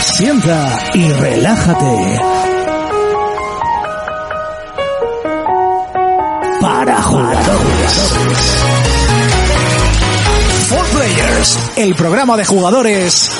Sienta y relájate. Para jugadores. Four Players, el programa de jugadores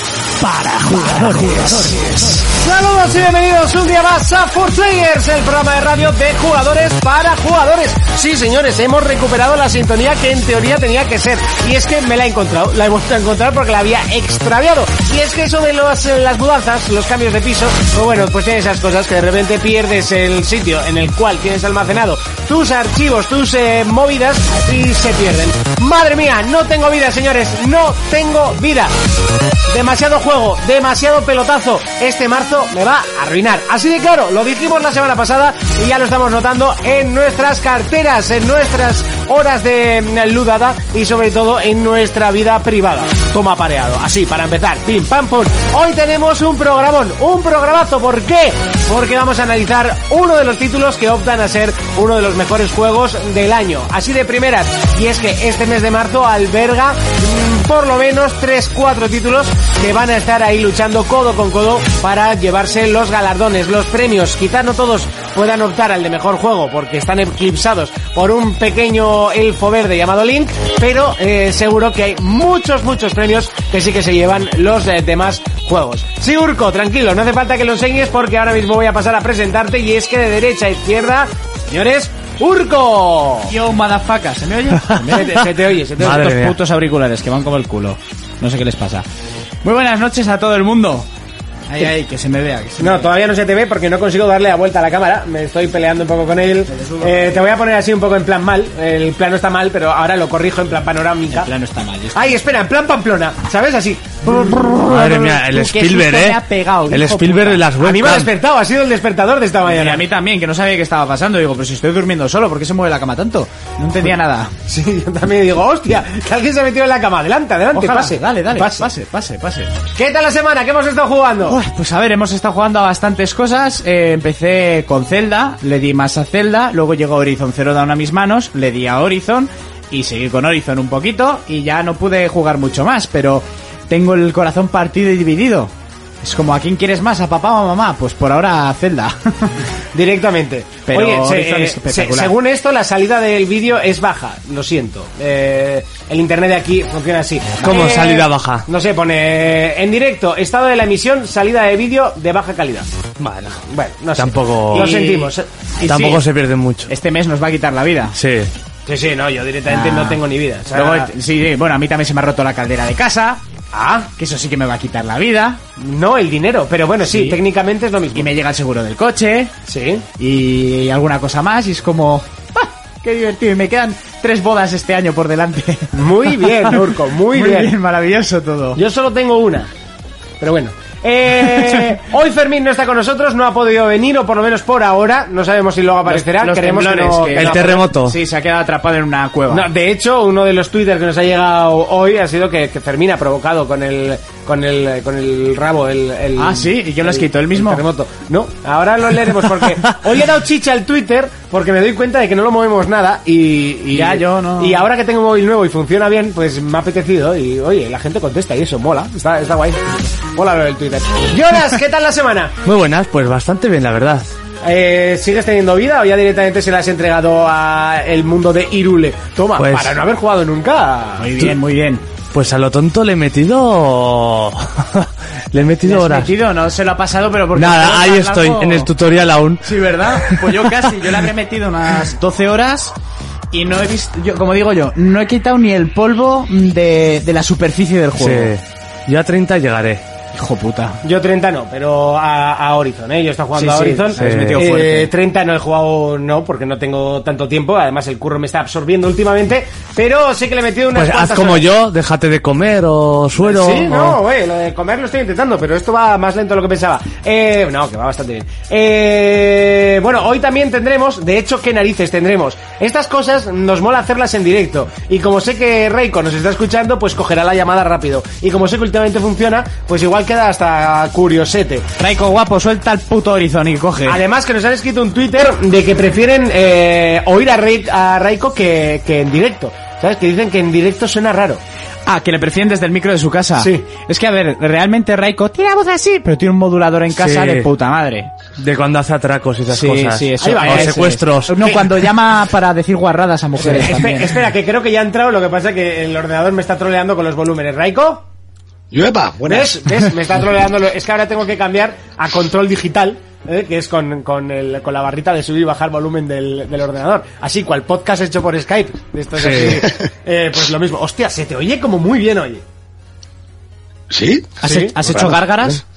para jugadores. Saludos y bienvenidos Pues un día más a Four Players, el programa de radio de jugadores para jugadores. Sí, señores, hemos recuperado la sintonía que en teoría tenía que ser. Y es que me la he encontrado, la he vuelto a encontrar porque la había extraviado. Y es que eso de los, eh, las mudanzas, los cambios de piso, pues bueno, pues tiene esas cosas que de repente pierdes el sitio en el cual tienes almacenado tus archivos, tus eh, movidas y se pierden. Madre mía, no tengo vida, señores, no tengo vida. Demasiado juego, demasiado pelotazo. Este marzo me va a arruinar. Así de claro, lo dijimos la semana pasada y ya lo estamos notando en nuestras carteras, en nuestras horas de mm, ludada y sobre todo en nuestra vida privada. Toma pareado. Así, para empezar, pim, pam, pum. Hoy tenemos un programón, un programazo. ¿Por qué? Porque vamos a analizar uno de los títulos que optan a ser uno de los mejores juegos del año. Así de primeras. Y es que este mes de marzo alberga mm, por lo menos 3-4 títulos que van a estar ahí luchando codo con codo para llevarse los galardones, los premios. Quizá no todos puedan optar al de mejor juego porque están eclipsados por un pequeño elfo verde llamado Link, pero eh, seguro que hay muchos, muchos premios que sí que se llevan los eh, demás juegos. Sí, Urco, tranquilo, no hace falta que lo enseñes porque ahora mismo voy a pasar a presentarte y es que de derecha a izquierda, señores, Urco. Yo, madafaca, ¿se me oye? Se te, se te oye, se te oye. Madre Estos Estos putos- putos auriculares que van como el culo. No sé qué les pasa. Muy buenas noches a todo el mundo. Ay, ay, que se me vea. Que se me No, vea. todavía no se te ve porque no consigo darle la vuelta a la cámara. Me estoy peleando un poco con él. Eh, te voy a poner así un poco en plan mal. El plano está mal, pero ahora lo corrijo en plan panorámica. El plano está mal. yo estoy- Ay, espera, en plan Pamplona, ¿sabes? Así. Madre mía, el Tú, qué Spielberg, susto eh. me ha pegado, el hijo Spielberg puta. de las A mí me ha webcams. despertado, ha sido el despertador de esta Y a mañana. mí también, que no sabía qué estaba pasando. Digo, pero si estoy durmiendo solo, ¿por qué se mueve la cama tanto? No entendía nada. Sí, yo también digo, hostia, que alguien se ha metido en la cama. Adelante, adelante, Ojalá, pase. dale, dale, pase. pase, pase, pase. ¿Qué tal la semana? ¿Qué hemos estado jugando? Uah, Pues a ver, hemos estado jugando a bastantes cosas. Eh, empecé con Zelda, le di más a Zelda, luego llegó Horizon Zero Dawn a mis manos, le di a Horizon y seguí con Horizon un poquito y ya no pude jugar mucho más, pero tengo el corazón partido y dividido. Es como a quién quieres más, a papá o a mamá, pues por ahora a Zelda. Directamente. Pero Oye, se- Horizon eh, es se- espectacular. según esto, la salida del vídeo es baja. Lo siento. Eh, el internet de aquí funciona así. ¿Cómo Eh, salida baja? No sé, pone eh, en directo, estado de la emisión, salida de vídeo de baja calidad. Bueno, Bueno, no sé. Tampoco- Lo Y- sentimos. y tampoco sí, se pierde mucho. Este mes nos va a quitar la vida. Sí. Sí, sí, no, yo directamente Ah. no tengo ni vida. O sea, Luego, sí, sí, bueno, a mí también se me ha roto la caldera de casa, ah, que eso sí que me va a quitar la vida. no el dinero, pero bueno, sí, Sí. técnicamente es lo mismo. Y me llega el seguro del coche, Sí. y alguna cosa más y es como ¡ah! qué divertido y me quedan tres bodas este año por delante Muy bien, Urco, muy, bien. maravilloso todo Yo solo tengo una. Pero bueno. Eh, hoy Fermín no está con nosotros, no ha podido venir, o por lo menos por ahora. No sabemos si luego aparecerá. los Queremos que temblones no- que- que El no- terremoto. sí se ha quedado atrapado en una cueva No, de hecho, uno de los twitters que nos ha llegado hoy ha sido que, que Fermín ha provocado con el con el, con el rabo el, el- Ah, sí, ¿y quién lo has quitado, él mismo? terremoto. No, ahora lo leeremos porque hoy he dado chicha al Twitter porque me doy cuenta de que no lo movemos nada y, y- Ya, yo no. y ahora que tengo un móvil nuevo y funciona bien, pues me ha apetecido y oye, la gente contesta y eso mola, está, está guay. Mola lo del Twitter. Jonas, ¿qué tal la semana? Muy buenas, pues bastante bien, la verdad. Eh, ¿Sigues teniendo vida o ya directamente se la has entregado a el mundo de Irule? Toma, Pues- para no haber jugado nunca. muy bien muy bien Pues a lo tonto le he metido. le he metido ¿Lo has horas. metido? no se lo ha pasado pero porque Nada, ahí Más estoy, largo- en el tutorial aún. sí verdad pues yo casi yo le habré metido unas 12 horas y no he visto yo como digo yo no he quitado ni el polvo de, de la superficie del Sí. juego Yo a 30 llegaré. hijo puta Yo 30 no, pero a, a Horizon, ¿eh? Yo estoy jugando Sí, a sí, Horizon. sí. Habéis metido Eh, fuerte. 30 no he jugado, no, porque no tengo tanto tiempo. Además, el curro me está absorbiendo últimamente. Pero sí que le he metido unas Pues haz cuantas como horas. yo, déjate de comer o suero. Sí, no, o- güey, lo de comer lo estoy intentando, pero esto va más lento de lo que pensaba. Eh, no, que va bastante bien. Eh, bueno, hoy también tendremos, de hecho, ¿qué narices tendremos? Estas cosas nos mola hacerlas en directo. Y como sé que Reiko nos está escuchando, pues cogerá la llamada rápido. Y como sé que últimamente funciona, pues igual queda hasta curiosete. Raiko guapo, suelta el puto Horizon y coge. Además que nos han escrito un Twitter de que prefieren eh, oír a, Rei- a Raiko que, que en directo. ¿Sabes? Que dicen que en directo suena raro. Ah, que le prefieren desde el micro de su casa. Sí. Es que, a ver, realmente Raiko tiene voz así, pero tiene un modulador en casa Sí. de puta madre. De cuando hace atracos y esas cosas. sí, eso. Ahí va, o ese es. secuestros. Este, No, cuando llama para decir guarradas a mujeres Espe- también. espera, que creo que ya ha entrado, lo que pasa es que el ordenador me está troleando con los volúmenes. Raiko, Llueva, buenas. ¿ves? ¿Ves? Me está troleando. lo- Es que ahora tengo que cambiar a control digital, ¿eh? que es con, con, el- con la barrita de subir y bajar volumen del, del ordenador. Así, cual podcast hecho por Skype. De estos Sí. así, eh, pues lo mismo. Hostia, se te oye como muy bien hoy. ¿Sí? ¿Has, Sí, he- has hecho gárgaras?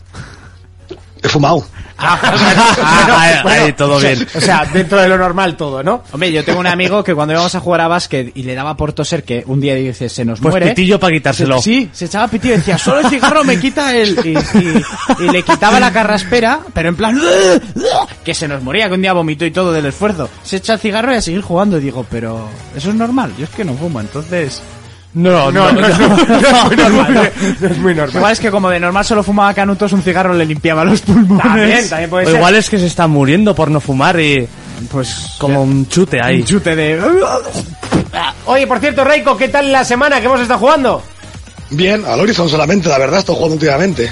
He fumado. Ah, ahí, ahí, todo bien. O sea, dentro de lo normal todo, ¿no? Hombre, yo tengo un amigo que cuando íbamos a jugar a básquet y le daba por toser que un día dice, se nos Pues muere. pitillo para quitárselo. Sí, se echaba pitillo y decía, solo el cigarro me quita el... Y, y- y le quitaba la carraspera, pero en plan... "Ugh, ugh", Que se nos moría, que un día vomitó y todo del esfuerzo. Se echa el cigarro y a seguir jugando. Y digo, pero eso es normal, yo es que no fumo, entonces... No, no, no. No, no, no, no, no es muy normal. Igual es que como de normal solo fumaba canutos, un cigarro le limpiaba los pulmones. También, también puede O ser. igual es que se está muriendo por no fumar y Pues como un chute ahí. un chute de... Ah, Oye, por cierto, Raiko, ¿qué tal la semana que hemos estado jugando? Bien, al Horizon solamente, la verdad, estoy jugando últimamente.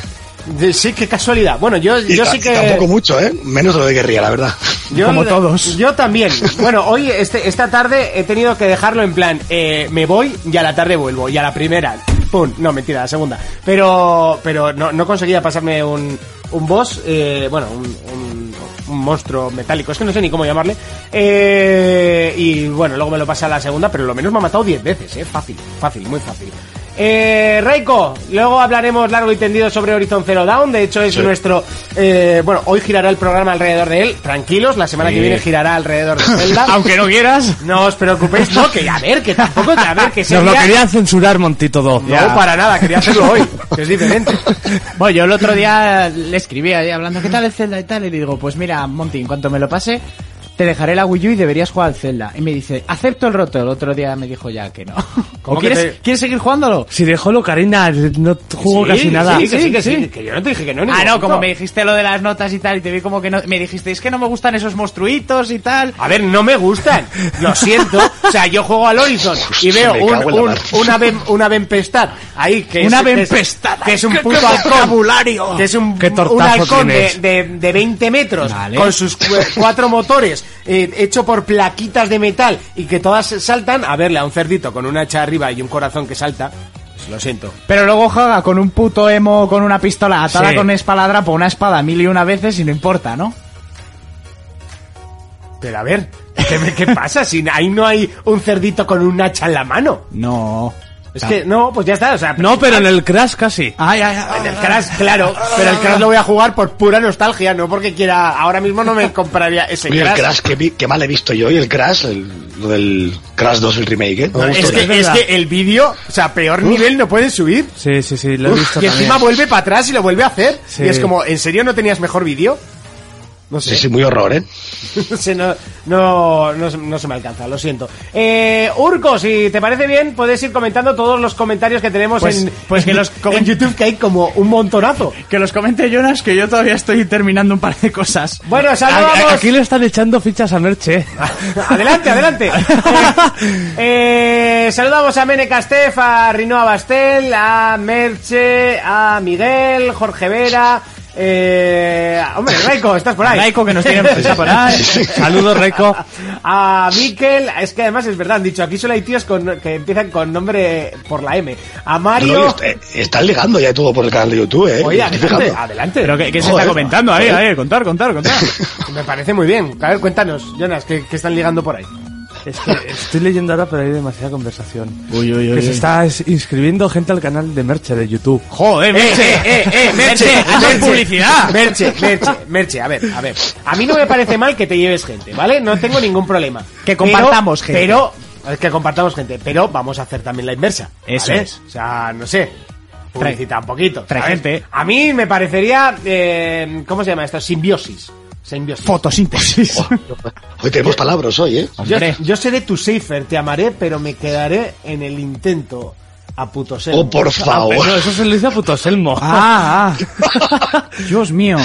Sí, qué casualidad. Bueno, yo, Y yo ta- sí que... Tampoco mucho, ¿eh? Menos de lo que querría, la verdad. Yo, Como todos. Pues Yo también. Bueno, hoy, este, esta tarde, he tenido que dejarlo en plan, eh, me voy y a la tarde vuelvo. Y a la primera, pum, no, mentira, a la segunda. Pero, pero no, no conseguía pasarme un, un boss, eh, bueno, un, un- un monstruo metálico, es que no sé ni cómo llamarle. Eh, y bueno, luego me lo pasé a la segunda, pero lo menos me ha matado 10 veces, eh. Fácil, fácil, muy fácil. Eh, Reiko, luego hablaremos largo y tendido sobre Horizon Zero Dawn. De hecho, es Sí. nuestro. eh, bueno, hoy girará el programa alrededor de él. Tranquilos, la semana que viene girará alrededor de Zelda. Aunque no quieras. No os preocupéis, no, que a ver, que tampoco, a ver, que Nos lo sería- querían censurar, Montito. No, para nada, quería hacerlo hoy, que es diferente. Bueno, yo el otro día le escribí ahí hablando, ¿qué tal el Zelda y tal? Y le digo, pues mira, Monty, en cuanto me lo pase, te dejaré la Wii U y deberías jugar al Zelda. Y me dice, acepto el roto. El otro día me dijo ya que no. ¿Cómo ¿O que quieres, te- quieres seguir jugándolo? Si dejó lo Karina, no jugó Sí, casi nada. Sí, que sí, que sí, que yo no te dije que no. en Ah, ningún no, como momento. me dijiste lo de las notas y tal, y te vi como que no... Me dijiste, es que no me gustan esos monstruitos y tal. A ver, no me gustan. Lo siento. O sea, yo juego al Horizon y Hostia, veo me un, cago en la un- mar. una, ben- una bempestad ahí que Una es, que es- bempestada. Que es un ¡Qué- qué puto halcón. vocabulario! Que es un, ¡Qué tortazo un halcón de, tienes! de, de 20 metros Vale. con sus cu- cuatro motores eh, hecho por plaquitas de metal y que todas saltan. A verle a un cerdito con una hacha arriba y un corazón que salta. pues Lo siento. Pero luego juega con un puto emo, con una pistola atada Sí. con espaladrapo, una espada mil y una veces y no importa, ¿no? Pero a ver, ¿qué, me- qué pasa? Si ahí no hay un cerdito con un hacha en la mano. No. Es que no, pues ya está. O sea, No, pero en el Crash casi. Ay, ay, ay. En el Crash, claro, pero el Crash lo voy a jugar por pura nostalgia, no porque quiera. Ahora mismo no me compraría ese Oye, el Crash. Crash que, vi- que mal he visto yo y el Crash, el, lo del Crash 2, el remake, ¿eh? No me Es gustó que, nada. es que el vídeo, o sea, peor nivel no pueden subir. Sí, sí, sí, lo he visto y también. encima vuelve para atrás y lo vuelve a hacer. Sí. Y es como, ¿en serio no tenías mejor vídeo? No sé. Sí, sí, muy horror, ¿eh? No sé, no, no, no se- no se me alcanza, lo siento. Eh, Urco, si te parece bien, puedes ir comentando todos los comentarios que tenemos Pues- en, pues que los en comen- YouTube, que hay como un montonazo. Que los comente Jonas, que yo todavía estoy terminando un par de cosas. Bueno, A- a- saludamos. Aquí le están echando fichas a Merche. adelante, adelante. Eh, eh, saludamos a Mene Castef, a Rinoa Bastel, a Merche, a Miguel, Jorge Vera. Eh, hombre, Raiko, estás por ahí. Raiko, que nos tiene prisa por ahí. Saludos, Reiko. A Miquel, es que además es verdad, han dicho, aquí solo hay tíos con, que empiezan con nombre por la M. A No, Mario. oye, est- están ligando ya todo por el canal de YouTube, ¿eh? Oye, Me estoy adelante, fijando. adelante. Pero que, que se Joder. está comentando ahí, ahí, contar, contar, contar. Me parece muy bien. A ver, cuéntanos, Jonas, ¿qué, qué están ligando por ahí? Es que estoy leyendo ahora, pero hay demasiada conversación. Uy, uy, Que se está es- inscribiendo gente al canal de Merche de YouTube. Joder, Eh, Merche, eh, Merche, haznos publicidad. Merche, Merche, Merche, a ver, a ver. A mí no me parece mal que te lleves gente, ¿vale? No tengo ningún problema. Que Pero- compartamos gente. Pero, es que compartamos gente, pero vamos a hacer también la inversa. ¿vale? Eso es. O sea, no sé. Publicita un poquito. trae ¿sabes? gente. A mí me parecería, eh, ¿cómo se llama esto? Simbiosis. Simbiosis. Fotosíntesis. Hoy tenemos palabras hoy, ¿eh? Yo, Hombre. yo seré tu safer, te amaré, pero me quedaré en el intento a puto ser. Oh, por favor. Pero eso se lo dice a puto Selmo. Ah, ah. Dios mío.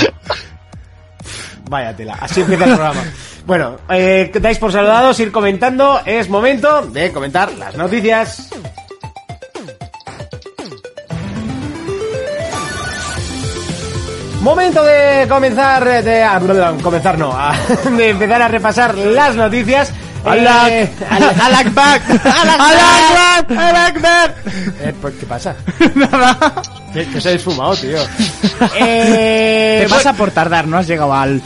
Vaya tela, así empieza el programa. Bueno, eh, dais por saludados, ir comentando. Es momento de comentar las noticias. Momento de comenzar, eh, de, ah, perdón, comenzar no, a- de empezar a repasar las noticias. Alak. Eh, Alak- Alak back. Alak Alak back. Alak back. Eh, pues, ¿Qué pasa? Nada. Que, que se ha esfumado, tío. Eh, Te pasa por tardar, no has llegado al.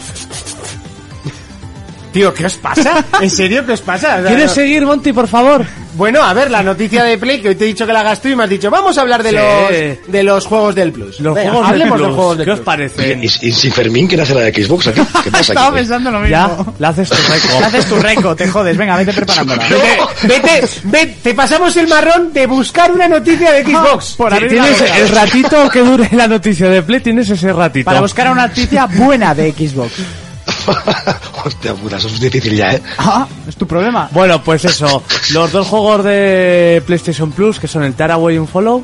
Tío, ¿qué os pasa? ¿En serio qué os pasa? O sea, ¿Quieres no- seguir, Monty, por favor? Bueno, a ver, la noticia de Play, que hoy te he dicho que la hagas tú y me has dicho, vamos a hablar de, Sí. los, de los juegos del Plus. Venga, hablemos de los juegos del ¿Qué os Plus. parece? ¿Y, y sin Fermín quiere hacer la de Xbox aquí? ¿Qué pasa Estaba aquí? pensando lo mismo. Ya, la haces tu récord. Te haces tu reco, te jodes. Venga, vete preparándola. Vete, vete, vete, te pasamos el marrón de buscar una noticia de Xbox. Por abrir la Tienes boca. el ratito que dure la noticia de Play, tienes ese ratito. Para buscar una noticia buena de Xbox. Hostia puta, eso es difícil ya, ¿eh? Ah, es tu problema. Bueno, pues eso. Los dos juegos de PlayStation Plus, que son el Taraway and Follow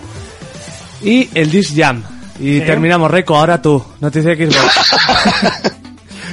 y el Disc Jam. Y terminamos, Reco, ahora tú. Noticia Xbox.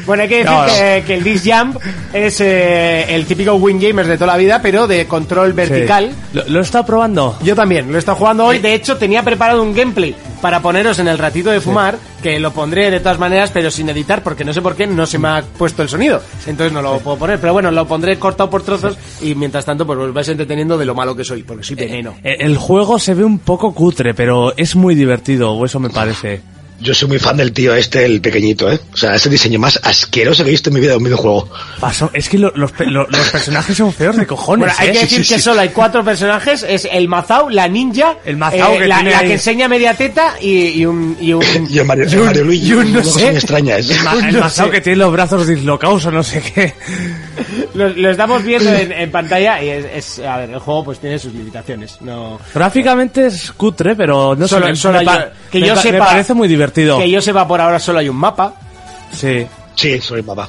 Bueno, hay que decir No, no. Que, que el Disc Jump es eh, el típico Win Gamers de toda la vida, pero de control vertical. Sí. ¿Lo, lo he estado probando? Yo también, lo he estado jugando hoy. De hecho, tenía preparado un gameplay para poneros en el ratito de fumar, que lo pondré de todas maneras, pero sin editar, porque no sé por qué no se me ha puesto el sonido. Entonces no lo puedo poner. Pero bueno, lo pondré cortado por trozos y mientras tanto, pues os vais entreteniendo de lo malo que soy, porque soy veneno. Eh, El juego se ve un poco cutre, pero es muy divertido, o eso me parece. Yo soy muy fan del tío este, el pequeñito, ¿eh? O sea, ese diseño más asqueroso que he visto en mi vida de un videojuego. Paso- es que lo- los, pe- lo- los personajes son feos de cojones. Bueno, hay ¿eh? que sí, decir sí, que sí. solo hay cuatro personajes, es el Mazao, la ninja, eh, El Mazao que la, tiene la ahí- que enseña media teta y, y un... Y un Y el Mario, el Mario Luigi, y un no una cosa sé. muy extraña, ¿eh? El, ma- el Masao que tiene los brazos dislocados o no sé qué. Lo, lo estamos viendo en, en pantalla y es, es- A ver, el juego pues tiene sus limitaciones. No... Gráficamente es cutre, pero Pues no Solo- sé. me- solo me yo- pa- que me yo pa- me sepa- parece muy divertido. Que yo sepa, por ahora solo hay un mapa. Sí. Sí, soy papá.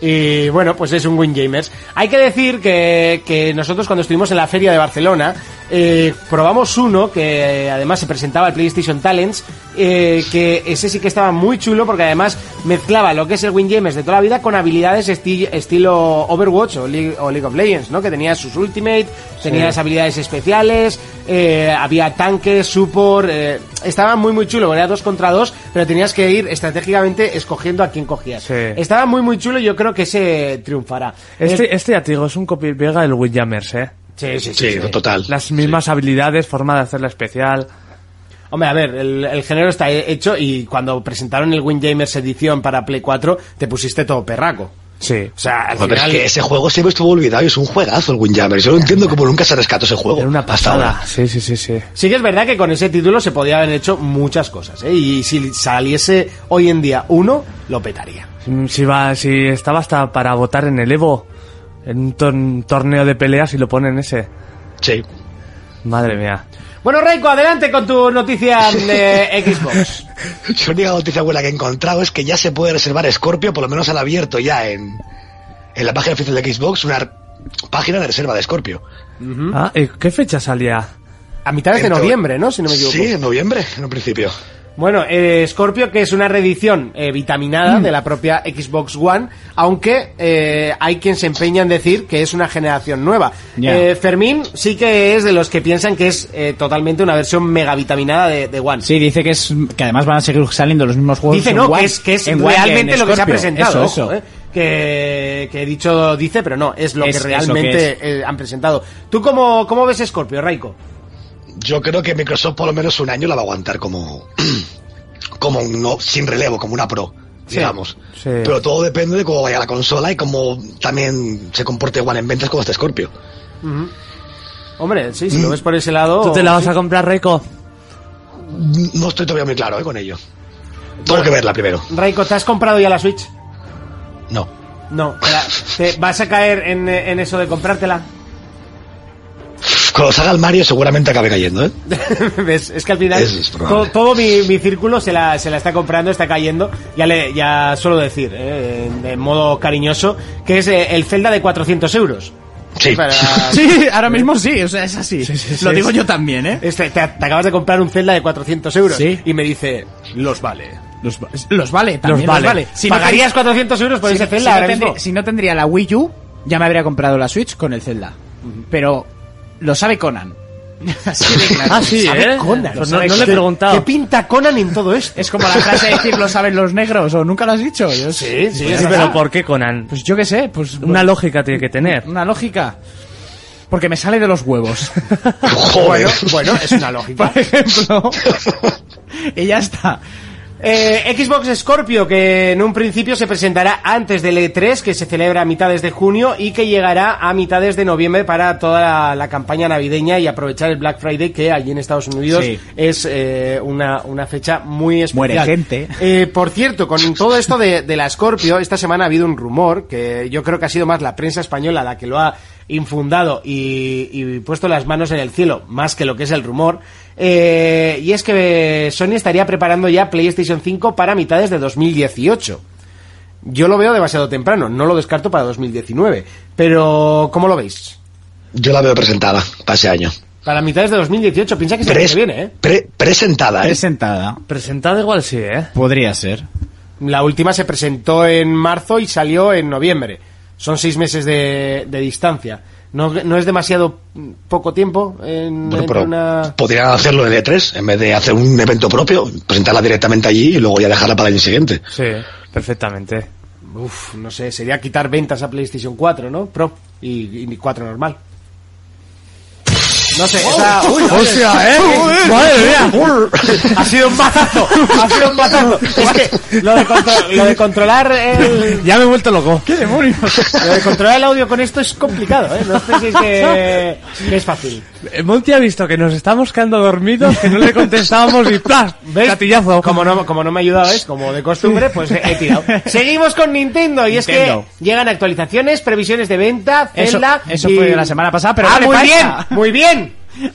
Y bueno, pues es un Win Gamers. Hay que decir que, que nosotros cuando estuvimos en la feria de Barcelona, eh, probamos uno que además se presentaba el PlayStation Talents, eh, que ese sí que estaba muy chulo porque además mezclaba lo que es el Win Gamers de toda la vida con habilidades esti- estilo Overwatch o League, o League of Legends, ¿no? Que tenía sus Ultimate, tenía las habilidades especiales, eh, había tanques, support, eh, estaba muy muy chulo, era dos contra dos, pero tenías que ir estratégicamente escogiendo a quién cogías. Sí. Estaba muy muy chulo y yo creo que ese triunfará. Eh, Este, este ya te digo, es un copy y pega del Windjammers, eh. sí, sí, sí, Sí, sí. total. Las mismas habilidades, forma de hacerla especial. Hombre, a ver, el, el género está he- hecho y cuando presentaron el Windjamers edición para Play 4 te pusiste todo perraco. Sí. O sea, al Joder, es final... que ese juego siempre estuvo olvidado y es un juegazo el Windjammer. Yo no entiendo cómo nunca se rescató ese juego. Era una Hasta ahora. pasada. Sí, sí, sí, sí. Sí que es verdad que con ese título se podía haber hecho muchas cosas, ¿eh? Y si saliese hoy en día uno, lo petaría. Mm, Si, va, si estaba hasta para votar en el Evo, en un tor- torneo de peleas y lo ponen ese. Sí. Madre mía. Bueno, Reiko, adelante con tu noticia de Xbox. La única noticia buena que he encontrado es que ya se puede reservar Scorpio, por lo menos al abierto ya en, en la página oficial de Xbox, una r- página de reserva de Scorpio. Ah, ¿y ¿Qué fecha salía? A mitades de Entonces- noviembre, ¿no? Si no me equivoco. Sí, en noviembre, en un principio. Bueno, eh, Scorpio, que es una reedición eh, vitaminada Mm. de la propia Xbox One, aunque eh, hay quien se empeña en decir que es una generación nueva. Ya. Eh, Fermín sí que es de los que piensan que es eh, totalmente una versión mega vitaminada de, de One. Sí, dice que es que además van a seguir saliendo los mismos juegos. Dice en no, One- que es, que es en One y en realmente lo que se ha Scorpio. presentado. Eso, eso. ojo, eh, que, que he dicho dice, pero no, es lo Es- que es lo realmente que eh, han presentado. ¿Tú cómo, cómo ves Scorpio, Raiko? Yo creo que Microsoft por lo menos un año la va a aguantar como, como un no, sin relevo, como una pro, digamos. sí. Pero todo depende de cómo vaya la consola y cómo también se comporte One en ventas como este Scorpio. Hombre, sí, Mm. si lo ves por ese lado. ¿Tú te la vas a comprar, Reco? No estoy todavía muy claro ¿eh? con ello. Tengo que verla primero. Raiko, ¿te has comprado ya la Switch? No. No, te- te vas a caer en, eh, en eso de comprártela. Cuando salga el Mario seguramente acabe cayendo, ¿eh? ¿Ves? Es que al final Eso es todo, probable. todo mi, mi círculo se la, se la está comprando, está cayendo. Ya le ya suelo decir, eh, en, en modo cariñoso, que es eh, el Zelda de 400 euros. Sí. Para- Sí, ahora mismo sí, o sea, es así. sí, sí, lo digo sí. yo también, ¿eh? Este, te, te acabas de comprar un Zelda de 400 euros. Sí. Y me dice, los vale. Los, va- los vale, también vale. Si no ¿Pagarías ten- 400 euros por si- ese si Zelda no ahora tendría- mismo? si no tendría la Wii U, ya me habría comprado la Switch con el Zelda. Pero lo sabe Conan. Así de claro. Ah, sí, ¿Sabe ¿eh? Conan? Pues no, ¿Sabe no le he qué- ¿Qué preguntado. pinta Conan en todo esto? Es como la frase de decir lo saben los negros o nunca lo has dicho. Yo Sí, sí, Sí, es verdad. pero ¿por qué Conan? Pues yo qué sé, pues Una lógica tiene que tener. una lógica. Porque me sale de los huevos. Joder. Bueno, es una lógica. Por ejemplo. y ya está. Eh, Xbox Scorpio, que en un principio se presentará antes del E3, que se celebra a mitades de junio y que llegará a mitades de noviembre para toda la, la campaña navideña y aprovechar el Black Friday, que allí en Estados Unidos Sí. es eh, una, una fecha muy especial. Muere gente. Eh, por cierto, con todo esto de, de la Scorpio, esta semana ha habido un rumor que yo creo que ha sido más la prensa española la que lo ha infundado y, y puesto las manos en el cielo, más que lo que es el rumor. Eh, y es que Sony estaría preparando ya PlayStation 5 para mitades de 2018. Yo lo veo demasiado temprano, no lo descarto para 2019. Pero, ¿cómo lo veis? Yo la veo presentada para ese año. Para mitades de 2018, piensa que se Pres- viene, ¿eh? pre- presentada, ¿eh? Presentada. Presentada igual sí, ¿eh? Podría ser. La última se presentó en marzo y salió en noviembre. Son seis meses de, de distancia. No, no es demasiado poco tiempo en, Bueno, en pero una... podrían hacerlo en E3 en vez de hacer un evento propio, presentarla directamente allí y luego ya dejarla para el año siguiente. Sí, perfectamente. Uf, no sé, sería quitar ventas a PlayStation 4, ¿no? Pro y, y 4 normal. No sé, esa- uy, ¡Hostia, eh! ¡Madre mía! ha sido un mazazo, ha sido un mazazo. Es que lo de, contro- lo de controlar el... Ya me he vuelto loco. ¡Qué demonios! Lo de controlar el audio con esto es complicado, ¿eh? No sé si es que, que es fácil. Eh, Monty ha visto que nos estamos quedando dormidos, que no le contestábamos y ¡plas! ¿Ves? Catillazo. Como no, como no me ayudaba, ¿ves? Como de costumbre, pues he tirado. Seguimos con Nintendo, y es Nintendo. que llegan actualizaciones, previsiones de venta, Eso- Zelda... eso y- fue la semana pasada, pero ¡Ah, vale, muy pasa. bien! ¡Muy bien!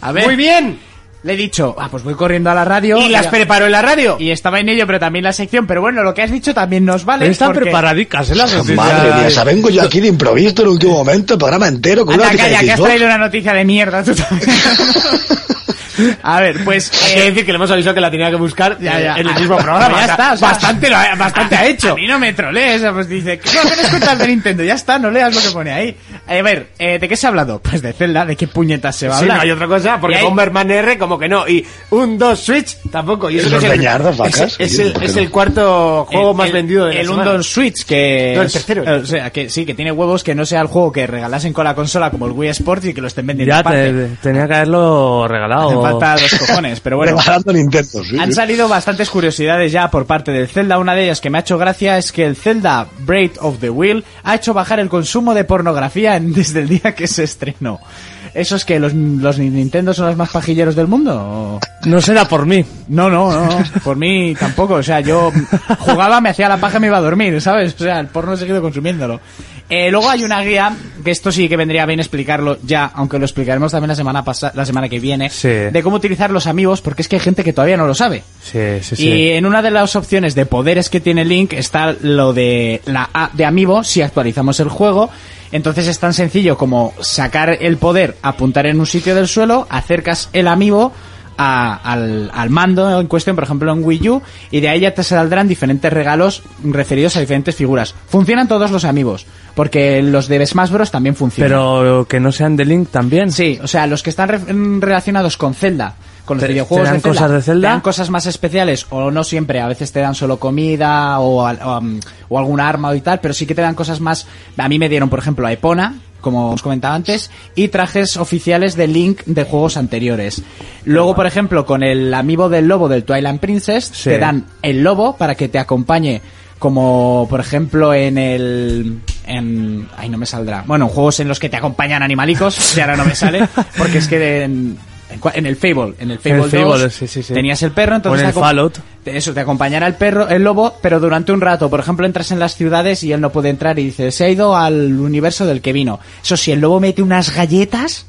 A ver. ¡Muy bien! Le he dicho, ah, pues voy corriendo a la radio. Y las preparó en la radio. Y estaba en ello, pero también la sección. Pero bueno, lo que has dicho también nos vale. Pero están porque- preparadicas, ¿eh? Las noticias. Madre mía, o sea, vengo yo aquí de improviso en el último momento, el programa entero con una Anda, noticia de calla, que has Xbox. traído una noticia de mierda tú también. a ver, pues... Hay eh, que decir que le hemos avisado que la tenía que buscar Ya, ya. Ah, en el mismo programa. Ya o sea, está, o sea, bastante, lo ha- bastante ha hecho. A mí no me trolees, pues dice, ¿qué no tienes cuentas de Nintendo? Ya está, no leas lo que pone ahí. A ver, eh, ¿de qué se ha hablado? Pues de Zelda, ¿de qué puñetas se va a Sí, hablar? no hay otra cosa, porque Y hay- Bomberman R como que no, y un 2 Switch tampoco. Y eso Esos que es el- beñardos, vacas. es- es el- ¿Por qué es no? el cuarto juego más vendido de la El semana. Undon Switch, que... No, el tercero, el O sea, que sí, que tiene huevos, que no sea el juego que regalasen con la consola como el Wii Sports y que lo estén vendiendo Ya aparte. te- tenía que haberlo regalado. Hacen falta dos cojones, pero bueno. Regalando Nintendo, sí. Han salido bastantes curiosidades ya por parte del Zelda. Una de ellas que me ha hecho gracia es que el Zelda Braid of the Wheel ha hecho bajar el consumo de pornografía en- desde el día que se estrenó. ¿Eso es que los, los Nintendo son los más pajilleros del mundo? o? No será por mí. No, no, no, no. Por mí tampoco. O sea, yo jugaba, me hacía la paja y me iba a dormir, ¿sabes? O sea, el porno he seguido consumiéndolo. Eh, luego hay una guía, que esto sí que vendría bien explicarlo ya, aunque lo explicaremos también la semana, pasa- la semana que viene, Sí. de cómo utilizar los amigos, porque es que hay gente que todavía no lo sabe. Sí, sí, Y sí. en una de las opciones de poderes que tiene Link está lo de la A de Amiibo si actualizamos el juego. Entonces es tan sencillo como sacar el poder, apuntar en un sitio del suelo, acercas el Amiibo a- al, al mando en cuestión, por ejemplo en Wii U, y de ahí ya te saldrán diferentes regalos referidos a diferentes figuras. Funcionan todos los amigos, porque los de Smash Bros. también funcionan. Pero que no sean de Link también. Sí, o sea, los que están re- relacionados con Zelda, con los Te- videojuegos te dan de Zelda, cosas de Zelda. te dan cosas más especiales o no siempre, a veces te dan solo comida o, al- o, um, o algún arma y tal, pero sí que te dan cosas más. A mí me dieron, por ejemplo, a Epona, como os comentaba antes, y trajes oficiales de Link de juegos anteriores. Luego, por ejemplo, con el amiibo del lobo del Twilight Princess, Sí. te dan el lobo para que te acompañe como por ejemplo en el en ay no me saldrá bueno en juegos en los que te acompañan animalicos y ahora no me sale porque es que en, en cua- en el Fable en el Fable, En el Fable, 2, sí, sí, sí. tenías el perro entonces O en te el acom- Fallout. te- eso te acompañará el perro el lobo pero durante un rato por ejemplo entras en las ciudades y él no puede entrar y dice se ha ido al universo del que vino eso sí el lobo mete unas galletas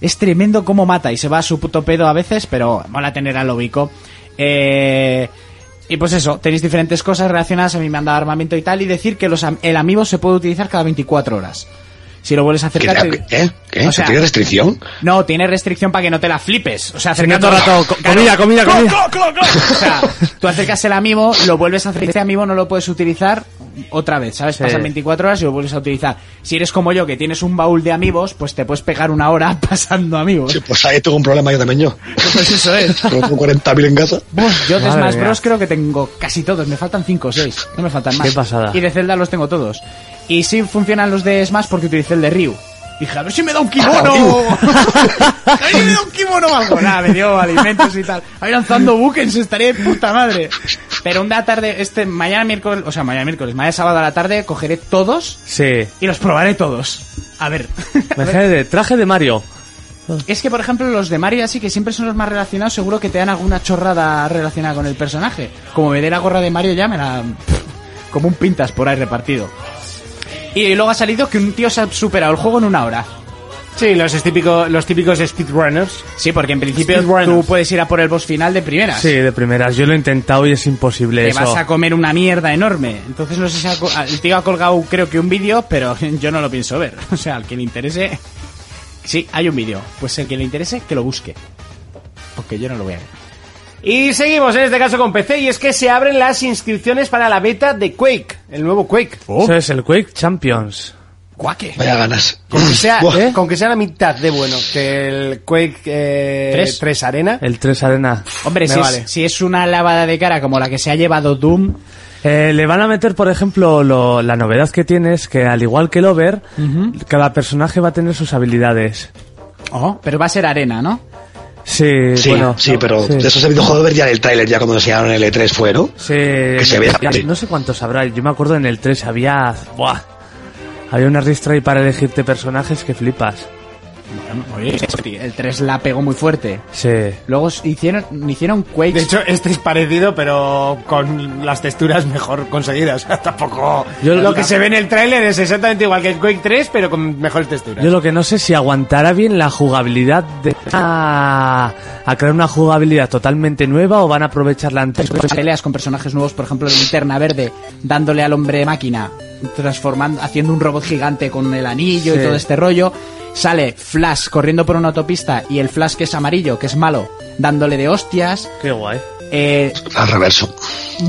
es tremendo cómo mata y se va a su puto pedo a veces, pero mola tener al lobico. Eh, y pues eso, tenéis diferentes cosas relacionadas a mi mandado de armamento y tal, y decir que los, am- el amigo se puede utilizar cada 24 horas. Si lo vuelves a ¿Qué? acercar... te- ¿Qué? ¿Qué? O ¿Se sea, Pues- ¿Tiene restricción? no, tiene restricción para que no te la flipes. O sea, Tenía acercando todo el rato. co- Comida, comida, comida. o sea, tú acercas el amiibo, lo vuelves a hacer. Este amiibo no lo puedes utilizar otra vez, ¿sabes? Sí. Pasan 24 horas y lo vuelves a utilizar. Si eres como yo, que tienes un baúl de amigos, pues te puedes pegar una hora pasando amigos. Sí, pues ahí tengo un problema yo también yo. Pues eso es. Pero tengo 40.000 en casa. Buf, yo de Madre Smash mía. Bros creo que tengo casi todos, me faltan 5 o 6, no me faltan más. Qué pasada. Y de Zelda los tengo todos. Y sí funcionan los de Smash porque utilicé el de Ryu. Dije, a ver si me da un Ah, kimono. a ver si me da un kimono o algo. Nada, me dio alimentos y tal. Ahí lanzando buques, estaría de puta madre. Pero una tarde, este, mañana miércoles, o sea, mañana miércoles, mañana sábado a la tarde, cogeré todos Sí. y los probaré todos. A ver. Me traje de, traje de Mario. Es que, por ejemplo, los de Mario así que siempre son los más relacionados, seguro que te dan alguna chorrada relacionada con el personaje. Como me dé la gorra de Mario ya me la... Como un pintas por ahí repartido. Y luego ha salido que un tío se ha superado el juego en una hora. Sí, los típicos, los típicos speedrunners. Sí, porque en principio Speedrunners. tú puedes ir a por el boss final de primeras. Sí, de primeras. Yo lo he intentado y es imposible Te eso. vas a comer una mierda enorme. Entonces no sé si ha co- el tío ha colgado creo que un vídeo, pero yo no lo pienso ver. O sea, al que le interese... Sí, hay un vídeo. Pues el que le interese, que lo busque. Porque yo no lo voy a ver. Y seguimos en este caso con PC y es que se abren las inscripciones para la beta de Quake, el nuevo Quake. Eso es el Quake Champions. Guaque. Vaya ganas. Pues Con que sea, ¿eh? Buah. con que sea la mitad de bueno que el Quake eh, Tres. 3 Arena. El 3 Arena. Hombre, Me si, vale. es, si es una lavada de cara como la que se ha llevado Doom, Eh, le van a meter, por ejemplo, lo- la novedad que tiene es que, al igual que el Over, cada personaje va a tener sus habilidades. pero va a ser arena, ¿no? Sí, Sí, bueno. sí, pero de eso se ha habido juego ver ya en el tráiler, ya cuando enseñaron el E3 fue, ¿no? Sí, se vea, sí. no sé cuántos habrá. Yo me acuerdo en el 3 había. Buah, había una ristra ahí para elegirte personajes que flipas. El 3 la pegó muy fuerte. Sí. Luego s- hicieron, hicieron Quake. De hecho, este es parecido, pero con las texturas mejor conseguidas. Tampoco. Yo- lo que se ve en el tráiler es exactamente igual que el Quake 3, pero con mejores texturas. Yo lo que no sé es si aguantará bien la jugabilidad de a, a crear una jugabilidad totalmente nueva o van a aprovechar la anterior. peleas con personajes nuevos, por ejemplo, linterna verde, dándole al hombre máquina, transformando, haciendo un robot gigante con el anillo y Sí. todo este rollo. Sale Flash corriendo por una autopista y el Flash que es amarillo, que es malo, dándole de hostias. Qué guay. Eh, Al reverso.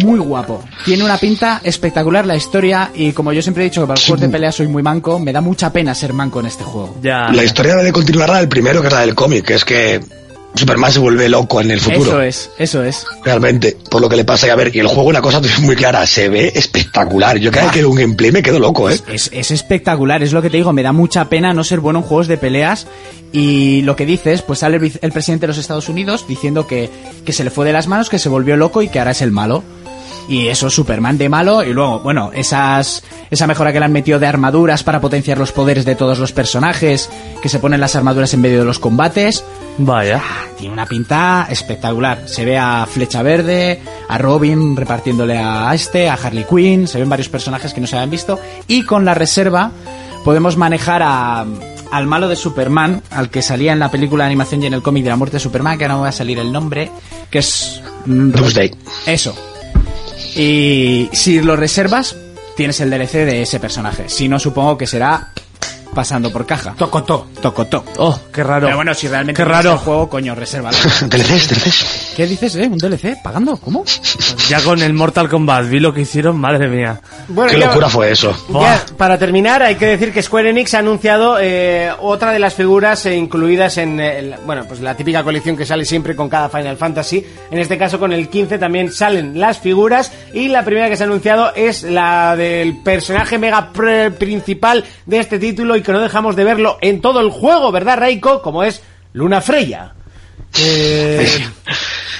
muy guapo. Tiene una pinta espectacular la historia y como yo siempre he dicho que para los juegos de pelea soy muy manco, me da mucha pena ser manco en este juego. Ah. Ya. La historia de continuar la del primero, que es la del cómic, que es que Superman se vuelve loco en el futuro. ¿Eh? Eso es, eso es. Realmente, por lo que le pasa. Y a ver, y el juego, una cosa muy clara, se ve espectacular. Yo cada vez que veo un gameplay me quedo loco, ¿eh? Es, es espectacular, es lo que te digo, me da mucha pena no ser bueno en juegos de peleas y lo que dices, pues sale el, vice- el presidente de los Estados Unidos diciendo que, que se le fue de las manos, que se volvió loco y que ahora es el malo. Y eso, Superman de malo, y luego, bueno, esas, esa mejora que le han metido de armaduras para potenciar los poderes de todos los personajes, que se ponen las armaduras en medio de los combates, Vaya. Ah, Tiene una pinta espectacular. Se ve a Flecha Verde, a Robin repartiéndole a este, a Harley Quinn. Se ven varios personajes que no se habían visto. Y con la reserva podemos manejar a, al malo de Superman, al que salía en la película de animación y en el cómic de la muerte de Superman, que ahora no me va a salir el nombre, que es... mm, Doomsday. Eso. Y si lo reservas, tienes el DLC de ese personaje. Si no, supongo que será pasando por caja. Tocotó. Tocotó. Oh, qué raro. Pero bueno, si realmente Qué quieres raro. el juego, coño, resérvalo. DLCs, DLCs. ¿Qué dices, eh? ¿Un DLC? ¿Pagando? ¿Cómo? Ya con el Mortal Kombat vi lo que hicieron, madre mía. Bueno, Qué ya- locura fue eso. Ya, para terminar, hay que decir que Square Enix ha anunciado eh, otra de las figuras eh, incluidas en eh, la- bueno, pues la típica colección que sale siempre con cada Final Fantasy. En este caso, con el 15 también salen las figuras. Y la primera que se ha anunciado es la del personaje mega pr- principal de este título y que no dejamos de verlo en todo el juego, ¿verdad, Reiko? Como es Luna Freya. Eh,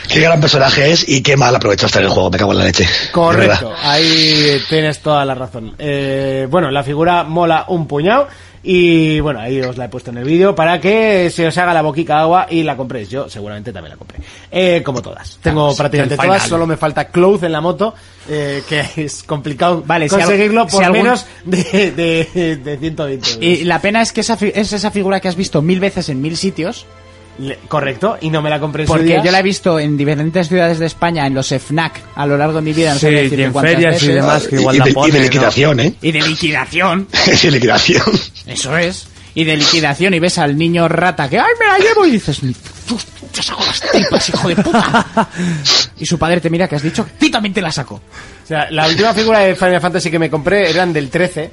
Qué gran personaje es y qué mal aprovechaste en el juego. Me cago en la leche. Correcto, ¿Verdad? ahí tienes toda la razón. Eh, bueno, la figura mola un puñado y bueno, ahí os la he puesto en el vídeo para que se os haga la boquica agua y la compréis. Yo seguramente también la compré, Eh, como todas. Tengo prácticamente el final. todas, solo me falta Cloth en la moto, eh, que es complicado Vale, si al- conseguirlo si por algún- menos de, de, de 120 euros. Y la pena es que esa fi- es esa figura que has visto mil veces en mil sitios, Le- Correcto, y no me la compré en su porque día. yo la he visto en diferentes ciudades de España, en los FNAC, a lo largo de mi vida. No Sí, sabría decirte y en cuántas ferias y veces. demás. Más que igual y, la de, pone, y de ¿no? liquidación, ¿eh? Y de liquidación, de liquidación. eso es. Y de liquidación, y ves al niño rata que ¡ay, me la llevo! Y dices, "Tú, Te saco las tripas, hijo de puta. Y su padre te mira que has dicho, ti también te la saco. O sea, la última figura de Final Fantasy que me compré eran del 13.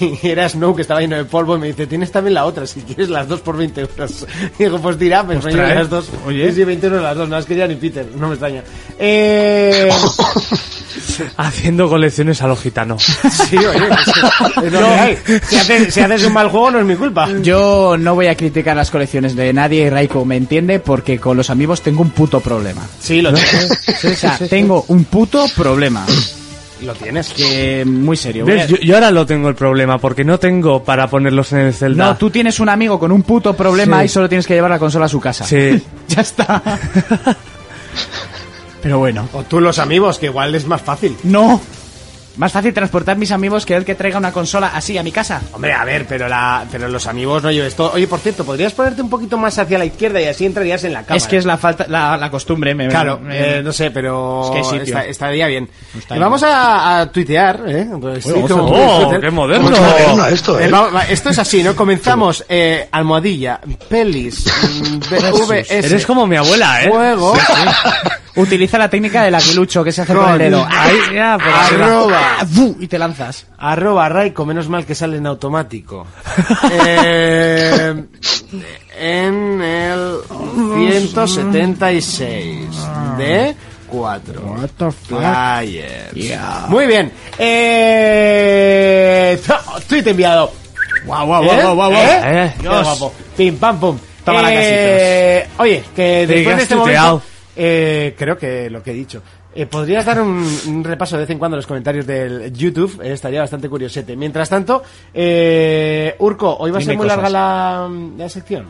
Y era Snow que estaba lleno de polvo y me dice, tienes también la otra, si quieres las dos por 20 euros. Y digo, pues dirá, me sueño ¿eh? las dos. Oye. Sí, sí, 20 euros las dos, no es que ya ni Peter, no me extraña. Eh... Haciendo colecciones a los gitanos. sí, oye, pues es lo que hay. Si haces, si haces un mal juego no es mi culpa. Yo no voy a criticar las colecciones de nadie, Raiko me entiende, porque con los amigos tengo un puto problema. Sí, lo tienes. O sea, tengo un puto problema. Lo tienes. Que muy serio. voy a- ¿Ves? Yo, yo ahora lo tengo el problema, porque no tengo para ponerlos en el Zelda. No, tú tienes un amigo con un puto problema Sí. y solo tienes que llevar la consola a su casa. Sí. ya está. Pero bueno. O tú los amigos, que igual es más fácil. No. Más fácil transportar mis amigos que el que traiga una consola así a mi casa. Hombre, a ver, pero la, pero los amigos no lleves todo. Oye, por cierto, podrías ponerte un poquito más hacia la izquierda y así entrarías en la cámara. Es que es la falta, la, la costumbre. me- Claro, me- eh, no sé, pero Es que hay sitio. está- estaría bien. Está Eh, vamos a, a tuitear, ¿eh? Sí, oh, como- oh, Twitter. qué moderno. Como- Moderno esto, ¿eh? va- va- esto es así, ¿no? Comenzamos, eh, almohadilla, pelis, mm, VS, Eres como mi abuela, ¿eh? juego, Utiliza la técnica del aguilucho que se hace con el dedo. pues Ahí, ya, por arriba. arroba, Ah, bu, y te lanzas. arroba Raiko, menos mal que sale en automático. Eh, en el 176 de 4. Players. Muy bien. Eh, tweet enviado. Guau, guau, ¿Eh? guau, guau, guau. ¿Eh? Eh, Qué Dios. guapo. Pim, pam, pum. Toma la Eh, Oye, que que después has de este tuiteado. momento... eh, creo que lo que he dicho. Eh, ¿Podrías dar un, un repaso de vez en cuando a los comentarios del YouTube? Eh, estaría bastante curiosete. Mientras tanto, eh, Urco, ¿hoy va a Dime ser muy cosas. larga la, la sección?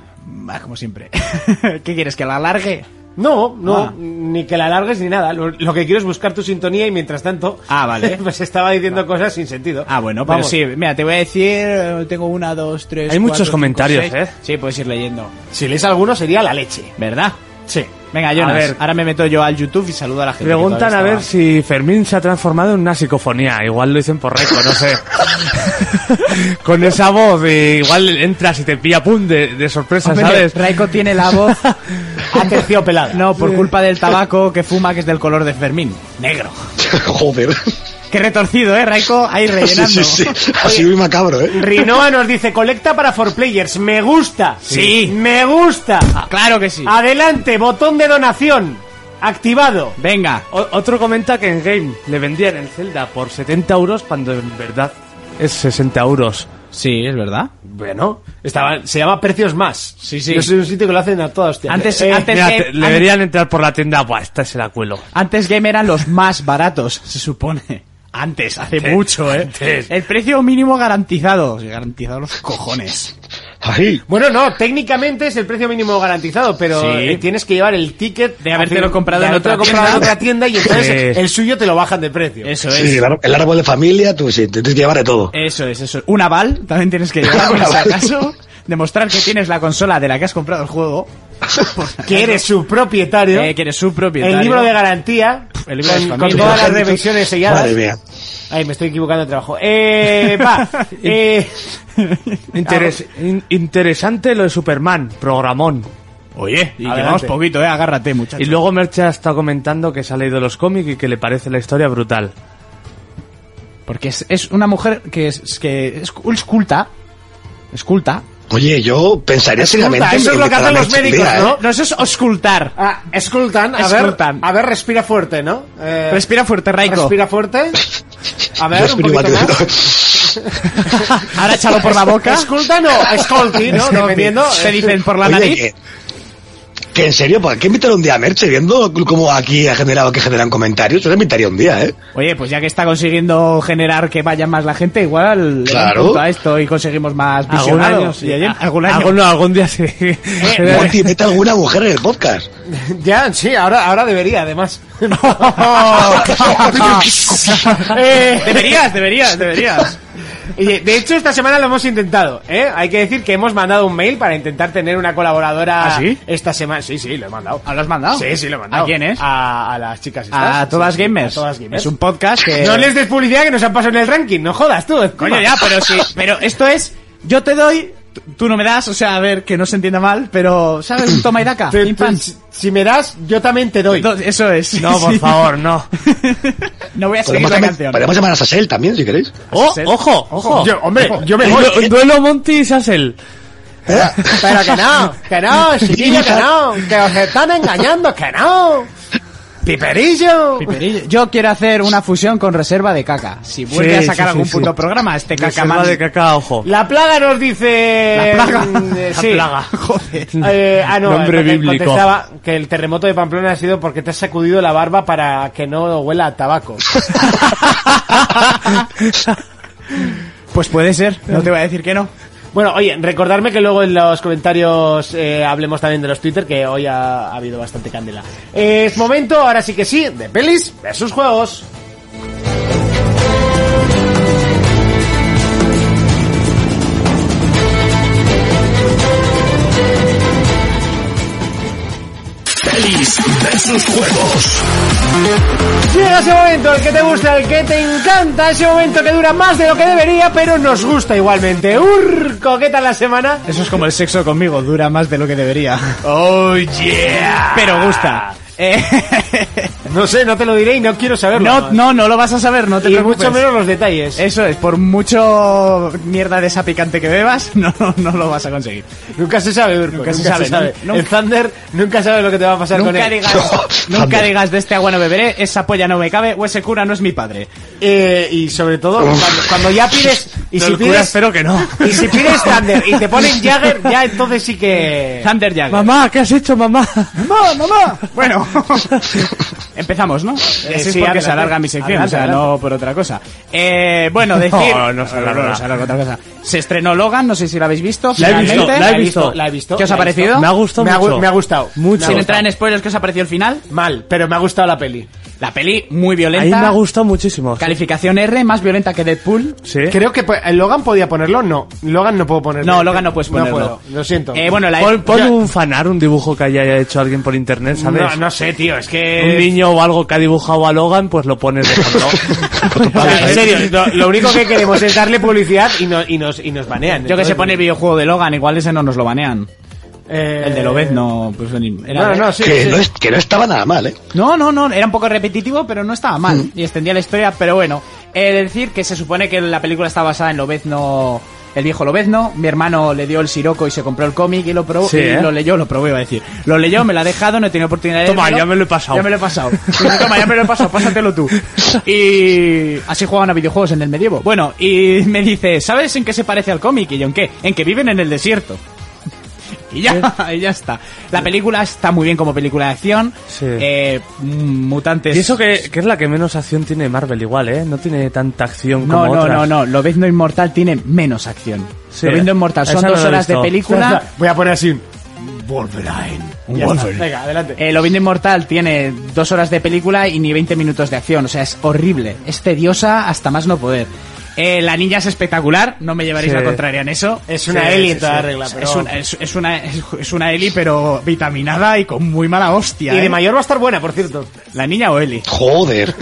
Ah, como siempre. ¿Qué quieres? ¿Que la alargue? No, no, Ah. ni que la alargues ni nada. Lo, lo que quiero es buscar tu sintonía y mientras tanto... Ah, vale. Pues estaba diciendo cosas sin sentido. Ah, bueno, pero vamos. sí. Mira, te voy a decir... eh, Tengo una, dos, tres, Hay muchos cuatro, cinco, comentarios, seis. ¿eh? Sí, puedes ir leyendo. Si lees alguno sería la leche. ¿Verdad? Sí. Venga, Jonas, A ver. ahora me meto yo al YouTube y saludo a la gente. que Preguntan todavía a ver estaba- si Fermín se ha transformado en una psicofonía. Igual lo dicen por récord, no sé. Con esa voz, y igual entras y te pilla pum de, de sorpresa, Hombre, ¿sabes? Raiko tiene la voz aterciopelada. No, por culpa del tabaco que fuma, que es del color de Fermín. Negro. Joder. Qué retorcido, ¿eh, Raiko? Ahí rellenando. Sí, sí, sí. Ha sido muy macabro, ¿eh? Rinoa nos dice, colecta para for players. Me gusta. Sí. Me gusta. Ah, Claro que sí. Adelante, botón de donación. Activado. Venga. O- otro comenta que en Game le vendían el Zelda por 70 euros cuando en verdad es 60 euros. Sí, es verdad. Bueno, estaba, se llama Precios Más. Sí, sí. Yo soy un sitio que lo hacen a todas hostias. Antes- Eh, antes- Mira, que- te- le deberían entrar por la tienda. Buah, este esta se la cuelo. Antes Game eran los más baratos, se supone. Antes, hace Antes, mucho, ¿eh? antes. El precio mínimo garantizado. Garantizado los cojones. Ahí. Bueno, no, técnicamente es el precio mínimo garantizado, pero Sí. eh, tienes que llevar el ticket De habértelo a fin- comprado de en habértelo otra comprado en tienda. otra tienda y entonces Sí. el suyo te lo bajan de precio. Eso es. Sí, el, ar- el árbol de familia, tú sí, te tienes que llevar de Eh, todo. Eso es, eso es. Un aval también tienes que llevar, por si Un aval. acaso. Demostrar que tienes la consola de la que has comprado el juego. Que eres su propietario. Eh, que eres su propietario. El libro de garantía. El libro de con, con familia. todas las revisiones selladas. Madre mía. Ay, me estoy equivocando de trabajo. Eh, va. eh, Ah, Interes- in- interesante lo de Superman, programón. Oye, y adelante. llevamos poquito, eh. Agárrate, muchacho. Y luego Mercha está comentando que se ha leído los cómics y que le parece la historia brutal. Porque es, es una mujer que es, que es, es culta. Es culta. Oye, yo pensaría seriamente. Esculta, eso en es lo que quitarme hacen los esta médicos, idea, ¿eh? ¿no? No, eso es oscultar. ah, escultan, a Escultan. ver. A ver, respira fuerte, ¿no? Eh, Respira fuerte, Raiko. respira fuerte. A ver, un Respiro poquito igual que- más. Ahora échalo por la boca. Escultan o escolti, ¿no? Esculti. Dependiendo. eh, Te dicen por la Oye, nariz. que, que en serio, ¿por qué invitar un día a Merche? Viendo cómo aquí ha generado que generan comentarios, yo le invitaría un día, ¿eh? Oye, pues ya que está consiguiendo generar que vaya más la gente, igual le Claro. damos punto a esto y conseguimos más Algún año, Eh. visionados. sí. Y ayer- A- algún año. Algún, algún día sí. Monty, mete alguna mujer en el podcast. Ya, sí, ahora, ahora debería, además. Eh, Deberías, deberías, deberías. Y, De hecho, esta semana lo hemos intentado, ¿eh? Hay que decir que hemos mandado un mail para intentar tener una colaboradora ¿Ah, sí? esta semana. Sí, sí, lo he mandado. ¿Ah, ¿Lo has mandado? Sí, sí, lo he mandado. ¿A quién es? A, a las chicas. estas. A, todas Sí, sí, gamers. A todas gamers. Es un podcast Eh, que... No les des publicidad que nos han pasado en el ranking, no jodas tú. Coño, ya, pero sí. Pero esto es... Yo te doy tú no me das, o sea, a ver, que no se entienda mal, pero, ¿sabes? Un toma y daca. Te- pim, te- pam. si me das, yo también te doy. Entonces, Eso es. No, por Sí. favor, no. No voy a seguir Podemos, la también- canción. podemos llamar a Sasel también, si queréis. Oh, Sassel. ojo, ojo. Yo, hombre, yo me Un voy. du- un duelo Monty y Sassel. Pero que no, que no, chiquillo, que no, que os están engañando, que no. Piperillo. Piperillo. Yo quiero hacer una fusión con reserva de caca. Si vuelve Sí, a sacar sí, sí, algún sí. punto programa, este caca Reserva más. de caca, ojo. La plaga nos dice... La plaga. Mm, eh, La sí. plaga. Joder. Eh, ah, no, Nombre porque bíblico. contestaba que el terremoto de Pamplona ha sido porque te has sacudido la barba para que no huela a tabaco. Pues puede ser, no te voy a decir que no. Bueno, oye, recordarme que luego en los comentarios eh, hablemos también de los Twitter, que hoy ha, ha habido bastante candela. Eh, es momento, ahora sí que sí, de pelis versus juegos. Pelis versus juegos. Llega ese momento, el que te gusta, el que te encanta, ese momento que dura más de lo que debería, pero nos gusta igualmente. Urco, ¿qué tal la semana? Eso es como el sexo conmigo, dura más de lo que debería. Oh yeah. Pero gusta. Eh, No sé, no te lo diré y no Eh, quiero saberlo. no, no, no lo vas a saber, no te y preocupes. mucho menos los detalles. Eso es, por mucho mierda de esa picante que bebas, no, no, no lo vas a conseguir. Nunca se sabe, Urco. Nunca, se, sabe. nunca- El Thunder nunca sabe lo que te va a pasar con Nunca él. digas, nunca digas de este agua no beberé, esa polla no me cabe o ese cura no es mi padre. Eh, y sobre todo, cuando, cuando ya pides... Y No, si el cura pides... espero que no. Y si pides Thunder y te ponen Jagger, ya entonces sí que... Thunder Jagger. Mamá, ¿qué has hecho, mamá? ¡Mamá, mamá! Bueno, empezamos, Eh, ¿no? Así es sí, porque adelante. se alarga mi sección, Adelante, o sea, adelante. no por otra cosa. Eh, bueno, decir... No, no se alarga. otra cosa. Se estrenó Logan, no sé si la habéis visto. La he visto, finalmente. la he visto. La he visto. ¿Qué os la ha he visto. parecido? Me ha gustado me ha gu- mucho. me ha gustado. Mucho. Sin entrar en spoilers, ¿qué os ha parecido el final? Mal, pero me ha gustado la peli. La peli muy A violenta. mí me ha gustado muchísimo. Calificación R, más violenta que Deadpool. Sí. Creo que po- Logan podía ponerlo, no. Logan ¿Eh? no puedo ponerlo. No, Logan no puedes ponerlo. No puedo, lo siento. Eh, bueno, la... Pon, pon un fanar, un dibujo que haya hecho alguien por internet, ¿sabes? no, no sé, tío, es Un que... niño o algo que ha dibujado a Logan, pues lo pones de fondo. ¿eh? O sea, en serio, lo, lo único que queremos es darle publicidad y, no- y nos, y nos banean. Yo que se pone el videojuego de Logan, igual ese no nos lo banean. Eh, El de Lobez no... Pues, ni- era- No, no, Ah, sí. que, sí. No es- que no estaba nada mal, ¿eh? No, no, no, era un poco repetitivo, pero no estaba mal. Mm. Y extendía la historia, pero bueno. Es decir, que se supone que la película está basada en Lobezno, el viejo Lobezno. Mi hermano le dio el siroco y se compró el cómic y lo probó. Sí, y ¿eh? lo leyó, lo probó, iba a decir. Lo leyó, me lo ha dejado, no he tenido oportunidad de Toma, leerlo. ya me lo he pasado. Ya me lo he pasado. Toma, ya me lo he pasado, pásatelo tú. Y así jugaban a videojuegos en el medievo. Bueno, y me dice, ¿sabes en qué se parece al cómic? Y yo, ¿en qué? En que viven en el desierto. Y ya, y ya está. La película está muy bien como película de acción. Sí. Eh, mm, mutantes. Y eso que, que es la que menos acción tiene Marvel igual, ¿eh? No tiene tanta acción No, como no, otras. no, no. Lobezno Inmortal tiene menos acción. Sí. Lobezno Inmortal son Esa no dos la he horas de visto. película. Voy a poner así un... Wolverine. ya está. Venga, adelante. Eh, Lobezno Inmortal tiene dos horas de película y ni 20 minutos de acción. O sea, es horrible. Es tediosa hasta más no poder. Eh, la niña es espectacular. No me llevaréis Sí. la contraria en eso. Es una Eli en toda regla, Es- pero- Es una, es, es una, es una Eli, pero vitaminada y con muy mala hostia. Y de ¿eh? mayor va a estar buena, por cierto. ¿La niña o Eli? Joder.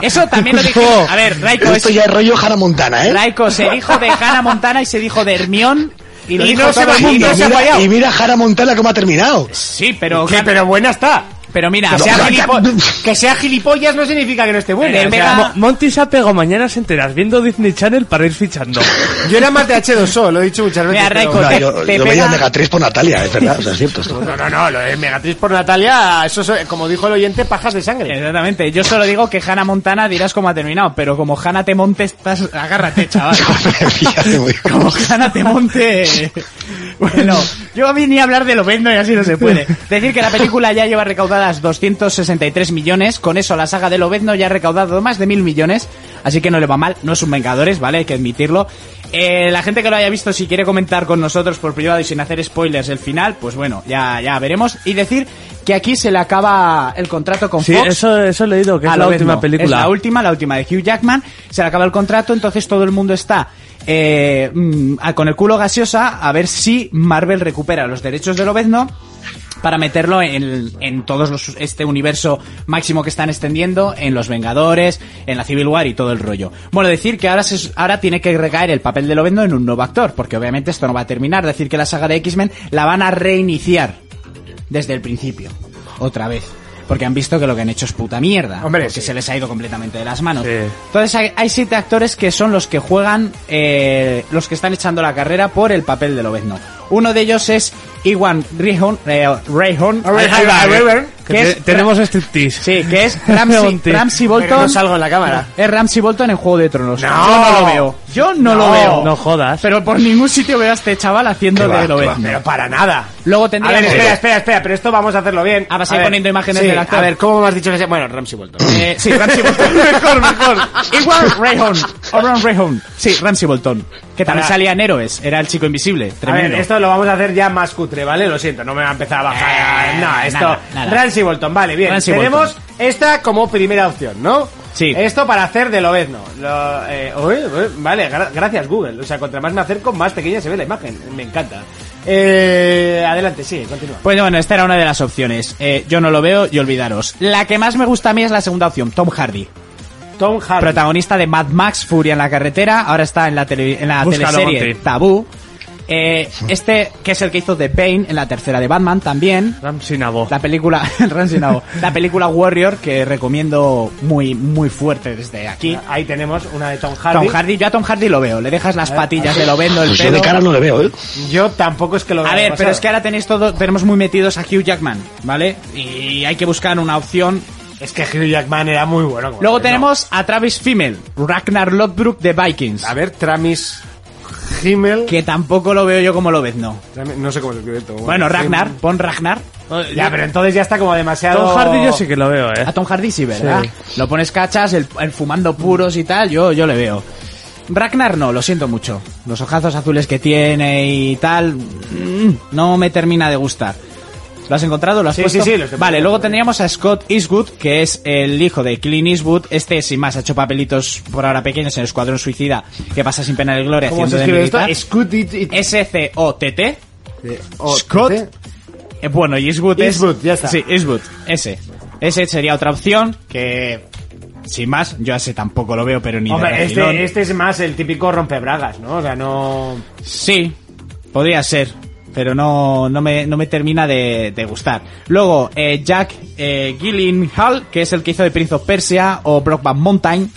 Eso también lo dije. A ver, Raiko, Esto pues. es, ya es rollo Hannah Montana, ¿eh? Raiko se dijo de Hannah Montana y se dijo de Hermión. Y, lo Y dijo no se todo va- el y mundo. no se ha Mira- fallado. y mira Hannah Montana cómo ha terminado. Sí, pero, Que, pero buena está. pero mira, Que sea, sea- gilipo- que sea gilipollas no significa que no esté buena. Eh, o me sea, da- mo- Mo- Monty se ha pegado mañana se enteras viendo Disney Channel para ir fichando. Yo era más de H2O, lo he dicho muchas veces. Mira, pero- Raiko, No, te- yo te lo veía pega- en Megatriz por Natalia, es verdad, o sea, es cierto. esto. No, no, no, lo de Megatriz por Natalia, eso es, como dijo el oyente, pajas de sangre. Exactamente, yo solo digo que Hannah Montana dirás cómo ha terminado, pero como Hannah te monte, estás... agárrate, chaval. Me pillaste muy- Como Hannah te monte. Bueno, yo a mí ni hablar de lo vendo y así no se puede. Decir que la película ya lleva recaudadas 263 millones, con eso la saga de Lobezno ya ha recaudado más de mil millones, así que no le va mal, no es un Vengadores, ¿vale? Hay que admitirlo. Eh, la gente que lo haya visto, si quiere comentar con nosotros por privado y sin hacer spoilers el final, pues bueno, ya, ya veremos. Y decir que aquí se le acaba el contrato con Sí, Fox. eso, eso he leído, que Ah, es A la lo vez última no. película. Es la última, la última de Hugh Jackman. Se le acaba el contrato, entonces todo el mundo está eh, mm, a- con el culo gaseosa a ver si Marvel recupera los derechos de Lobezno para meterlo en, en todos los, este universo máximo que están extendiendo, en los Vengadores, en la Civil War y todo el rollo. Bueno, decir que ahora, se, ahora tiene que recaer el papel de Lovendo en un nuevo actor, porque obviamente esto no va a terminar. Decir que la saga de X-Men la van a reiniciar desde el principio, otra vez. Porque han visto que lo que han hecho es puta mierda. Hombre, porque sí. se les ha ido completamente de las manos. Sí. Entonces hay, hay siete actores que son los que juegan, eh, los que están echando la carrera por el papel de Lobezno. Uno de ellos es Iwan Rihon, eh, Rayhon, Ahí va, ahí va, ahí va. que Que te- es- tenemos striptease. sí, que es Ramsey, Ramsey Bolton. Pero no salgo en la cámara. Es Ramsey Bolton en Juego de Tronos. No. Yo no lo veo. Yo no, lo No. veo. No jodas. Pero por ningún sitio veo a este chaval haciendo Qué va, de qué Lobezno. va. Pero para nada. Luego A tendríamos ver, espera, espera, espera, pero esto vamos a hacerlo bien. Ah, vas A a ir ver, poniendo imágenes sí, del actor. A ver, ¿cómo me has dicho que se Bueno, Ramsey Bolton. Eh, sí, Ramsey Bolton. mejor, mejor. Igual Rayhon. Oran Rayhon. Sí, Ramsey Bolton. Que también Para- salía en Héroes. Era el chico invisible. A Tremendo. ver, esto lo vamos a hacer ya más cutre, ¿vale? Lo siento, no me va a empezar a bajar. Eh, no, esto. nada, nada. Ramsey Bolton, vale, bien. Ramsey Tenemos esta como primera opción, ¿no? Sí. Esto para hacer de Lobezno. Lo, eh, uy, uy, vale, gra- gracias Google. O sea, contra más me acerco, más pequeña se ve la imagen. Me encanta. Eh, adelante, sí, continúa. Pues bueno, esta era una de las opciones. Eh, yo no lo veo y olvidaros. La que más me gusta a mí es la segunda opción, Tom Hardy. Tom Hardy. Protagonista de Mad Max, Furia en la carretera. Ahora está en la, tele- en la Búscalo, teleserie Monty. Tabú. Eh, este, que es el que hizo The Pain en la tercera de Batman también. Ramsey Nabo. La película, Ramsey Nouh. la película Warrior que recomiendo muy, muy fuerte desde aquí. Ahí tenemos una de Tom Hardy. Tom Hardy, yo a Tom Hardy lo veo, le dejas las patillas, de lo vendo el Pues yo pelo. de cara no le veo, ¿eh? Yo tampoco es que lo A vea ver, pero demasiado. es que ahora tenéis todo, tenemos muy metidos a Hugh Jackman, ¿vale? Y hay que buscar una opción. Es que Hugh Jackman era muy bueno. como Luego Lobezno. tenemos a Travis Fimmel, Ragnar Lodbrok de Vikings, A ver, Tramis Himmel. que tampoco lo veo yo como lo no. Tram- No sé cómo se escribe esto. Bueno, Pues sí. Ragnar, pon Ragnar. Ya, pero entonces ya está como demasiado. Oh, Tom Hardy yo sí que lo veo, eh. A Tom Hardy sí, ¿verdad? Lo pones cachas, el, el fumando puros y tal, yo, yo le veo. Ragnar no, lo siento mucho. Los ojazos azules que tiene y tal, mm, no me termina de gustar. ¿Lo has encontrado? ¿Lo has Sí, puesto? sí, sí, los he Vale, puesto. luego tendríamos a Scott Eastwood, que es el hijo de Clint Eastwood. Este, sin más, ha hecho papelitos por ahora pequeños en el Escuadrón Suicida, que pasa sin pena de gloria ¿Cómo haciendo se de escribe esto? militar. Scoot it. it- S-C-O-T-T. o- Scott. ¿eh? Eh, bueno, y Eastwood es- Eastwood, ya está. Sí, Eastwood, ese. Ese sería otra opción que... Sin más, yo a ese tampoco lo veo, pero ni de Hombre, refilón. este, este es más el típico rompebragas, ¿no? O sea, no. Sí, podría ser, pero no, no, me, no me termina de, de gustar. Luego, eh, Jack eh, Gyllenhaal, que es el que hizo de Prince of Persia, o Brockback Mountain,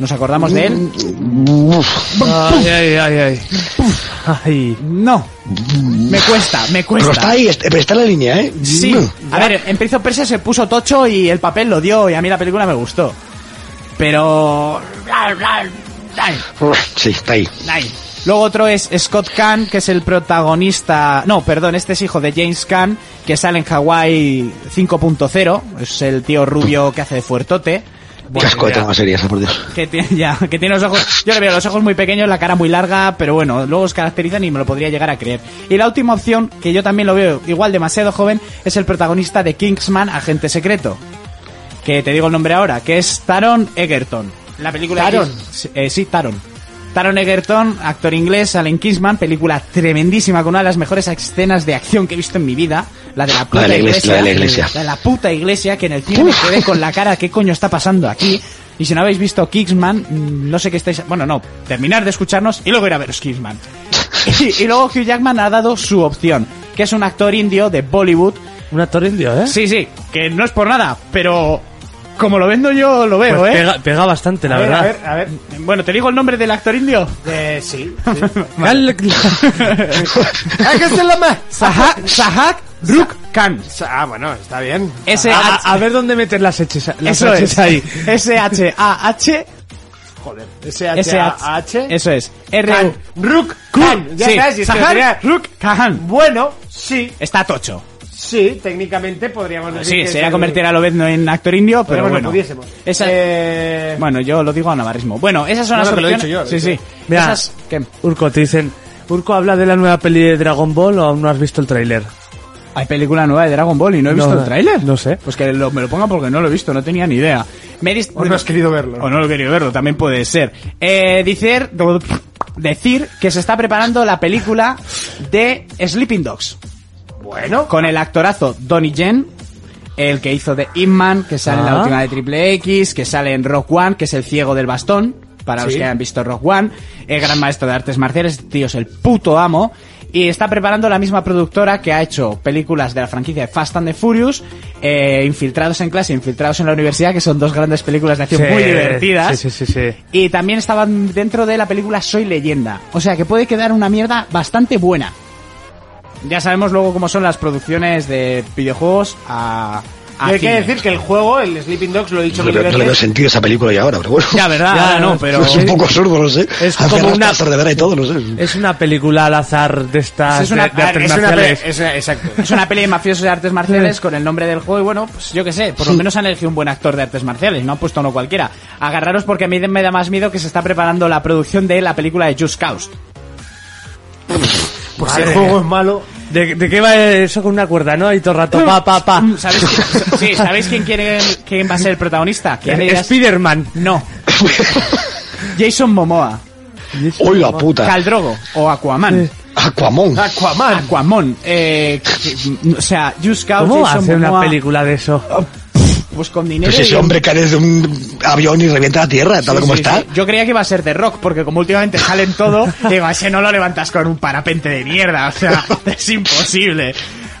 ¿nos acordamos de Mm. él? Uf, Ay, ay, ay, ay. Ay. No, me cuesta, me pero cuesta. está ahí, est- pero está en la línea, ¿eh? Sí, Mm. a ver, en Prince of Persia se puso tocho y el papel lo dio y a mí la película me gustó. Pero... Uf, Sí, está ahí. Ay. Luego otro es Scott Kahn, que es el protagonista... No, perdón, este es hijo de James Kahn, que sale en Hawaii 5.0. Es el tío rubio que hace de fuertote. Qué asco de idea. trama seria, esa, por Dios. Que tiene, ya, que tiene los ojos... Yo le veo los ojos muy pequeños, la cara muy larga, pero bueno, luego os caracterizan y me lo podría llegar a creer. Y la última opción, que yo también lo veo igual demasiado joven, es el protagonista de Kingsman, Agente Secreto. Que te digo el nombre ahora, que es Taron Egerton. La película ¿Taron? de Kings- eh, sí, Taron. Taron Egerton, actor inglés, sale en Kingsman, película tremendísima con una de las mejores escenas de acción que he visto en mi vida, la de la puta de la iglesia, iglesia, la de la iglesia. la de la puta iglesia que en el cine me quedé con la cara, ¿qué coño está pasando aquí? Y si no habéis visto Kingsman, mm, no sé qué estáis... Bueno, no, terminar de escucharnos y luego ir a veros Kingsman. Y, y luego Hugh Jackman ha dado su opción, que es un actor indio de Bollywood. Un actor indio, eh. Sí, sí, que no es por nada, pero como lo vendo yo, lo veo, Pues ¿eh? pega, pega bastante, la a ver, verdad. a ver, a ver. Bueno, ¿te digo el nombre del actor indio? Eh, sí. Sahak, Sahak Rukh Khan. sí. ah, bueno, está bien. Ah, S A, a ver dónde metes las heches, las Eso heches es. ahí. S-H-A-H Joder. S-H. S-H-A-H. Eso es. R Khan. Rook Khan. Ya sí. está, si es que Sahar sería- Ruk Khan. Bueno, sí, Está tocho. sí, técnicamente podríamos decir. Sí, que sería es- convertir a Lobezno en actor indio, pero Podríamos, bueno. no pudiésemos. Esa- Eh, Bueno, yo lo digo a navarrismo. Bueno, esas son No, las no, que lo he opciones. dicho yo, lo he sí, dicho sí. Mira. Esas que Urco, te dicen. Urco, ¿habla de la nueva peli de Dragon Ball o aún no has visto el tráiler? hay película nueva de Dragon Ball y no he No, visto el no, tráiler. no sé. Pues que lo- me lo ponga porque no lo he visto, no tenía ni idea. Me he dist- O no has querido verlo. O no lo he querido verlo, también puede ser. Eh, dicer, decir que se está preparando la película de Sleeping Dogs. Bueno, Con el actorazo Donnie Yen, el que hizo de Inman, que sale en la Ah. última de Triple X, que sale en Rock One, que es el ciego del bastón, para los Sí. que hayan visto Rock One, el gran maestro de artes marciales, este tío es el puto amo. Y está preparando la misma productora que ha hecho películas de la franquicia de Fast and the Furious, eh, Infiltrados en clase, Infiltrados en la universidad, que son dos grandes películas de acción Sí, muy divertidas. Sí, sí, sí, sí. Y también estaban dentro de la película Soy Leyenda. O sea que puede quedar una mierda bastante buena. Ya sabemos luego cómo son las producciones de videojuegos a. a y hay que cine. decir que el juego, el Sleeping Dogs, lo he dicho No, le mil veo- no le veo veces. sentido a esa película ya ahora, pero bueno. Ya, ¿verdad? Ya, Ah, no, no, pero... es un poco absurdo, no sé. Es Hace como rato una- hasta de verdad y todo, no sé. Es una película al azar de estas... Es una- de, de a ver, artes es una eh, marciales. Es una- exacto. Es una peli de mafiosos de artes marciales con el nombre del juego y bueno, pues yo qué sé, por lo menos han elegido un buen actor de artes marciales, no han puesto uno cualquiera. Agarraros porque a mí me da más miedo que se está preparando la producción de la película de Just Cause. Pues si el juego es malo. ¿De, de qué va eso con una cuerda, no? Y todo el rato, pa, pa, pa. ¿Sabéis Mm, quién, sí, ¿sabéis quién, quiere, quién va a ser el protagonista? Eh, ¿Quién dirás? Spiderman. No, Jason Momoa, Hoy la puta. Caldrogo o Aquaman. Aquamón. Ah, Aquaman. Aquaman, eh, que- o sea, Just Cause, ¿Cómo va a Jason hacer una Momoa, película de eso? Pues con dinero. Pues y- ese hombre cae desde un avión y revienta la tierra, tal Sí, como sí, está. sí. Yo creía que iba a ser de rock, porque como últimamente salen todo, digo, a ese no lo levantas con un parapente de mierda, o sea, es imposible.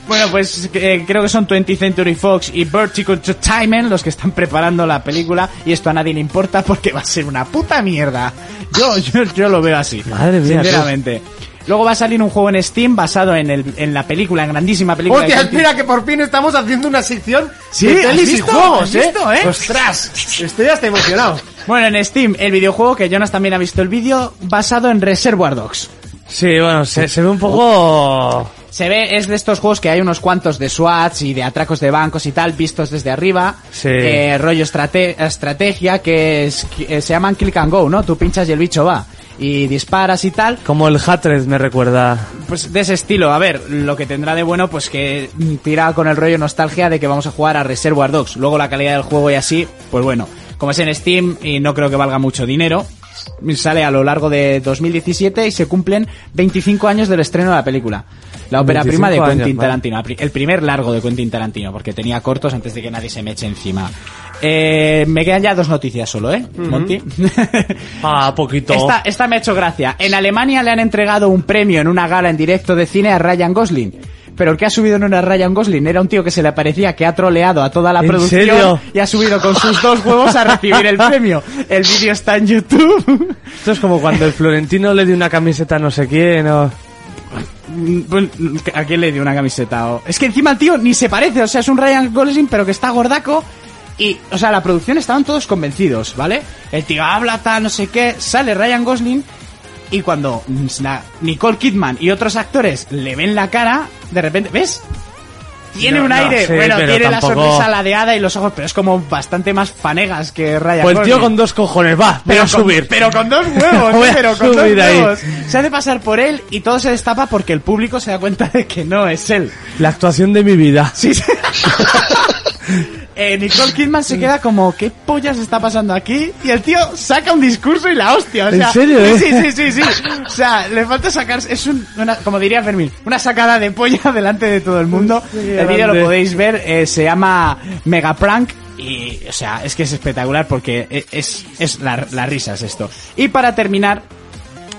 Bueno, pues eh, creo que son 20th Century Fox y Vertical to Timen los que están preparando la película y esto a nadie le importa porque va a ser una puta mierda. Yo, yo, yo lo veo así, Madre mía, sinceramente. Luego va a salir un juego en Steam basado en, el, en la película, en grandísima película. de Hostia, Quentin- mira que por fin estamos haciendo una sección Sí, de ¿has pelis visto? y juegos, ¿Has ¿eh? visto, eh? Ostras, estoy hasta emocionado. Bueno, en Steam, el videojuego que Jonas también ha visto el vídeo, basado en Reservoir Dogs. Sí, bueno, se, se ve un poco... Se ve, es de estos juegos que hay unos cuantos de SWATs y de atracos de bancos y tal, vistos desde arriba. Sí. Eh, rollo estrate- estrategia, que es- que se llaman click and go, ¿no? Tú pinchas y el bicho va. Y disparas y tal. Como el Hatred me recuerda. Pues de ese estilo, a ver, lo que tendrá de bueno, pues que mm, tira con el rollo nostalgia de que vamos a jugar a Reservoir Dogs. Luego la calidad del juego y así, pues bueno, como es en Steam y no creo que valga mucho dinero, sale a lo largo de 2017 y se cumplen 25 años del estreno de la película. La ópera prima de 25 Quentin años, vale. Tarantino, la pri- el primer largo de Quentin Tarantino, porque tenía cortos antes de que nadie se me eche encima. Eh, me quedan ya dos noticias solo, ¿eh, Monty? Ah, poquito. Esta, esta me ha hecho gracia. En Alemania le han entregado un premio en una gala en directo de cine a Ryan Gosling. Pero el que ha subido no era Ryan Gosling, era un tío que se le parecía que ha troleado a toda la ¿En producción serio? y ha subido con sus dos huevos a recibir el premio. El vídeo está en YouTube. Esto es como cuando el Florentino le dio una camiseta a no sé quién o... Mm, pues, ¿A quién le dio una camiseta? o- Es que encima el tío ni se parece, o sea, es un Ryan Gosling, pero que está gordaco. Y, o sea, la producción estaban todos convencidos, ¿vale? El tío habla, tal, no sé qué, sale Ryan Gosling. Y cuando mm, la- Nicole Kidman y otros acores le ven la cara, de repente, ¿ves? Tiene No, un no, aire, sí, bueno, pero tiene la tampoco- sonrisa ladeada y los ojos, pero es como bastante más fanegas que Ryan Pues el Gosling tío con dos cojones, va, voy pero a con- subir. Pero con dos huevos, Voy ¿eh? a pero con dos subir ahí. huevos. Se hace pasar por él y todo se destapa porque el público se da cuenta de que no es él. La actuación de mi vida. Sí, sí. Eh, Nicole Kidman se queda como, ¿qué pollas está pasando aquí? Y el tío saca un discurso y la hostia. O ¿En sea, serio, sí, Sí, eh? sí, sí, sí. O sea, le falta sacar, es un, una- como diría Fermín, una sacada de polla delante de todo el mundo. el vídeo lo grande. podéis ver, eh, se llama Mega Prank. Y, o sea, es que es espectacular porque e- es, es la, la risa es esto. Y para terminar,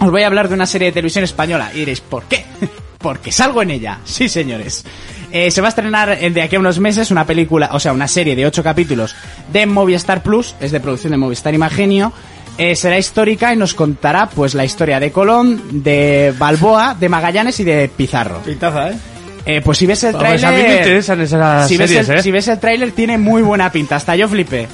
os voy a hablar de una serie de televisión española y diréis, ¿por qué? Porque salgo en ella. Sí, señores. Eh, se va a estrenar eh, de aquí a unos meses una película, o sea, una serie de ocho capítulos de Movistar Plus, es de producción de Movistar Imagenio. Eh, será histórica y nos contará pues la historia de Colón, de Balboa, de Magallanes y de Pizarro. Pintaza, ¿eh? Eh, pues si ves el Vamos, tráiler... a mí me interesan Ah, esas si ves series, el, ¿eh? si ves el tráiler tiene muy buena pinta, hasta yo flipé.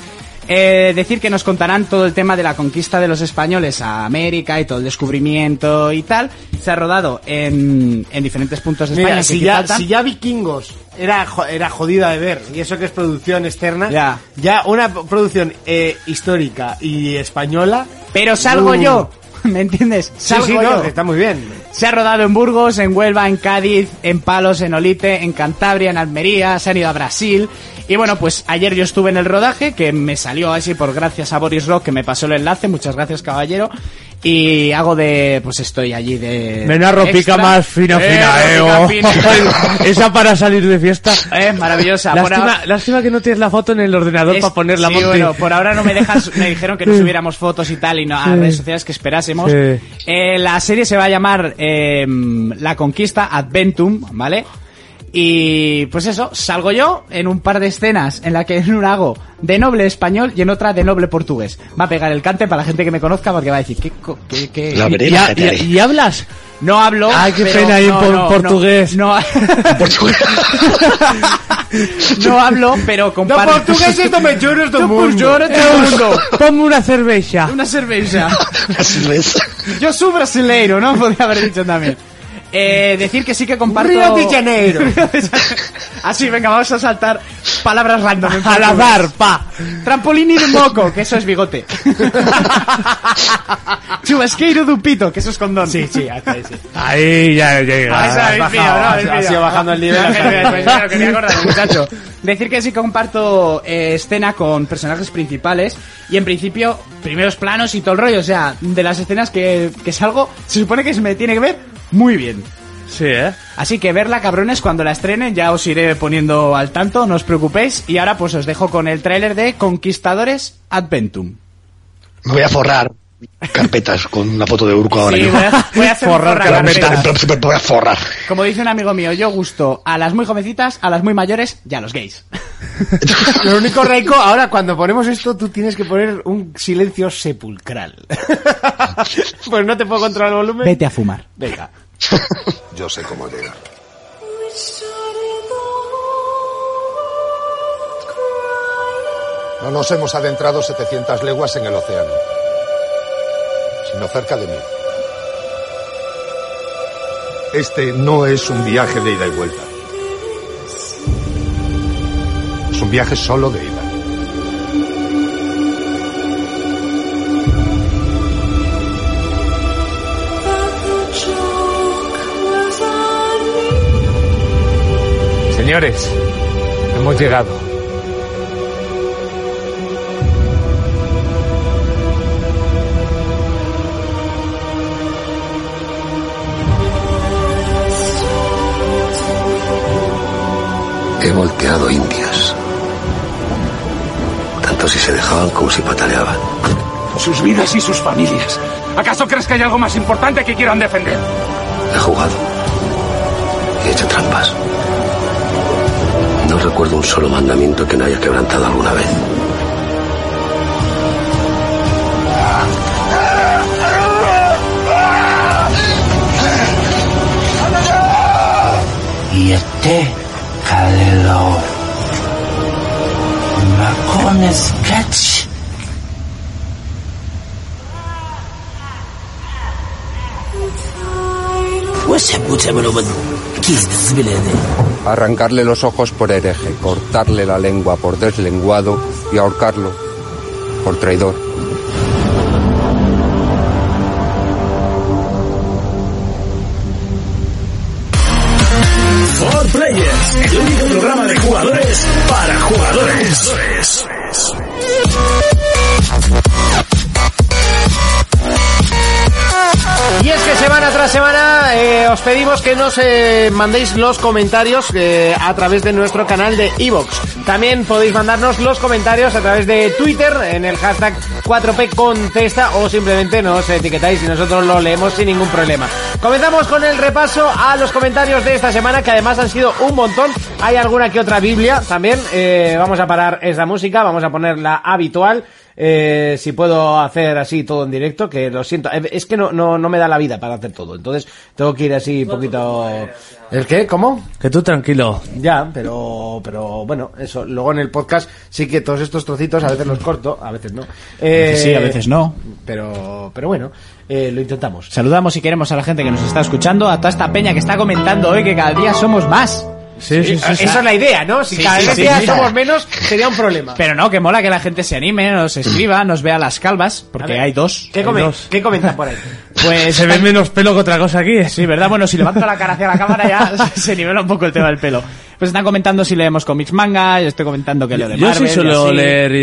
Eh, decir que nos contarán todo el tema de la conquista de los españoles a América y todo el descubrimiento y tal. Se ha rodado en, en diferentes puntos de España. Mira, que si aquí ya, faltan. si ya Vikingos era, jo- era jodida de ver, y eso que es producción externa, Ya. ya una p- producción eh, histórica y española. Pero salgo Uh. yo, ¿me entiendes? Sí, Salgo sí, yo. no, está muy bien. Se ha rodado en Burgos, en Huelva, en Cádiz, en Palos, en Olite, en Cantabria, en Almería, se han ido a Brasil. Y bueno, pues ayer yo estuve en el rodaje, que me salió así por gracias a Boris Rock, que me pasó el enlace, muchas gracias caballero. Y hago de. Pues estoy allí de. Menos ropica extra. más fina, Eh, fina, eh. ropica oh. fina. Esa para salir de fiesta. Eh, maravillosa. Por Lástima, ahora- lástima que no tienes la foto en el ordenador es- para ponerla, sí, Monty. bueno, pues, por ahora no me dejas, me dijeron que no subiéramos fotos y tal y no, a Sí. redes sociales que esperásemos. Sí. Eh, la serie se va a llamar eh, La Conquista Adventum, ¿vale? Y pues eso, salgo yo en un par de escenas en la que en una hago de noble español y en otra de noble portugués. Va a pegar el cante para la gente que me conozca porque va a decir, ¿qué? co- qué, qué- La ¿Y, veré, y- la veré. y- y hablas? No hablo. Ay, qué pero pena ahí en no, por- no, no, portugués. No, Portugal. no hablo, pero No comparto. portugués e também juros do Pues yo mundo. no tengo mundo. Ponme una cerveza. Una cerveza. Así ves. Yo soy brasileiro, ¿no? Podría haber dicho también. Eh, decir que sí que comparto... Río de Janeiro. Así, venga, vamos a saltar palabras random. en Al portugués. azar, pa. Trampolini de moco, que eso es bigote. Chubasqueiro dupito, que eso es condón. Sí, sí, sí. Ahí ya llega. Eso habéis pillado, ¿no? Habéis Has pillado. ido bajando el nivel. Pues, pues, claro, que me he acordado, muchacho. Decir que sí comparto eh, escena con personajes principales y en principio primeros planos y todo el rollo. O sea, de las escenas que, que salgo, se supone que se me tiene que ver muy bien. Sí, ¿eh? Así que verla, cabrones, cuando la estrenen ya os iré poniendo al tanto, no os preocupéis. Y ahora pues os dejo con el tráiler de Conquistadores Adventum. Me voy a forrar carpetas con una foto de Urco ahora. Sí, yo. voy a, voy a hacer un Forrar forragarretas. En plan, en plan, voy a forrar. Como dice un amigo mío, yo gusto a las muy jovencitas, a las muy mayores y a los gays. Lo único, Reiko, ahora cuando ponemos esto, tú tienes que poner un silencio sepulcral. pues no te puedo controlar el volumen. Vete a fumar. Venga. Yo sé cómo llegar. No nos hemos adentrado 700 leguas en el océano, sino cerca de mí. Este no es un viaje de ida y vuelta. Es un viaje solo de ida. Señores, hemos llegado. He volteado indias. Tanto si se dejaban como si pataleaban. Sus vidas y sus familias. ¿Acaso crees que hay algo más importante que quieran defender? He jugado. He hecho trampas. No recuerdo un solo mandamiento que no haya quebrantado alguna vez. arrancarle los ojos por hereje, cortarle la lengua por deslenguado y ahorcarlo por traidor. For Players, el único programa de jugadores para jugadores. Y es que semana tras semana eh, os pedimos que nos eh, mandéis los comentarios eh, a través de nuestro canal de Evox. También podéis mandarnos los comentarios a través de Twitter en el hashtag 4P Contesta o simplemente nos etiquetáis y nosotros lo leemos sin ningún problema. Comenzamos con el repaso a los comentarios de esta semana que además han sido un montón. Hay alguna que otra Biblia también. Eh, vamos a parar esa música, vamos a poner la habitual. Eh, si puedo hacer así todo en directo, que lo siento. Eh, Es que no, no, no me da la vida para hacer todo. Entonces tengo que ir así poquito. ¿El qué? ¿Cómo? Que tú tranquilo. Ya, pero, pero bueno, eso. Luego en el podcast sí que todos estos trocitos a veces los corto, a veces no. Eh, sí, a veces no. Pero, pero bueno, eh, lo intentamos. Saludamos y queremos a la gente que nos está escuchando, a toda esta peña que está comentando hoy que cada día somos más. Sí, sí, sí. sí. Esa es la idea, ¿no? Si Sí, cada sí, vez sí, ya sí. somos menos, sería un problema. Pero no, que mola que la gente se anime, nos escriba, nos vea las calvas, A porque ver, hay dos. ¿Qué, Hay come- dos. ¿qué comentan por ahí? Pues Se ve menos pelo que otra cosa aquí. ¿eh? Sí, ¿verdad? Bueno, si levanto la cara hacia la cámara ya se nivela un poco el tema del pelo. Pues están comentando si leemos cómics manga, yo estoy comentando que leo de Yo Marvel. sí y suelo así. leer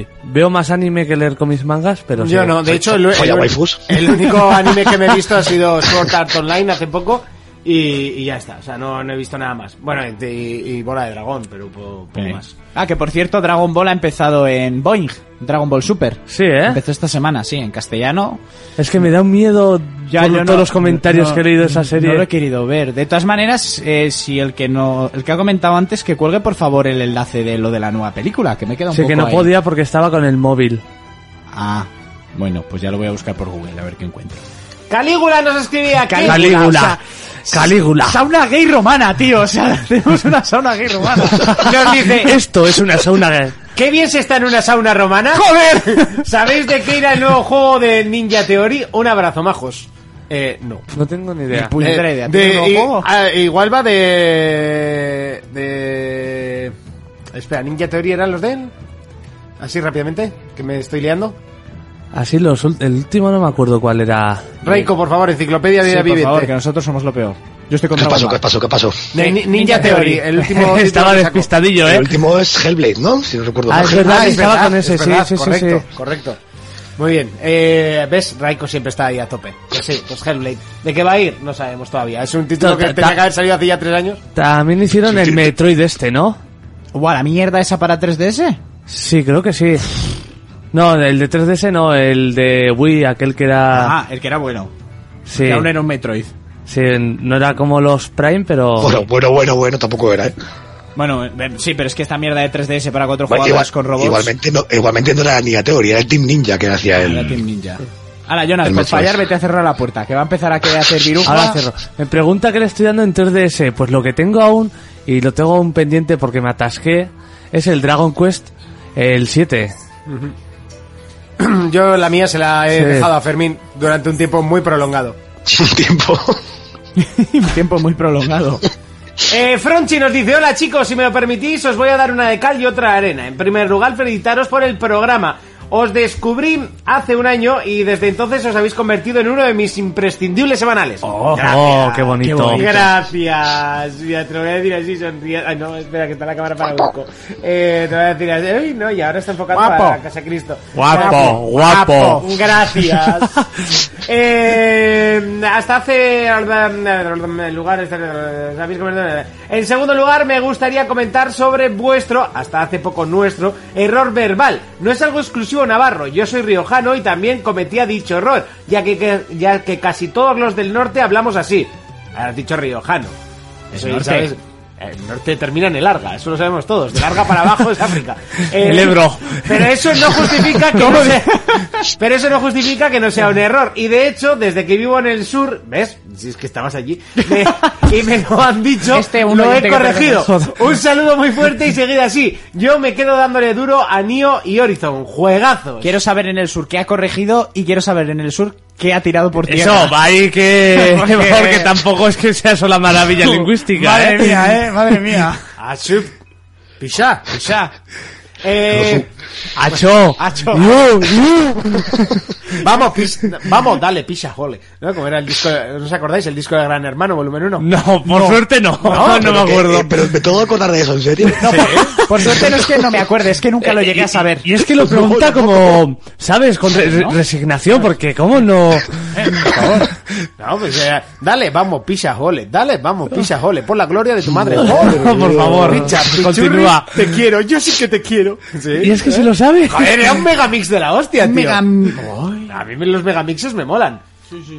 y... Veo más anime que leer cómics mangas, pero Yo sí. no, de hecho, el, el- Folla waifus. el único anime que me he visto ha sido Sword Art Online hace poco y, y ya está. O sea, no, no he visto nada más. Bueno, y, y Bola de Dragón, pero po- poco Sí. más. Ah, que por cierto, Dragon Ball ha empezado en Boeing, Dragon Ball Super. Sí, ¿eh? Empezó esta semana, sí, en castellano. Es que me da un miedo Ya por yo no- todos los comentarios no- que he leído de esa serie. No lo he querido ver. De todas maneras, eh, si el que no, el que ha comentado antes que cuelgue por favor el enlace de lo de la nueva película, que me queda un Sí, poco que no ahí. podía porque estaba con el móvil. Ah, bueno, pues ya lo voy a buscar por Google a ver qué encuentro. Calígula nos escribía. ¿qué? Calígula. O sea, Calígula. Sauna gay romana, tío. O sea, tenemos una sauna gay romana. nos dice, Esto es una sauna. qué bien se está en una sauna romana. ¡Joder! ¿Sabéis de qué irá el nuevo juego de Ninja Theory? Un abrazo, majos. Eh, no. No tengo ni idea. Puñetera Eh, idea. de- ¿Tiene un nuevo y- juego? ah, igual va de. De. Espera, Ninja Theory eran los de él. Así rápidamente, que me estoy liando. Así los ul- el último no me acuerdo cuál era. Reiko, por favor, enciclopedia de Sí, vida por viviente. favor, que nosotros somos lo peor. Yo estoy ¿Qué contra pasó? Bomba. ¿Qué pasó? ¿Qué pasó? De Eh, Ni- Ninja, Theory, el último. título estaba que sacó. despistadillo, El ¿eh? último es Hellblade, ¿no? Si no recuerdo Ah, mal. es verdad, Ah, es estaba verdad, con ese, es sí, verdad, sí, sí, correcto, sí. correcto. Muy bien, eh, ves, Raiko siempre está ahí a tope. Pues sí, pues Hellblade. ¿De qué va a ir? No sabemos todavía. Es un título Ta- que ta- tenía ta- que haber salido hace ya tres años. También hicieron el Metroid este, ¿no? Guau, la mierda esa para 3DS. Sí, creo que sí. No, el de 3DS no, el de Wii, aquel que era... Ah, el que era bueno. sí, Que aún era un Metroid. sí, no era como los Prime, pero... Bueno, bueno, bueno, bueno, tampoco era, ¿eh? Bueno, eh, sí, pero es que esta mierda de 3DS para cuatro Bueno, jugadores igual- con robots. Igualmente, no, igualmente no era Ninja Theory, era el Team Ninja que hacía Ahora él. Team Ninja. Ahora, Jonas, El por Metroid. fallar, vete a cerrar la puerta, que va a empezar aquí a hacer viruja. Ahora cerro. Me pregunta qué le estoy dando en 3DS. Pues lo que tengo aún, y lo tengo aún pendiente porque me atasqué, es el Dragon Quest el 7. Yo la mía se la he Sí. dejado a Fermín durante un tiempo muy prolongado. Sin tiempo. Un tiempo muy prolongado. Eh, Fronchi nos dice, hola chicos, si me lo permitís os voy a dar una de cal y otra de arena. En primer lugar, felicitaros por el programa. Os descubrí hace un año y desde entonces os habéis convertido en uno de mis imprescindibles semanales. Oh, Gracias. oh, qué bonito. Gracias. Mira, te lo voy a decir así sonriendo. Ay, no, espera, que está la cámara para el hueco. Eh, te voy a decir así. Ay, no, y ahora está enfocado Guapo. para Casa Cristo. Guapo, guapo. Gracias. Eh, hasta hace lugares este, ¿sabéis cómo es? En segundo lugar, me gustaría comentar sobre vuestro, hasta hace poco nuestro, error verbal. No es algo exclusivo navarro. Yo soy riojano y también cometía dicho error, ya que, que- ya que casi todos los del norte hablamos así. Ahora has dicho riojano. Eso norte. ¿sabes? El norte termina en el larga, eso lo sabemos todos. De larga para abajo es África. Eh, El Ebro. Pero eso no justifica que no sea, pero eso no justifica que no sea un error. Y de hecho, desde que vivo en el sur, ¿ves? Si es que estabas allí, me- y me lo han dicho, Este un lo he oyente que corregido. pertenece. Un saludo muy fuerte y seguid así. Yo me quedo dándole duro a Nio y Horizon. Juegazos. Quiero saber en el sur qué ha corregido y quiero saber en el sur qué ha tirado por tierra. Eso, va ahí que... Porque- Porque tampoco es que sea sola maravilla lingüística, Madre ¿eh? mía, eh, madre mía. Achup. Pisá, pisá. Eh, Acho. Acho. Yu, yu. vamos, pis- vamos, dale, pisa, jole. ¿No? Como era el disco, ¿no os acordáis? El disco de Gran Hermano, volumen 1. No, por suerte no. Ah, No, me Pero que- acuerdo. eh, pero me tengo que acordar de eso, ¿en serio? Por suerte no es que no me acuerde, es que nunca lo llegué a saber. Y es que lo pregunta como, ¿sabes? Con re- re- resignación, porque ¿cómo no? Por favor. No, pues eh, dale, vamos, pisa, jole. Dale, vamos, pisa, jole. Por la gloria de tu madre. Jole. Por favor, Richard, continúa. Pichurri, Te quiero, yo sí que te quiero. Y es que se lo sabe. Joder, era un megamix de la hostia, tío. Mega- A mí los megamixes me molan. Sí, sí,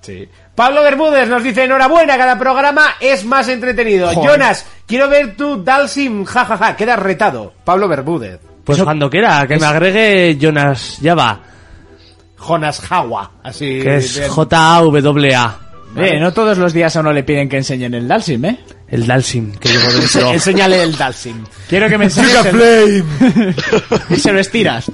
sí. Pablo Bermúdez nos dice, enhorabuena, cada programa es más entretenido. Jonas, quiero ver tu Dalsim, jajaja, queda retado. Pablo Bermúdez. Pues cuando quiera, que me agregue Jonas Java, Jonas Jawa, así. que es bien. J-A-W-A. Eh, no todos los días a uno le piden que enseñen el Dalsim, eh. El Dalsim, que llevo dentro. Enséñale el Dalsim. Quiero que me enseñes el... Y se lo estiras.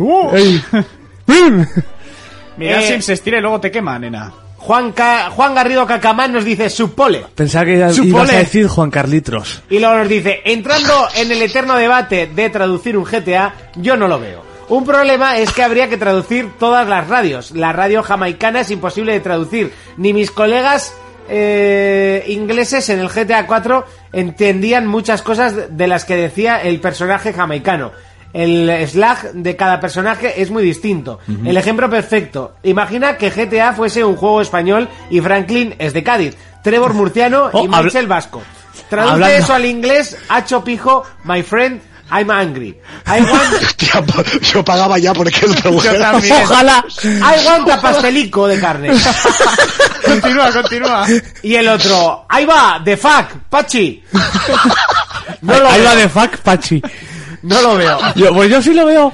Mira, Eh, Sim se estira y luego te quema, nena. Juan, Ca- Juan Garrido Cacamán nos dice supole. Pensaba que ibas Supone. a decir Juan Carlitos. Y luego nos dice, entrando en el eterno debate de traducir un GTA, yo no lo veo. Un problema es que habría que traducir todas las radios. La radio jamaicana es imposible de traducir. Ni mis colegas eh, ingleses en el GTA 4 entendían muchas cosas de las que decía el personaje jamaicano. El slag de cada personaje es muy distinto. El ejemplo perfecto. Imagina que GTA fuese un juego español y Franklin es de Cádiz, Trevor murciano Oh, y habla- Michel vasco. Traduce Hablando- eso al inglés, hacho pijo, my friend, I'm angry. I want Hostia, po- yo pagaba ya porque el otro mujer. Ojalá. I want a pastelico de carne. Continúa, continúa. Y el otro, ahí va, the fuck, Pachi. No lo Ahí veo, va de fuck, Pachi. no lo veo. Yo, pues yo sí lo veo.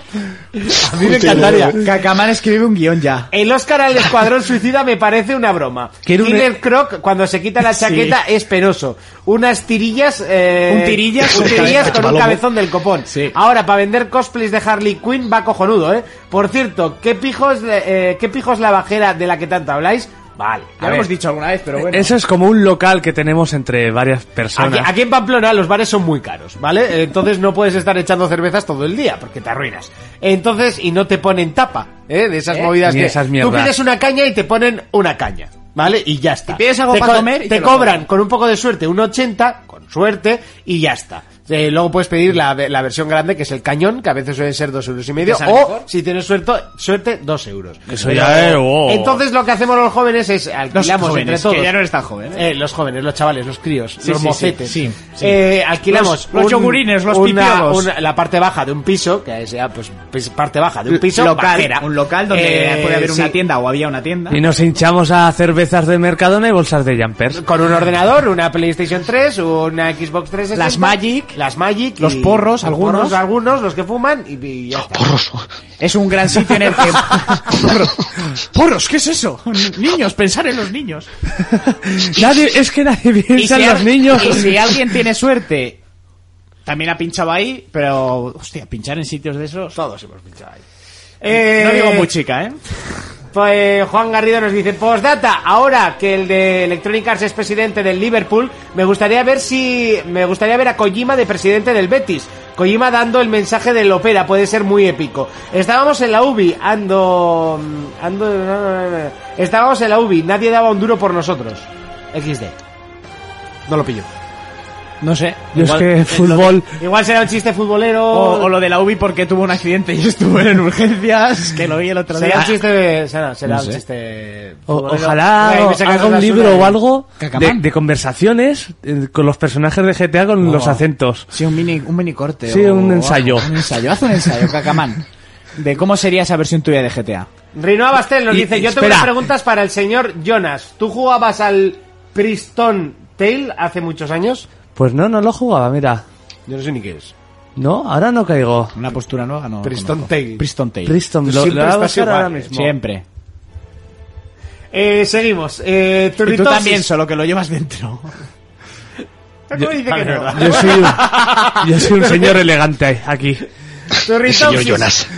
A mí me encantaría. Cacamán escribe un guión ya. El Oscar al Escuadrón Suicida me parece una broma. Quiero un- e- Killer Croc, cuando se quita la chaqueta, es penoso. Unas tirillas... eh, Un tirillas un con tirillas cabeza, con un palomo. cabezón del copón. Sí. Ahora, para vender cosplays de Harley Quinn va cojonudo, ¿eh? Por cierto, ¿qué pijos, eh, qué pijos la bajera de la que tanto habláis? Vale. a Ya lo ver. Eh, hemos dicho alguna vez, pero bueno. Eso es como un local que tenemos entre varias Aquí, personas. aquí en Pamplona los bares son muy caros, ¿vale? Entonces no puedes estar echando cervezas todo el día porque te arruinas. Entonces, y no te ponen tapa, ¿eh? De esas ¿Eh? movidas Ni que esas tú mierdas. pides una caña y te ponen una caña, ¿vale? Y ya está. Y pides algo Te para co- comer y te, te lo cobran ponen. con un poco de suerte un 80, con suerte, y ya está. Eh, luego puedes pedir la, ve- la versión grande, que es el cañón, que a veces suelen ser dos euros y medio, Que o sale mejor. si tienes suerte, suerte dos euros. Eso ya es. oh. wow. Entonces lo que hacemos los jóvenes es Los alquilamos jóvenes, entre todos. que ya no eres tan joven. ¿eh? Eh, los jóvenes, los chavales, los críos, Sí, los sí, mocetes. sí, sí, sí. Eh, alquilamos Los- los yogurines, los una- pipiolos. una- la parte baja de un piso, que es ya, pues, pues, parte baja de un piso, local, bajera. un local donde Eh, puede haber una sí. tienda o había una tienda. Y nos hinchamos a cervezas de Mercadona y bolsas de Jumpers. Con un ordenador, una PlayStation 3, una Xbox 360. Las Magic. Las Magic. Los porros, los algunos. porros, algunos, los que fuman y, y ya está. Porros. Es un gran sitio en el que. Porros. Porros, ¿qué es eso? Niños, pensar en los niños. Nadie, es que nadie piensa en al- los niños. y si alguien tiene suerte, también ha pinchado ahí, pero. Hostia, pinchar en sitios de esos. Todos hemos pinchado ahí. Eh, No digo muy chica, ¿eh? Pues Juan Garrido nos dice, postdata, ahora que el de Electronic Arts es presidente del Liverpool, me gustaría ver si me gustaría ver a Kojima de presidente del Betis. Kojima dando el mensaje del ópera, puede ser muy épico. Estábamos en la UBI, ando ando no, no, no, no. estábamos en la UBI, nadie daba un duro por nosotros. XD. No lo pillo. No sé. Yo es Igual- que fútbol. Igual será un chiste futbolero. O, o lo de la UBI porque tuvo un accidente y estuvo en urgencias, que lo vi el otro será día. ah, un chiste, será, será un chiste O- futbolero. ojalá Ay, me sacas haga un una libro basura, o eh. algo de, Cacamán. de conversaciones eh, con los personajes de GTA con los acentos. Sí, un mini, un mini corte. Sí, un ensayo. Un ensayo, haz un ensayo, Cacamán. De cómo sería esa versión tuya de GTA. Rinoa Bastel nos Y- dice, yo tengo espera. unas preguntas para el señor Jonas. ¿Tú jugabas al Priston Tail hace muchos años? Pues no, no lo jugaba, mira. Yo no sé ni qué es. No, ahora no caigo. Una postura nueva, no. Preston conozco. Tail. Preston Tail. Priston, Tú lo, lo siempre voy a estás buscar igual, ahora eh. mismo. Siempre. Eh, seguimos. Eh, Y tú Turritopsis. también, solo que lo llevas dentro. ¿Cómo dice que no? Yo Ah, soy, un, yo soy un señor elegante aquí. Señor Turritopsis. Jonas.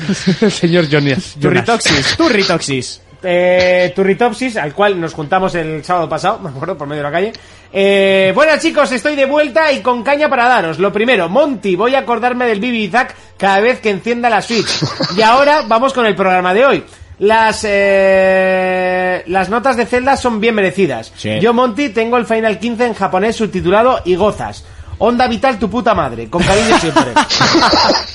El señor Jonas. Jonas. Turritoxis, turritoxis. Eh, Turritopsis, al cual nos juntamos el sábado pasado, me acuerdo, por medio de la calle. Eh, bueno chicos, estoy de vuelta y con caña para daros. Lo primero, Monty, voy a acordarme del Bibi Isaac cada vez que encienda la Switch. Y ahora vamos con el programa de hoy. Las eh, las notas de Zelda son bien merecidas. Sí. Yo, Monty, tengo el Final 15 en japonés subtitulado y gozas. Onda vital tu puta madre, con cariño siempre.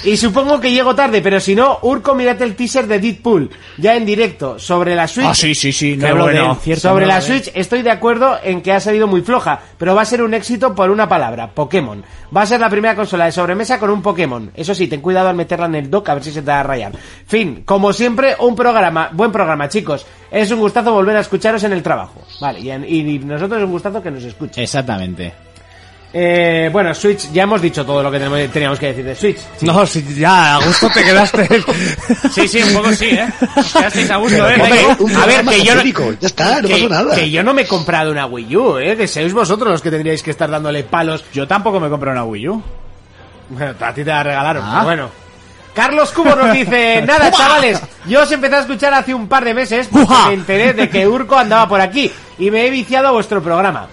y supongo que llego tarde, pero si no, Urco, mírate el teaser de Deadpool, ya en directo, sobre la Switch. Ah, sí, sí, sí. No Qué hablo de bueno. él, cierto, Sobre no la hablo de él. Switch estoy de acuerdo en que ha salido muy floja, pero va a ser un éxito por una palabra, Pokémon. Va a ser la primera consola de sobremesa con un Pokémon. Eso sí, ten cuidado al meterla en el dock a ver si se te da a rayar. Fin, como siempre, un programa, buen programa, chicos. Es un gustazo volver a escucharos en el trabajo. Vale, y, en- y nosotros es un gustazo que nos escuchen. Exactamente. Eh, bueno, Switch, ya hemos dicho todo lo que tenemos- teníamos que decir de Switch. No, si ya, a gusto te quedaste. Sí, sí, un poco sí, ¿eh? Quedasteis a gusto, ¿eh? Hombre, Un a ver, programa que yo no- satírico. Ya está, Ah, no pasó nada. que yo no me he comprado una Wii U, eh, que sois vosotros los que tendríais que estar dándole palos Yo tampoco me compré una Wii U. Bueno, a ti te la regalaron, Ah. pero bueno. Carlos Cubo nos dice, nada chavales, yo os empecé a escuchar hace un par de meses porque Ujá. me enteré de que Urco andaba por aquí y me he viciado a vuestro programa.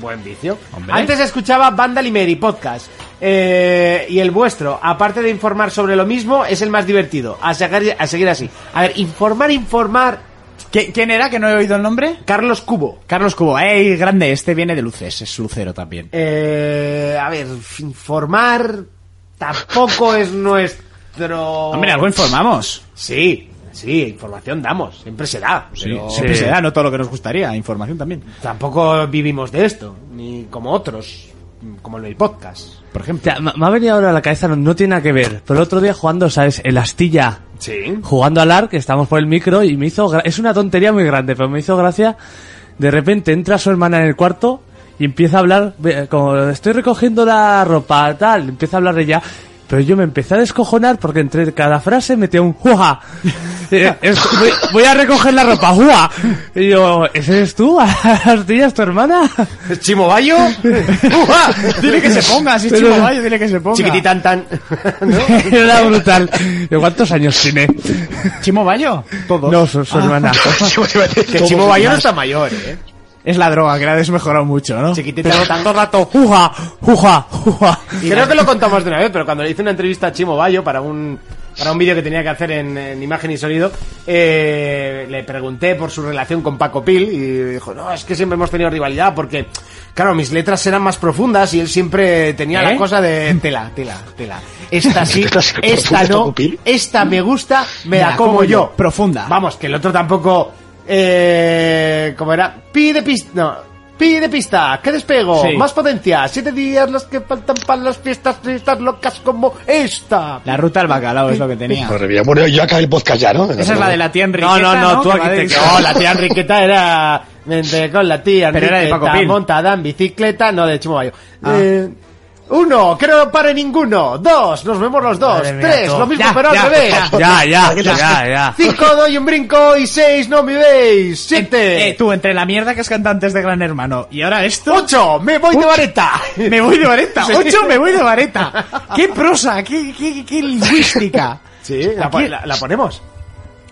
Buen vicio. Hombre. Antes escuchaba Vandal y Mary Podcast. eh, y el vuestro, aparte de informar sobre lo mismo, es el más divertido. A, sacar- a seguir así. A ver, informar, informar. ¿Qui- ¿Quién era que no he oído el nombre? Carlos Cubo. Carlos Cubo. ¡Ey, grande! Este viene de luces, es lucero también. Eh, a ver, informar tampoco es nuestro... Hombre, algo informamos. Sí, sí, información damos, siempre se da. pero Siempre se da, no todo lo que nos gustaría, información también. Tampoco vivimos de esto, ni como otros, como el del podcast. Por ejemplo. Ya, me me ha venido ahora a la cabeza, no, no tiene nada que ver. Pero el otro día jugando, ¿sabes? El Astilla. Sí. Jugando al ARC, estamos por el micro y me hizo... gra- Es una tontería muy grande, pero me hizo gracia. De repente entra su hermana en el cuarto y empieza a hablar, ve- como estoy recogiendo la ropa, tal, empieza a hablar de ella. Pero yo me empecé a descojonar porque entre cada frase metía un juja. Eh, es- voy, voy a recoger la ropa, juja. Y yo, ¿ese eres tú? ¿Astilla es tu hermana? ¿Chimobayo? ¡Ujá! Dile que se ponga, si es Pero- chico Bayo, dile que se ponga. Chiquititan tan. Era brutal. ¿De cuántos años tiene? ¿Chimo Bayo? Todos. No, su, su hermana. que Chimo Bayo no está mayor, ¿eh? Es la droga, que la ha desmejorado mucho, ¿no? Chiquititan tan. rato, juja, juja, juja. Creo que lo contamos de una vez, pero cuando le hice una entrevista a Chimo Bayo para un, para un vídeo que tenía que hacer en, en imagen y sonido, eh, le pregunté por su relación con Paco Pil y dijo, no, es que siempre hemos tenido rivalidad porque, claro, mis letras eran más profundas y él siempre tenía la ¿Eh? cosa de tela, tela, tela. Esta sí, ¿Letras esta profundas, no, Paco Pil? esta me gusta, me la como yo. Profunda. Vamos, que el otro tampoco... Eh, ¿Cómo era? Pide pista... No. Pide pista, que despego, Sí. más potencia, siete días los que faltan para las fiestas, fiestas locas como esta. La ruta al bacalao es lo que tenía. Madre mía, Bueno, yo acabé el podcast ya, ¿no? Esa es la de la tía Enriqueta, No, no, no, tú Que aquí va de- te No, la tía Enriqueta era... Vente con la tía Pero era de Enriqueta, Paco Pil. Ah. montada en bicicleta, no, de Chimo Bayo. Eh, uno, que no pare ninguno. Dos, nos vemos los dos. Madre mía, Tres, todo. lo mismo Ya, pero ya, al revés. Ya, ya, ya, ya. Cinco, doy un brinco y seis, no me veis. Siete, Eh, tú, entre la mierda que has cantado antes de Gran Hermano y ahora esto... ocho, me voy de vareta. Me voy de vareta. Sí. Ocho, me voy de vareta. ¡Qué prosa! ¡Qué, qué, qué lingüística! Sí, la, Aquí- la- la ponemos.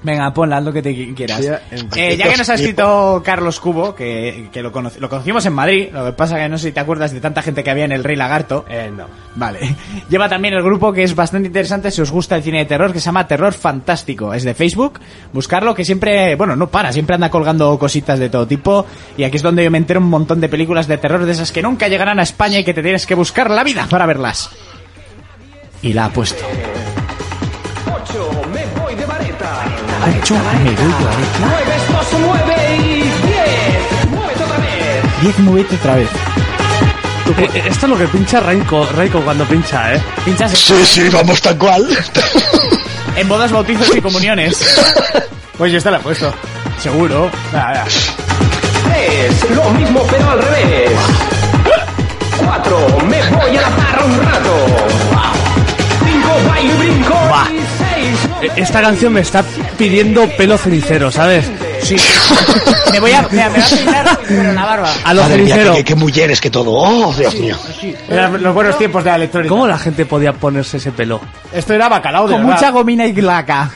Venga, ponla, haz lo que te qui- quieras. Sí, ya- Eh, ya que nos ha escrito Carlos Cubo, que, que lo, conoci- lo conocimos en Madrid, lo que pasa que no sé si te acuerdas de tanta gente que había en el Rey Lagarto. Eh, no. Vale. Lleva también el grupo que es bastante interesante si os gusta el cine de terror, que se llama Terror Fantástico. Es de Facebook. Buscarlo, que siempre, bueno, no para, siempre anda colgando cositas de todo tipo. Y aquí es donde yo me entero un montón de películas de terror de esas que nunca llegarán a España y que te tienes que buscar la vida para verlas. Y la ha puesto. Ocho, me voy de vareta. Diez, muévete otra vez. Eh, eh, Esto es lo que pincha Raiko, Raiko cuando pincha, ¿eh? Pinchas Sí, sí, vamos tal cual. en bodas, bautizos y comuniones. Pues yo esta la he puesto. Seguro. Nada, Tres, lo mismo pero al revés. Cuatro, me voy a la parra un rato. Cinco, bailo y brinco. Y seis, no Eh, Esta canción me está pidiendo pelo cenicero, ¿sabes? Sí. me voy a, me, me va a pintar con la barba. A lo Madre mía, cenicero. qué, qué mujeres que todo. Oh, Dios mío. Eran los buenos tiempos de la electrónica. ¿Cómo la gente podía ponerse ese pelo? Esto era bacalao de Con verdad. mucha gomina y glaca.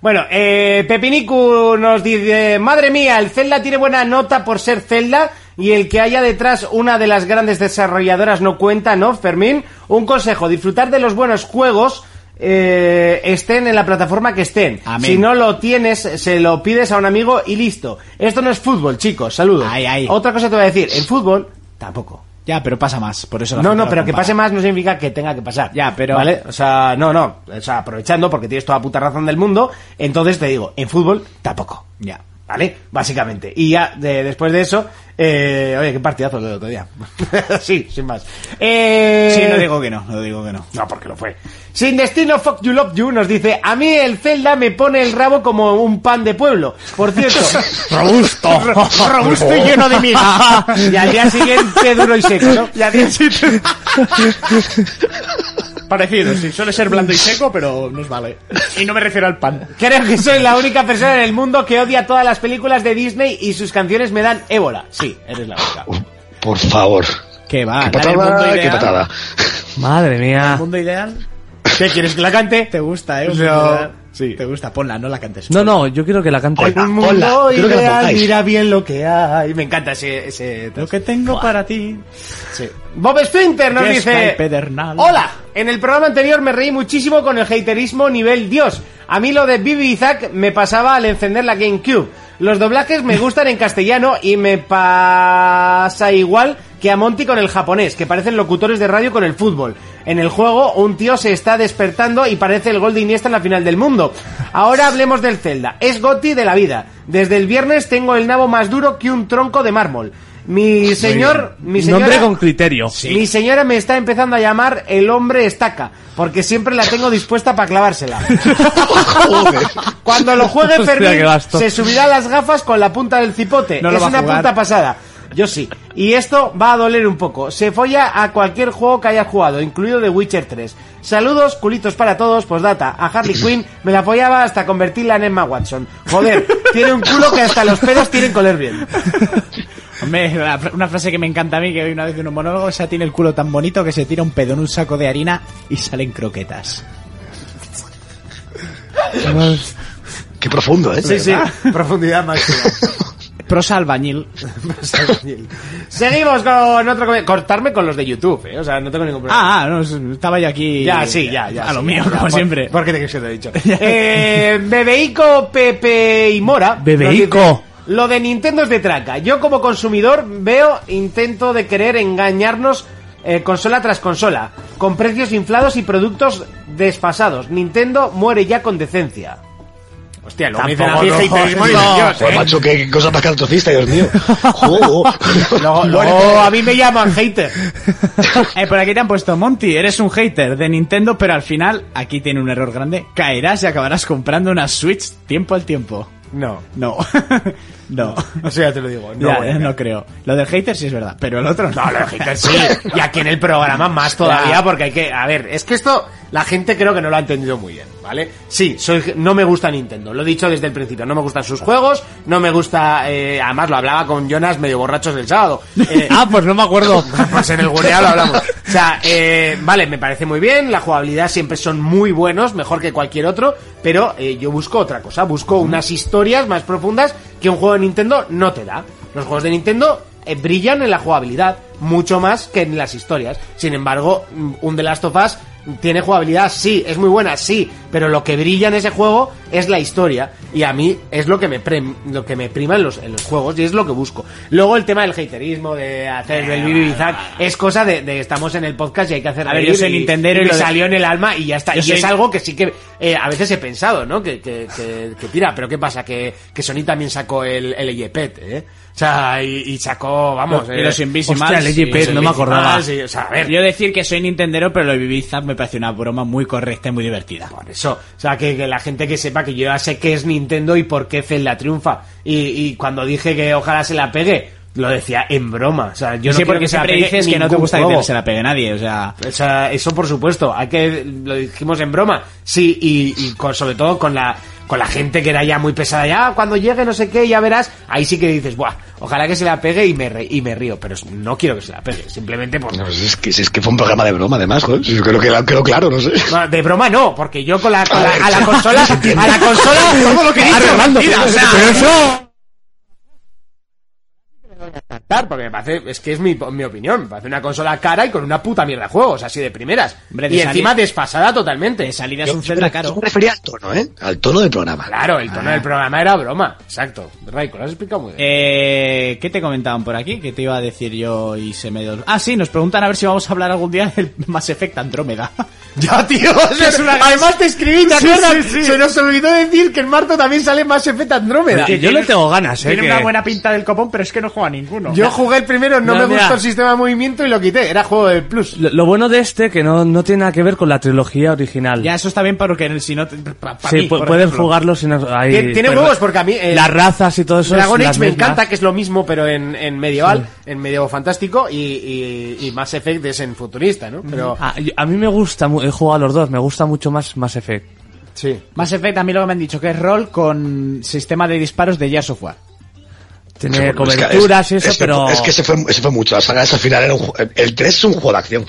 Bueno, eh, Pepinicu nos dice, madre mía, el Zelda tiene buena nota por ser Zelda y el que haya detrás una de las grandes desarrolladoras no cuenta, ¿no, Fermín? Un consejo, disfrutar de los buenos juegos. eh, estén en la plataforma que estén. Amén. Si no lo tienes, se lo pides a un amigo y listo. Esto no es fútbol, chicos. Saludos. Ay, ay. Otra cosa te voy a decir, en fútbol tampoco. Ya, pero pasa más, por eso la No, gente no, lo pero que compara. pase más no significa que tenga que pasar. Ya, pero- ¿Vale? O sea, no, no. O sea, aprovechando porque tienes toda puta razón del mundo. Entonces te digo, en fútbol tampoco. Ya. ¿Vale? Básicamente. Y ya, de- después de eso. eh, oye, qué partidazo el del otro día. sí, sin más. Eh, Sí, no digo que no, no digo que no. No, porque lo fue. Sin destino, fuck you, love you, nos dice: A mí el Zelda me pone el rabo como un pan de pueblo. Por cierto, ¡Robusto! robusto y lleno de miga. Y al día siguiente duro y seco, ¿no? Ya Parecido, sí, suele ser blando y seco, pero nos vale. Y no me refiero al pan. Creo que soy la única persona en el mundo que odia todas las películas de Disney y sus canciones me dan ébola. Sí, eres la única. Por favor. ¿Qué va? Qué dar Ah, el mundo patada, ideal. qué patada. Madre mía. ¿El mundo ideal? ¿Qué quieres que la cante? ¿Te gusta, eh? No. Sí. Te gusta, ponla, no la cantes. No, no, yo quiero que la cante. Hola, Un mundo hola, creo que la ideal, pongáis. mira bien lo que hay. Me encanta ese... ese Lo que tengo para ti. Sí. Bob Splinter nos Yes, dice: Kai Pedernal. Hola, en el programa anterior me reí muchísimo con el haterismo nivel Dios. A mí lo de Bibi y Zack me pasaba al encender la GameCube. Los doblajes me gustan en castellano y me pasa igual que a Monty con el japonés, que parecen locutores de radio con el fútbol. En el juego, un tío se está despertando y parece el gol de Iniesta en la final del mundo. Ahora hablemos del Zelda. Es Gotti de la vida. Desde el viernes tengo el nabo más duro que un tronco de mármol. Mi señor, mi señora, Nombre con criterio. mi señora me está empezando a llamar el hombre estaca, porque siempre la tengo dispuesta para clavársela. Joder. Cuando lo juegue Hostia, Fermín, qué gasto. se subirá las gafas con la punta del cipote. No lo es va a una jugar. punta pasada. Yo sí. Y esto va a doler un poco. Se folla a cualquier juego que haya jugado, incluido The Witcher 3. Saludos, culitos para todos, postdata. A Harley Quinn me la apoyaba hasta convertirla en Emma Watson. Joder, tiene un culo que hasta los pedos tienen coler bien. Hombre, la fra- una frase que me encanta a mí, que hoy una vez en un monólogo, esa tiene el culo tan bonito que se tira un pedo en un saco de harina y salen croquetas. Qué profundo, ¿eh? Sí, sí, profundidad máxima. Prosa albañil. Seguimos con otro comentario. Cortarme con los de YouTube, ¿eh? O sea, no tengo ningún problema. Ah, ah, no, s- estaba yo aquí. ya, sí, ya, ya. A lo sí, mío, ya, como por- siempre. ¿Por qué te, que te he dicho? eh, Bebeico, Pepe y Mora. nos Bebeico. dice, Lo de Nintendo es de traca. Yo como consumidor veo intento de querer engañarnos eh, consola tras consola, con precios inflados y productos desfasados. Nintendo muere ya con decencia. Hostia, lo dicen a fiesta y periodismo y Dios, Pues, ¿eh? macho, qué, qué cosa más cartocista, Dios mío. Juego. Luego- luego a mí me llaman hater. Eh, por aquí te han puesto, Monty, eres un hater de Nintendo, pero al final, aquí tiene un error grande, caerás y acabarás comprando una Switch tiempo al tiempo. No. No, no. O sea, te lo digo. No, Ya, voy a eh, ver. no creo. Lo del hater sí es verdad, pero el otro no. No, lo hater sí. Y aquí en el programa más todavía, Ya. porque hay que. A ver, es que esto la gente creo que no lo ha entendido muy bien, ¿vale? Sí, soy, no me gusta Nintendo. Lo he dicho desde el principio. No me gustan sus juegos, no me gusta. eh, además, lo hablaba con Jonas medio borrachos del sábado. Eh, Ah, pues no me acuerdo. pues en el Gurea lo hablamos. O sea, eh, vale, me parece muy bien. La jugabilidad siempre son muy buenos, mejor que cualquier otro. Pero eh, yo busco otra cosa. Busco unas historias más profundas que un juego de Nintendo no te da. Los juegos de Nintendo eh, brillan en la jugabilidad mucho más que en las historias. Sin embargo, mm, un The Last of Us tiene jugabilidad, sí, es muy buena, sí, pero lo que brilla en ese juego es la historia y a mí es lo que me prem- lo que me prima en los, en los juegos y es lo que busco. Luego el tema del haterismo, de hacer el bibi bizac, es cosa de, de estamos en el podcast y hay que hacer A ver, reír yo soy y- nintendero y me lo de- salió en el alma y ya está. Yo y soy- es algo que sí que eh, a veces he pensado, ¿no? Que, que, que- que tira, pero ¿qué pasa? Que, que Sony también sacó el, el Eyepet, ¿eh? O sea, y, y sacó, vamos... Y los eh, Invisimals. hostia, el Eyepet, los no me acordaba. Invisimals y, o sea, a ver, Yo decir que soy Nintendero, pero lo de Ibiza me parece una broma muy correcta y muy divertida. Por eso, o sea, que, que la gente que sepa que yo ya sé qué es Nintendo y por qué Zelda triunfa. Y, y cuando dije que ojalá se la pegue, lo decía en broma. O sea, yo no sí, quiero porque que se la siempre pegue dices que no te ningún gusta que juego. te- se la pegue nadie, o sea... O sea, eso por supuesto, hay que lo dijimos en broma. Sí, y, y con- sobre todo con la con la gente que era ya muy pesada, ya cuando llegue no sé qué, ya verás, ahí sí que dices, "Buah, ojalá que se la pegue" y me re- y me río, pero no quiero que se la pegue, simplemente por No, pues es, que, es que fue un programa de broma, además, joder. Yo creo que la- quedó claro, no sé. No, de broma no, porque yo con la, con la- a la Joder, consola, se entiende. a la consola, todo lo que he dicho, mentira, o sea, cantar, porque me parece, es que es mi, mi opinión, me parece una consola cara y con una puta mierda de juegos, así de primeras. Hombre, de y salir- encima desfasada totalmente. De salida es Yo, un Zelda yo caro. me refería al tono, ¿eh? Al tono del programa. Claro, el tono del programa era broma, exacto. Raico, lo has explicado muy bien. Eh, ¿Qué te comentaban por aquí? ¿Qué te iba a decir yo y se me... dol- Ah, sí, nos preguntan a ver si vamos a hablar algún día del Mass Effect Andrómeda. ya, tío, es una- además te escribí, ¿te acuerdas? Se nos olvidó decir que en marzo también sale más Effect Andrómeda. yo le tengo ganas, eh. que- pinta del copón, pero es que no juega ninguno. Yo jugué el primero, no, No, me mira. gustó el sistema de movimiento y lo quité, era juego del plus. Lo, lo bueno de este que no, no tiene nada que ver con la trilogía original. Ya, eso está bien para que en el- si no... te- pa- pa sí, mí, pu- por pueden ejemplo. jugarlo sin ahí, Tiene- tiene pero- huevos, porque a mí, eh, las razas y todo eso. es Dragon las Age me mismas. encanta, que es lo mismo, pero en, en medieval, en medievo fantástico, y, y, y Mass Effect es en futurista, ¿no? Pero, Ah, yo- a mí me gusta, mu- he jugado a los dos, me gusta mucho más Mass Effect. sí. Mass Effect, a mí luego me han dicho que es rol con sistema de disparos de Gears of War. Tiene Sí, bueno, es que- coberturas es- y eso, es que- pero... Es que se fue, se fue mucho. La saga esa final era un ju- El 3 es un juego de acción.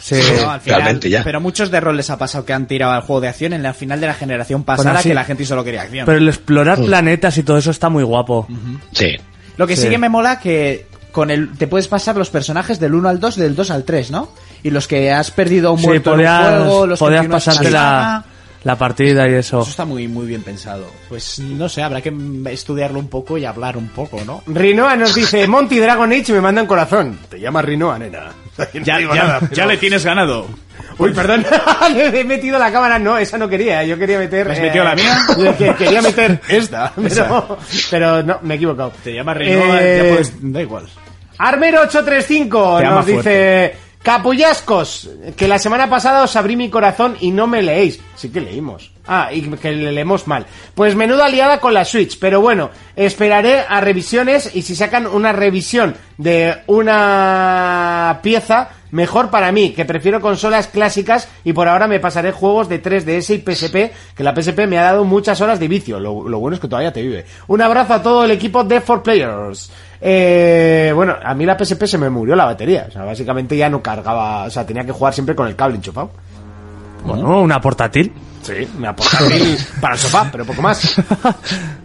Se- Pero al final- Realmente ya. Pero muchos de rol les ha pasado que han tirado al juego de acción en la final de la generación pasada Bueno, sí. que la gente solo quería acción. Pero el explorar planetas y todo eso está muy guapo. Sí. Lo que sí. Sí. que me mola que con el te puedes pasar los personajes del 1 al 2, del 2 al 3, ¿no? Y los que has perdido o Sí, muerto en un podías, juego, los que podías continúas en pasarte saga. la, la partida y eso. Eso está muy muy bien pensado. Pues no sé, habrá que mm, estudiarlo un poco y hablar un poco, ¿no? Rinoa nos dice, Monty Dragon Age me manda un corazón. Te llamas Rinoa, nena. No digo nada, pero- tienes ganado. Uy, perdón. Le he metido la cámara. No, esa no quería. Yo quería meter... ¿Me has metido la mía? yo que- quería meter... Esta, Pero, pero no, me he equivocado. Te llama Rinoa, Eh, ya puedes- da igual. Armer835 Te ama nos dice... Capullascos, que la semana pasada os abrí mi corazón y no me leéis. Sí que leímos. Ah, y que le leemos mal. Pues menuda liada con la Switch, pero bueno, esperaré a revisiones y si sacan una revisión de una pieza, mejor para mí, que prefiero consolas clásicas y por ahora me pasaré juegos de 3DS y PSP, que la PSP me ha dado muchas horas de vicio. Lo, lo bueno es que todavía te vive. Un abrazo a todo el equipo de 4Players. Eh, bueno, a mí la PSP se me murió la batería. O sea, básicamente ya no cargaba. O sea, tenía que jugar siempre con el cable enchufado. Bueno, una portátil. Sí, me aporta mil para el sofá, pero poco más.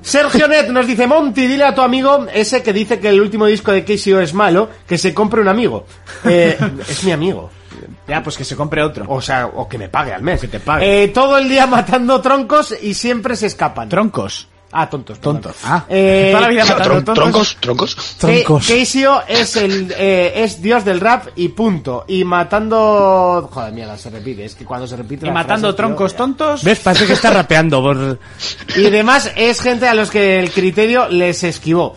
Sergio Net nos dice, Monty, dile a tu amigo ese que dice que el último disco de KCO es malo, que se compre un amigo. Eh, es mi amigo. Ya, pues que se compre otro. O sea, o que me pague al mes. que te pague. Eh, todo el día matando troncos y siempre se escapan. Troncos. ah, tontos. perdón. Tontos. Ah. Eh, Toda la vida Tron- matando tontos. troncos, troncos. Ke- Troncos. Keisio es el eh, es dios del rap y punto. Y matando. Joder, mierda, se repite. Es que cuando se repite. Y la matando frase, tío, troncos ya. tontos. ¿Ves? Parece que está rapeando. por- Y demás es gente a los que el criterio les esquivó.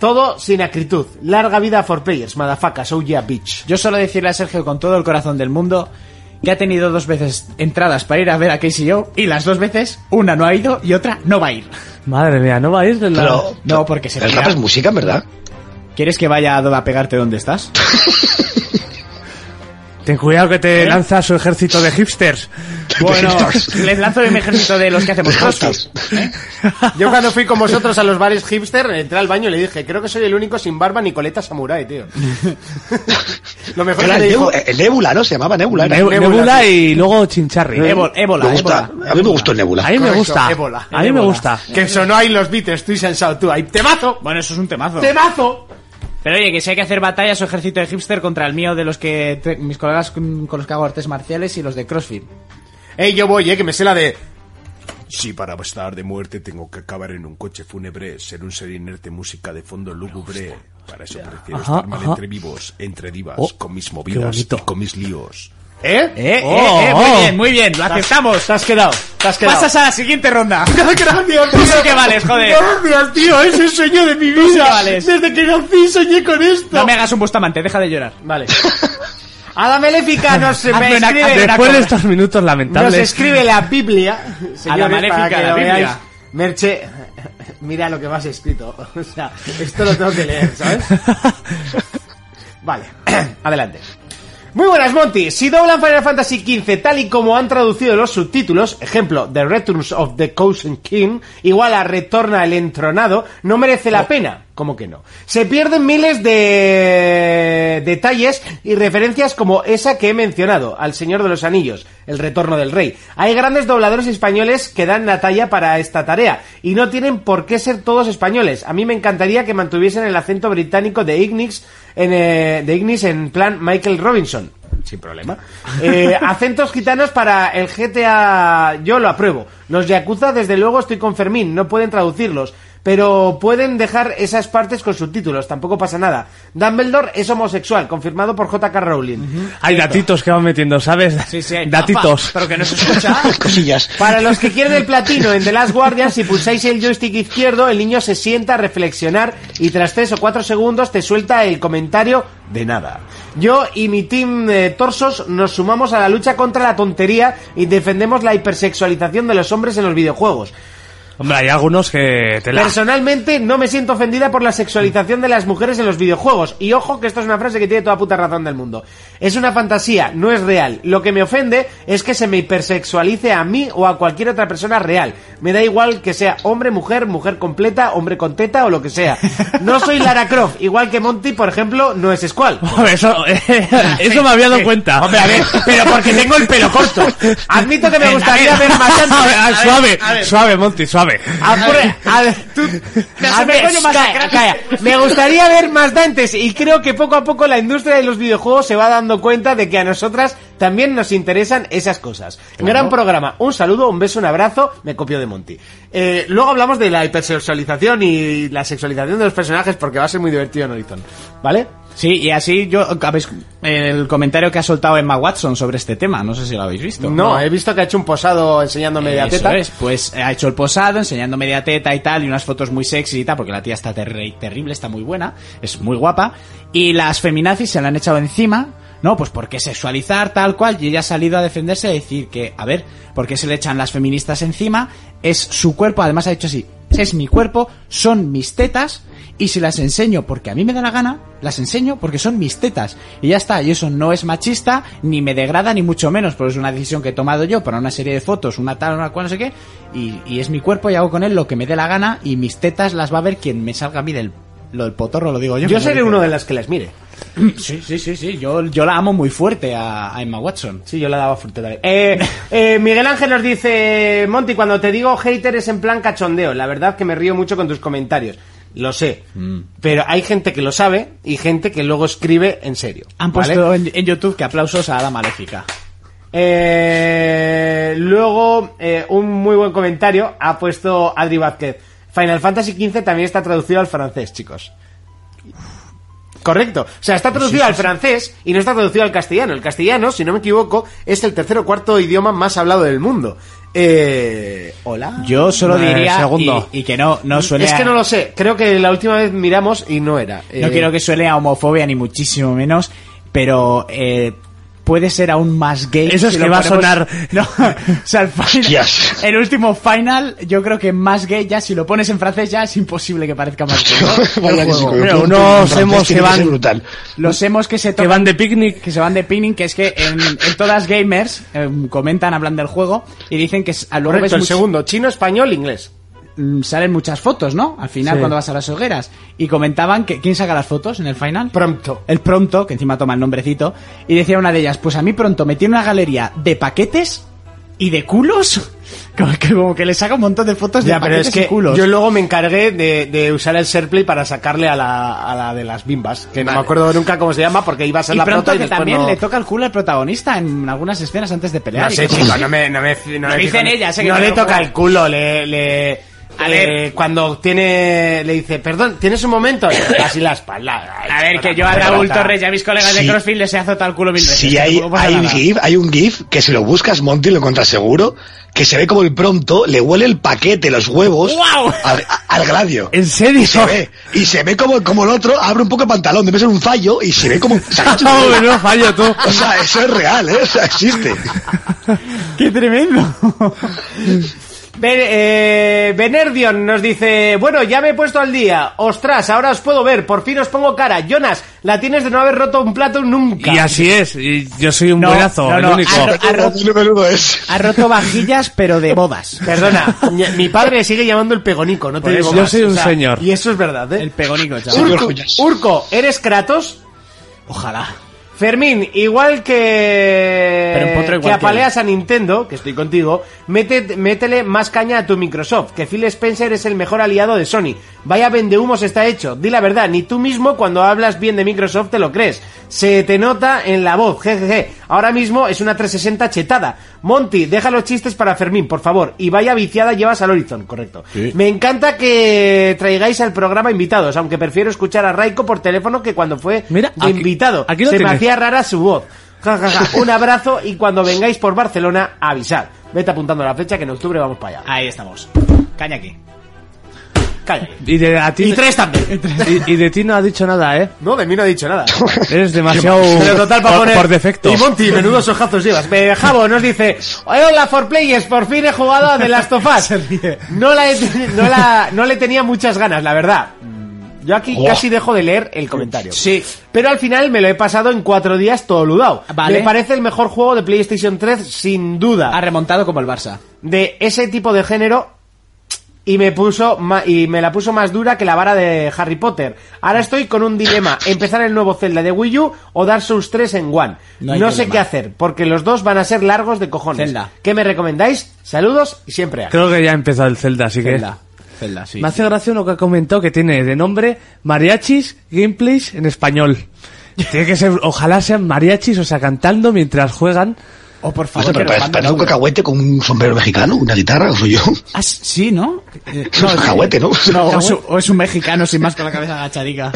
Todo sin acritud. Larga vida for players, madafacas, oh yeah, bitch. Yo solo decirle a Sergio con todo el corazón del mundo que ha tenido dos veces entradas para ir a ver a Casey Joe y las dos veces una no ha ido y otra no va a ir. Madre mía, no va a ir de la- Pero- No, porque se El pira. rap es música, en ¿verdad? ¿Quieres que vaya a pegarte donde estás? Ten cuidado que ¿Eh? te lanza su ejército de hipsters. Bueno, hipsters. les lanzo mi ejército de los que hacemos cosas. Yo cuando fui con vosotros a los bares hipster, entré al baño y le dije, creo que soy el único sin barba ni coleta samurai, tío. Lo mejor Era que le el, dijo... Nebu- eh, el Nebula, ¿no? Se llamaba Nebula. era. Neb- Nebula, Nebula sí. y luego Chincharri. Ébola, ébola, Me gusta. ébola. A mí me gustó el Nebula. A mí me Correcto, gusta. ébola, A mí me ébola. gusta. Que sonó ahí los beats, tú y Sensao, tú. Ahí, ¡Temazo! Bueno, eso es un temazo. ¡Temazo! Pero oye, que si hay que hacer batalla su ejército de hipster contra el mío de los que te- mis colegas con con los que hago artes marciales y los de CrossFit. Ey, yo voy, eh, que me sé la de... Si para bastar de muerte tengo que acabar en un coche fúnebre, ser un ser inerte, música de fondo lúgubre. Para eso prefiero Ajá, estar mal ajá. entre vivos, entre divas, Oh, con mis qué movidas y bonito. con mis líos. ¿Eh? Eh, Oh, eh, eh, oh. muy bien, muy bien, lo aceptamos. Te has quedado, te has quedado. Pasas a la siguiente ronda. Gracias, tío. Eso que vales, joder. Gracias, tío. Es el sueño de mi vida. que vales. Desde que nací soñé con esto. No me hagas un bustamante, deja de llorar. Vale. Adam Eléfica nos, Hazme me una- hazme escribe, una Después de cobra. estos minutos nos lamentables. escribe la Biblia. Señores, Maléfica, para que la lo Biblia. veáis. Merche, mira lo que me has escrito. O sea, esto lo tengo que leer, ¿sabes? Vale, adelante. Muy buenas, Monty. Si doblan Final Fantasy XV tal y como han traducido los subtítulos, ejemplo, The Returns of the Cousin King, igual a Retorna el Entronado, no merece Oh. la pena. ¿Cómo que no? Se pierden miles de eh, detalles y referencias como esa que he mencionado, al Señor de los Anillos, el Retorno del Rey. Hay grandes dobladores españoles que dan la talla para esta tarea y no tienen por qué ser todos españoles. A mí me encantaría que mantuviesen el acento británico de Ignis en, eh, de Ignis en plan Michael Robinson. Sin problema. Eh, acentos gitanos para el GTA, yo lo apruebo. Los Yakuza, desde luego, estoy con Fermín, no pueden traducirlos. Pero pueden dejar esas partes con subtítulos, tampoco pasa nada. Dumbledore es homosexual, confirmado por JK Rowling. Hay datitos que van metiendo, ¿sabes? Sí, sí, hay Datitos. Pero que no se escucha. Cosillas. Para los que quieren el platino en The Last Guardian, si pulsáis el joystick izquierdo, el niño se sienta a reflexionar y tras 3 o 4 segundos te suelta el comentario de nada. Yo y mi team eh, Torsos nos sumamos a la lucha contra la tontería y defendemos la hipersexualización de los hombres en los videojuegos. Hombre, hay algunos que te la... Personalmente no me siento ofendida por la sexualización de las mujeres en los videojuegos. Y ojo que esto es una frase que tiene toda puta razón del mundo. Es una fantasía, no es real. Lo que me ofende es que se me hipersexualice a mí o a cualquier otra persona real. Me da igual que sea hombre, mujer, mujer completa, hombre con teta o lo que sea. No soy Lara Croft, igual que Monty, por ejemplo, no es Squall. Hombre, eso, eso me había dado cuenta. Hombre, a ver, pero porque tengo el pelo corto. Admito que me gustaría ver más antes. A ver, A ah, ver, suave, a ver. suave, Monty, suave. Ah, A ver, a ver, tú- a ver, calla, calla. Me gustaría ver más Dantes y creo que poco a poco la industria de los videojuegos se va dando cuenta de que a nosotras también nos interesan esas cosas. Gran programa. Un saludo, un beso, un abrazo. Me copio de Monty. Eh, luego hablamos de la hipersexualización y la sexualización de los personajes porque va a ser muy divertido en Horizon. ¿Vale? Sí, y así yo habéis el comentario que ha soltado Emma Watson sobre este tema, no sé si lo habéis visto. No, he visto que ha hecho un posado enseñándome de la Eso teta. es, pues eh, ha hecho el posado enseñando media teta y tal, y unas fotos muy sexy y tal, porque la tía está terri- terrible, está muy buena, es muy guapa, y las feminazis se la han echado encima, no, pues porque sexualizar tal cual, y ella ha salido a defenderse y a decir que, a ver, ¿por qué se le echan las feministas encima? Es su cuerpo, además ha dicho así, es mi cuerpo, son mis tetas, y si las enseño porque a mí me da la gana, las enseño porque son mis tetas. Y ya está, y eso no es machista, ni me degrada, ni mucho menos, porque es una decisión que he tomado yo para una serie de fotos, una tal, una cual, no sé qué, y, y es mi cuerpo y hago con él lo que me dé la gana, y mis tetas las va a ver quien me salga a mí del... Lo del potorro lo digo yo. Yo seré uno de las que las mire. Sí, sí, sí, sí. Yo, yo la amo muy fuerte a, a Emma Watson. Sí, yo le daba fruta también. Eh, eh, Miguel Ángel nos dice, Monty, cuando te digo hater es en plan cachondeo. La verdad que me río mucho con tus comentarios. Lo sé. Mm. Pero hay gente que lo sabe y gente que luego escribe en serio. Han ¿vale? puesto en, en YouTube que aplausos a la maléfica. Eh, luego, eh, un muy buen comentario ha puesto Adri Vázquez. Final Fantasy XV también está traducido al francés, chicos. Correcto. O sea, está traducido al francés y no está traducido al castellano. El castellano, si no me equivoco, es el tercer o cuarto idioma más hablado del mundo. Eh, Hola. Yo solo Eh, diría segundo. Y, y que no, no suele es que no lo sé. Creo que la última vez miramos y no era. Eh, No quiero que suene a homofobia ni muchísimo menos, pero eh, puede ser aún más gay. Eso es si que lo va a ponemos- sonar. No, o sea, el, final- Hostias. el último final, yo creo que más gay ya, si lo pones en francés ya es imposible que parezca más gay. Vaya que sí, como Mira, punto, unos un hemos francés tiene que ser van- brutal. Los hemos que se Que tocan- van de picnic. que se van de pinning, que es que en, en todas gamers eh, comentan, hablan del juego y dicen que s- a luego ves Correcto, el much- segundo. Chino, español, inglés. mm, salen muchas fotos, ¿no? Al final Sí. cuando vas a las hogueras y comentaban que quién saca las fotos en el final. Pronto. el pronto, que encima toma el nombrecito, y decía una de ellas, pues a mí pronto me tiene una galería de paquetes y de culos, como que, como que le saca un montón de fotos de Ya, pero paquetes es que y culos. yo luego me encargué de, de usar el SharePlay para sacarle a la, a la de las bimbas, que no me acuerdo nunca cómo se llama porque iba a ser y la pronto prota y que después también no- le toca el culo al protagonista en algunas escenas antes de pelear. No y sé, cosas chico, así. no me, no me, no me Lo fijo dicen en- ellas, eh, que No me le lo toca juegan. el culo, le, le- A le- ver. cuando tiene, le dice, perdón, ¿tienes un momento? Así la espalda. Ay, A ver, que chico, yo a no me Raúl toca. Torres y a mis colegas de Sí. CrossFit les he azotado el culo mil veces. Si hay, No pasa hay un nada. GIF, hay un GIF que si lo buscas, Monty, lo encuentras seguro, que se ve como el pronto le huele el paquete, los huevos, ¡Guau! al, al gladio. ¿En serio? Se ve, y se ve como, como el otro abre un poco el pantalón, debe ser un fallo, y se ve como... se ha hecho- No, no fallo tú. o sea, eso es real, ¿eh? O sea, existe. ¡Qué tremendo! Ben- eh, Benerdion nos dice, bueno, ya me he puesto al día. Ostras, ahora os puedo ver, por fin os pongo cara. Jonas, la tienes de no haber roto un plato nunca. Y así es. Y yo soy un No, buenazo, no, el no, único. ah, Ha roto- Menudo, menudo es. Ha roto vajillas, pero de bodas. Perdona, mi- mi padre sigue llamando el pegonico, no te Pues digo yo más. soy un señor. Y eso es verdad, ¿eh? El pegonico, chaval. Señor Urco, Joyas. Urco, ¿eres Kratos? Ojalá. Fermín, igual que, Pero en potro igual que que apaleas a Nintendo, que estoy contigo, mete- métele más caña a tu Microsoft, que Phil Spencer es el mejor aliado de Sony. Vaya vendehumos está hecho. Di la verdad, ni tú mismo cuando hablas bien de Microsoft te lo crees. Se te nota en la voz, jejeje. Ahora mismo es una 360 chetada. Monty, deja los chistes para Fermín, por favor. Y vaya viciada llevas al Horizon, correcto. Me encanta que traigáis al programa invitados, aunque prefiero escuchar a Raiko por teléfono que cuando fue Mira, de aquí- invitado. aquí lo Se me tienes. hacía Qué rara su voz. Ja, ja, ja. Un abrazo y cuando vengáis por Barcelona, avisad. Vete apuntando la fecha que en octubre vamos para allá. Ahí estamos. Caña aquí. Calla. Y de a ti. Y tres también. Y, y de ti no ha dicho nada, ¿eh? No, de mí no ha dicho nada. Eres demasiado. Pero total para por, poner. por defecto. Y Monty, menudos ojazos llevas. Eh, Javo nos dice: Hola, for players, por fin he jugado a The Last of Us. No, la he- no, la- no le tenía muchas ganas, la verdad. Mm, Yo aquí casi dejo de leer el comentario. Sí. Pero al final me lo he pasado en cuatro días todo ludado. Vale. Me parece el mejor juego de PlayStation 3, sin duda. Ha remontado como el Barça. De ese tipo de género. Y me puso ma- y me la puso más dura que la vara de Harry Potter. Ahora estoy con un dilema: empezar el nuevo Zelda de Wii U o Dark Souls 3 en One. No No, hay sé problema. qué hacer, porque los dos van a ser largos de cojones. Zelda. ¿Qué me recomendáis? Saludos y siempre. a- Creo que ya ha empezado el Zelda, así que. Zelda. Zelda, sí. Me hace gracia uno que ha comentado que tiene de nombre mariachis gameplays en español. Tiene que ser, ojalá sean mariachis, o sea, cantando mientras juegan. Oh, por favor. Hostia, pero que parece, nos parece un manden audio. cacahuete con un sombrero mexicano, una guitarra, o soy yo. Ah, sí, ¿no? Eh, Es un cacahuete, ¿no? o, es, un- o es un mexicano sin más con la cabeza agachadica.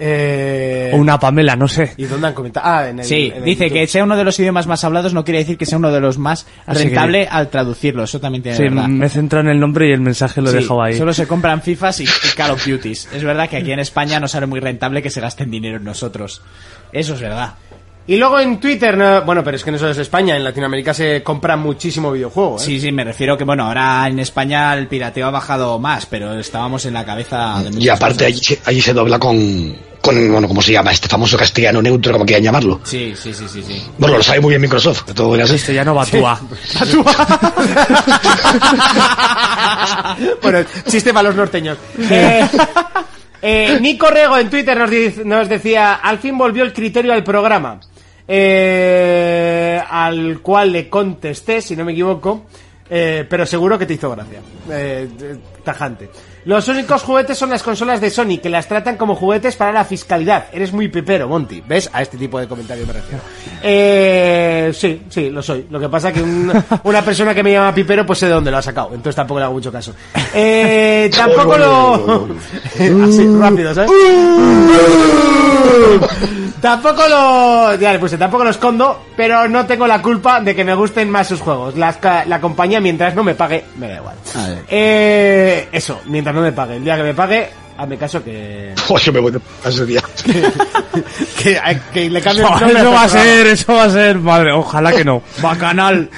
Eh, O una Pamela, no sé. ¿Y dónde han comentado? Ah, en el- Sí, en el dice YouTube. que sea uno de los idiomas más hablados no quiere decir que sea uno de los más Así que- rentable al traducirlo. Eso también tiene Sí, verdad. me he centrado en el nombre y el mensaje lo he Sí, dejado ahí. Solo se compran FIFAs y, y Call of Duties. Es verdad que aquí en España no sale muy rentable que se gasten dinero en nosotros. Eso es verdad. Y luego en Twitter, no- bueno, pero es que no solo es España, en Latinoamérica se compra muchísimo videojuego. ¿eh? Sí, sí, me refiero que, bueno, ahora en España el pirateo ha bajado más, pero estábamos en la cabeza de muchas Y aparte cosas. allí, se- allí se dobla con, con, bueno, ¿cómo se llama? Este famoso castellano neutro, como quieran llamarlo. Sí, sí, sí, sí, sí. Bueno, lo sabe muy bien Microsoft, que todo viene así. Este ya no batúa. bueno, chiste para los norteños. Eh, eh, Nico Rego en Twitter nos, dice- nos decía, al fin volvió el criterio al programa, Eh, al cual le contesté, si no me equivoco, eh, pero seguro que te hizo gracia. Eh, eh, tajante. Los únicos juguetes son las consolas de Sony, que las tratan como juguetes para la fiscalidad. Eres muy pipero, Monty. ¿Ves? A este tipo de comentario me refiero. Eh, sí, sí, lo soy. Lo que pasa que un- una persona que me llama pipero, pues sé de dónde lo ha sacado. Entonces tampoco le hago mucho caso. Eh, tampoco lo... Así, rápido, ¿sabes? tampoco lo... Ya le puse, tampoco lo escondo, pero no tengo la culpa de que me gusten más sus juegos. Las ca- la compañía, mientras no me pague, me da igual. ver. Eh, eso, mientras no me pague. El día que me pague, hazme caso que... Oh, yo me voy a ese día. Que, eh, que le cambie el No, nombre al eso va programa. a ser, eso va a ser, madre, ojalá que no. Bacanal.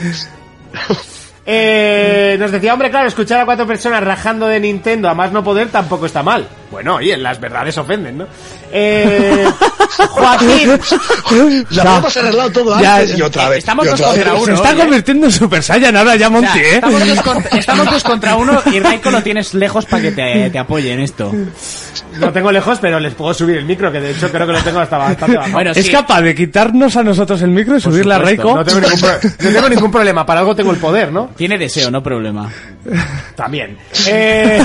Eh, nos decía, hombre, claro, escuchar a cuatro personas rajando de Nintendo a más no poder tampoco está mal. Bueno, oye, las verdades ofenden, ¿no? Eh, Joaquín, La podemos arreglar todo Ya, antes y otra vez. estamos y dos otra vez. contra Se uno, está oye. convirtiendo en Super Saiyan ahora ya O sea, Monty, ¿eh? estamos, dos contra, estamos dos contra uno y Raiko lo tienes lejos para que te, te apoye en esto. lo tengo lejos, pero les puedo subir el micro, que de hecho creo que lo tengo hasta bastante bajo. Bueno, es sí. capaz de quitarnos a nosotros el micro y subirle a supuesto, Reiko. No tengo, ningún pro- no tengo ningún problema, para algo tengo el poder, ¿no? Tiene deseo, no problema. También. Eh,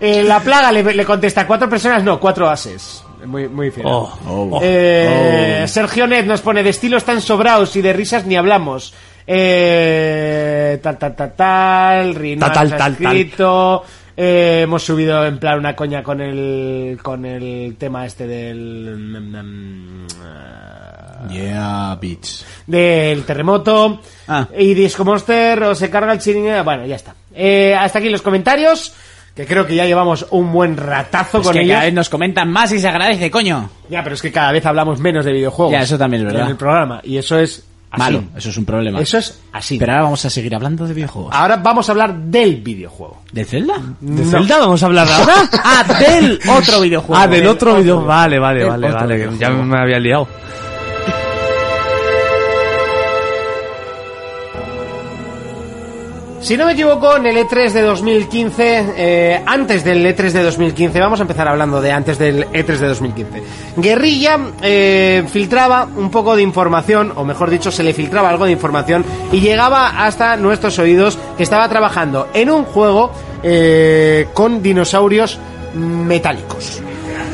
eh, la plaga le, le contesta, cuatro personas no, cuatro ases. Muy, muy fiel. Oh, oh. Eh, Sergio Net nos pone de estilos tan sobraos y de risas ni hablamos. Eh, tal, tal, tal, tal, Rinoa Ta, tal, nos ha tal, tal. escrito. Eh, hemos subido en plan una coña con el con el tema este del mm, mm, Yeah, bitch. del terremoto Ah. y Disco Monster o se carga el chiringuito Ah, bueno ya está Eh, hasta aquí los comentarios que creo que ya llevamos un buen ratazo Es con que ellos cada vez nos comentan más y se agradece, coño. ya pero es que cada vez hablamos menos de videojuegos Ya, eso también es verdad. en el programa y eso es así. Malo, eso es un problema. Eso es así. Pero ahora vamos a seguir hablando de videojuegos. Ahora vamos a hablar del videojuego. ¿De Zelda? ¿De Zelda vamos a hablar ahora? Ah, del otro videojuego. Ah, del otro video. Vale, vale, Del vale, otro vale. que Ya videojuego. me había liado. Si no me equivoco, en el E3 de 2015, eh, antes del E3 de 2015, vamos a empezar hablando de antes del E3 de 2015. Guerrilla eh, filtraba un poco de información, o mejor dicho, se le filtraba algo de información y llegaba hasta nuestros oídos que estaba trabajando en un juego eh, con dinosaurios metálicos.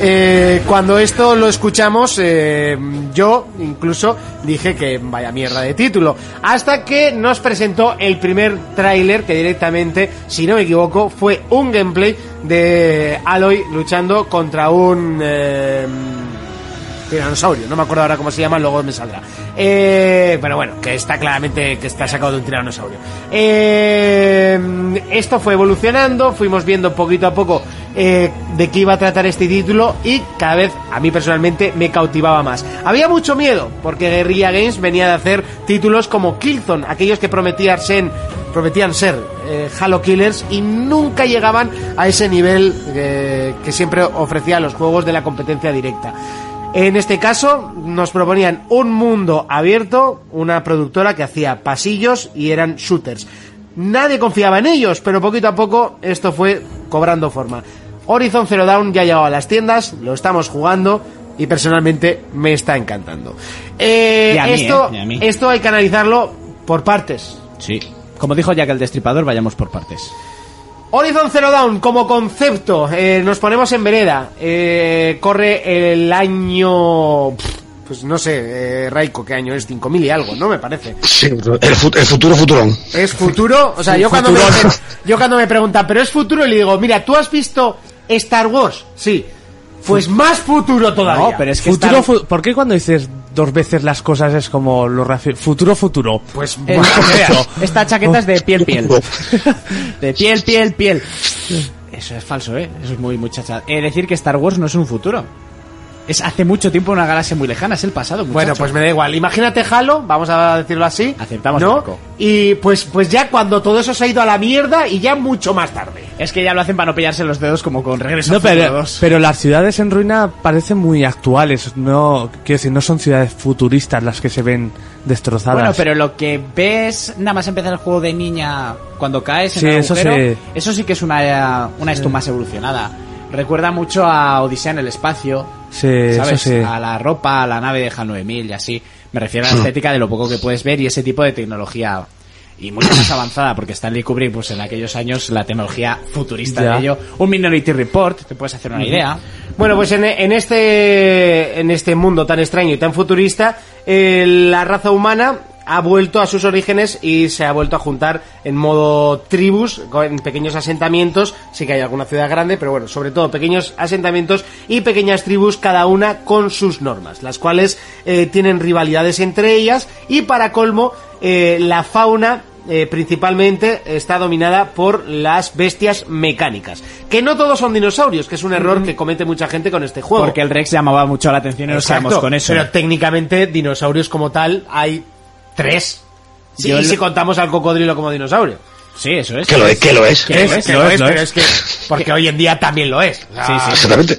Eh, cuando esto lo escuchamos, eh, yo incluso dije que vaya mierda de título. Hasta que nos presentó el primer tráiler que directamente, si no me equivoco, fue un gameplay de Aloy luchando contra un... eh, tiranosaurio. No me acuerdo ahora cómo se llama, luego me saldrá. Eh, pero bueno, que está claramente que está sacado de un tiranosaurio. Eh, esto fue evolucionando, fuimos viendo poquito a poco eh, de qué iba a tratar este título y cada vez a mí personalmente me cautivaba más. Había mucho miedo porque Guerrilla Games venía de hacer títulos como Killzone, aquellos que prometían ser, prometían ser eh, Halo Killers y nunca llegaban a ese nivel eh, que siempre ofrecía los juegos de la competencia directa. En este caso nos proponían un mundo abierto, una productora que hacía pasillos y eran shooters. Nadie confiaba en ellos, pero poquito a poco esto fue cobrando forma. Horizon Zero Dawn ya ha llegado a las tiendas, lo estamos jugando y personalmente me está encantando. Eh, Y a mí, esto, eh, y a mí. esto hay que analizarlo por partes. Sí. Como dijo Jack el Destripador, vayamos por partes. Horizon Zero Dawn como concepto, eh, nos ponemos en vereda. Eh, corre el año... pf, Pues no sé, eh, Raiko, ¿qué año es? 5.000 y algo, ¿no? Me parece. Sí, el, fu- el futuro futurón. ¿Es futuro? O sea, yo cuando, me, Futurón. yo cuando me preguntan, ¿pero es futuro? Y le digo, mira, ¿tú has visto Star Wars? Sí. Pues más futuro todavía. No, pero es que futuro, está- fu- ¿Por qué cuando dices dos veces las cosas es como lo reafi- futuro, futuro? Pues Eh, más veas, esta chaqueta es de piel, piel. De piel, piel, piel. Eso es falso, ¿eh? Eso es muy muchacha. Es decir que Star Wars no es un futuro. Es hace mucho tiempo una galaxia muy lejana, es el pasado. Bueno, muchacho. pues me da igual. Imagínate Halo, vamos a decirlo así. Aceptamos ¿no? Marco. Y pues, pues ya cuando todo eso se ha ido a la mierda y ya mucho más tarde. Es que ya lo hacen para no pillarse los dedos como con regreso. No, al Futuro pero, 2. pero las ciudades en ruina parecen muy actuales. No, quiero decir, no son ciudades futuristas las que se ven destrozadas. Bueno, pero lo que ves nada más empezar el juego de niña cuando caes en Sí, el eso agujero, sí. eso sí que es una, una Mm. esto más evolucionada. Recuerda mucho a Odisea en el espacio, Sí, eso ¿sabes? sí. A la ropa, a la nave de HAL 9000 y así. Me refiero a la estética de lo poco que puedes ver y ese tipo de tecnología. Y mucho más avanzada, porque Stanley Kubrick, pues en aquellos años, la tecnología futurista Ya. de ello. Un Minority Report, te puedes hacer una idea. Bueno, pues en, en este en este mundo tan extraño y tan futurista, eh, la raza humana ha vuelto a sus orígenes y se ha vuelto a juntar en modo tribus, con- en pequeños asentamientos. Sí que hay alguna ciudad grande, pero bueno, sobre todo pequeños asentamientos y pequeñas tribus, cada una con sus normas, las cuales eh, tienen rivalidades entre ellas y para colmo, eh, la fauna eh, principalmente está dominada por las bestias mecánicas. Que no todos son dinosaurios, que es un error que comete mucha gente con este juego. Porque el Rex llamaba mucho la atención y nos Exacto, quedamos con eso. Pero técnicamente, dinosaurios como tal, hay tres. Sí, Yo y lo- si contamos al cocodrilo como dinosaurio. Sí, eso es. Que lo es, que lo es. Que lo es, que lo es, lo pero es. que. Porque hoy en día también lo es. Sí, sí. Exactamente.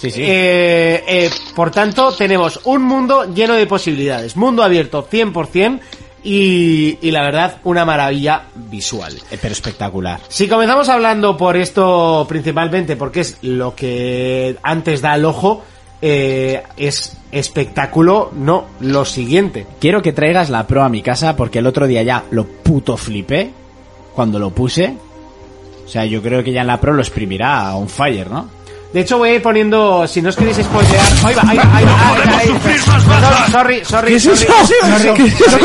Sí, sí. Eh, eh, por tanto, tenemos un mundo lleno de posibilidades. Mundo abierto 100% y, y la verdad, una maravilla visual. Eh, pero espectacular. Si comenzamos hablando por esto principalmente, porque es lo que antes da al ojo, eh, es espectáculo, no lo siguiente. Quiero que traigas la pro a mi casa porque el otro día ya lo puto flipé cuando lo puse. O sea, yo creo que ya en la pro lo exprimirá a un fire, ¿no? De hecho, voy a ir poniendo, si no os queréis spoilear, ahí va, ahí va, ahí va, ahí va, ahí va. No, Sorry, sorry, ¿Qué es eso? sorry, ¿Qué es eso?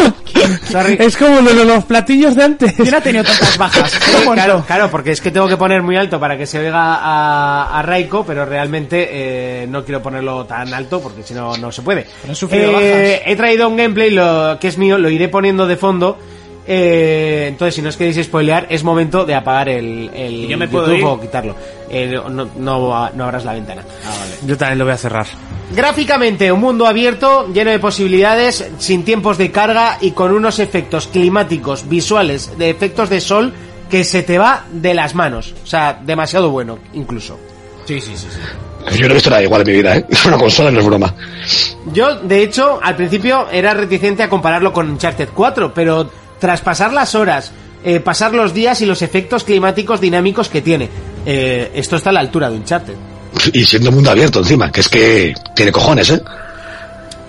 sorry. Es como lo de los platillos de antes. ¿Quién ha tenido tantas bajas? ¿Cómo no? Claro, claro, porque es que tengo que poner muy alto para que se oiga a, a Raiko, pero realmente eh, no quiero ponerlo tan alto porque si no, no se puede. Eh, Pero has sufrido bajas. He traído un gameplay lo, que es mío, lo iré poniendo de fondo. eh, entonces, si no os queréis spoilear, es momento de apagar el, el yo me puedo YouTube ir. o quitarlo. Eh, no, no, no abras la ventana. Yo también lo voy a cerrar. Gráficamente, un mundo abierto, lleno de posibilidades, sin tiempos de carga y con unos efectos climáticos, visuales, de efectos de sol que se te va de las manos. O sea, demasiado bueno, incluso. Sí, sí, sí. Yo no he visto nada igual en mi vida, ¿eh? Una consola no es broma. Yo, de hecho, al principio era reticente a compararlo con Uncharted 4, pero tras pasar las horas, eh, pasar los días y los efectos climáticos dinámicos que tiene, eh, esto está a la altura de Uncharted. Y siendo mundo abierto encima, que es que tiene cojones, ¿eh?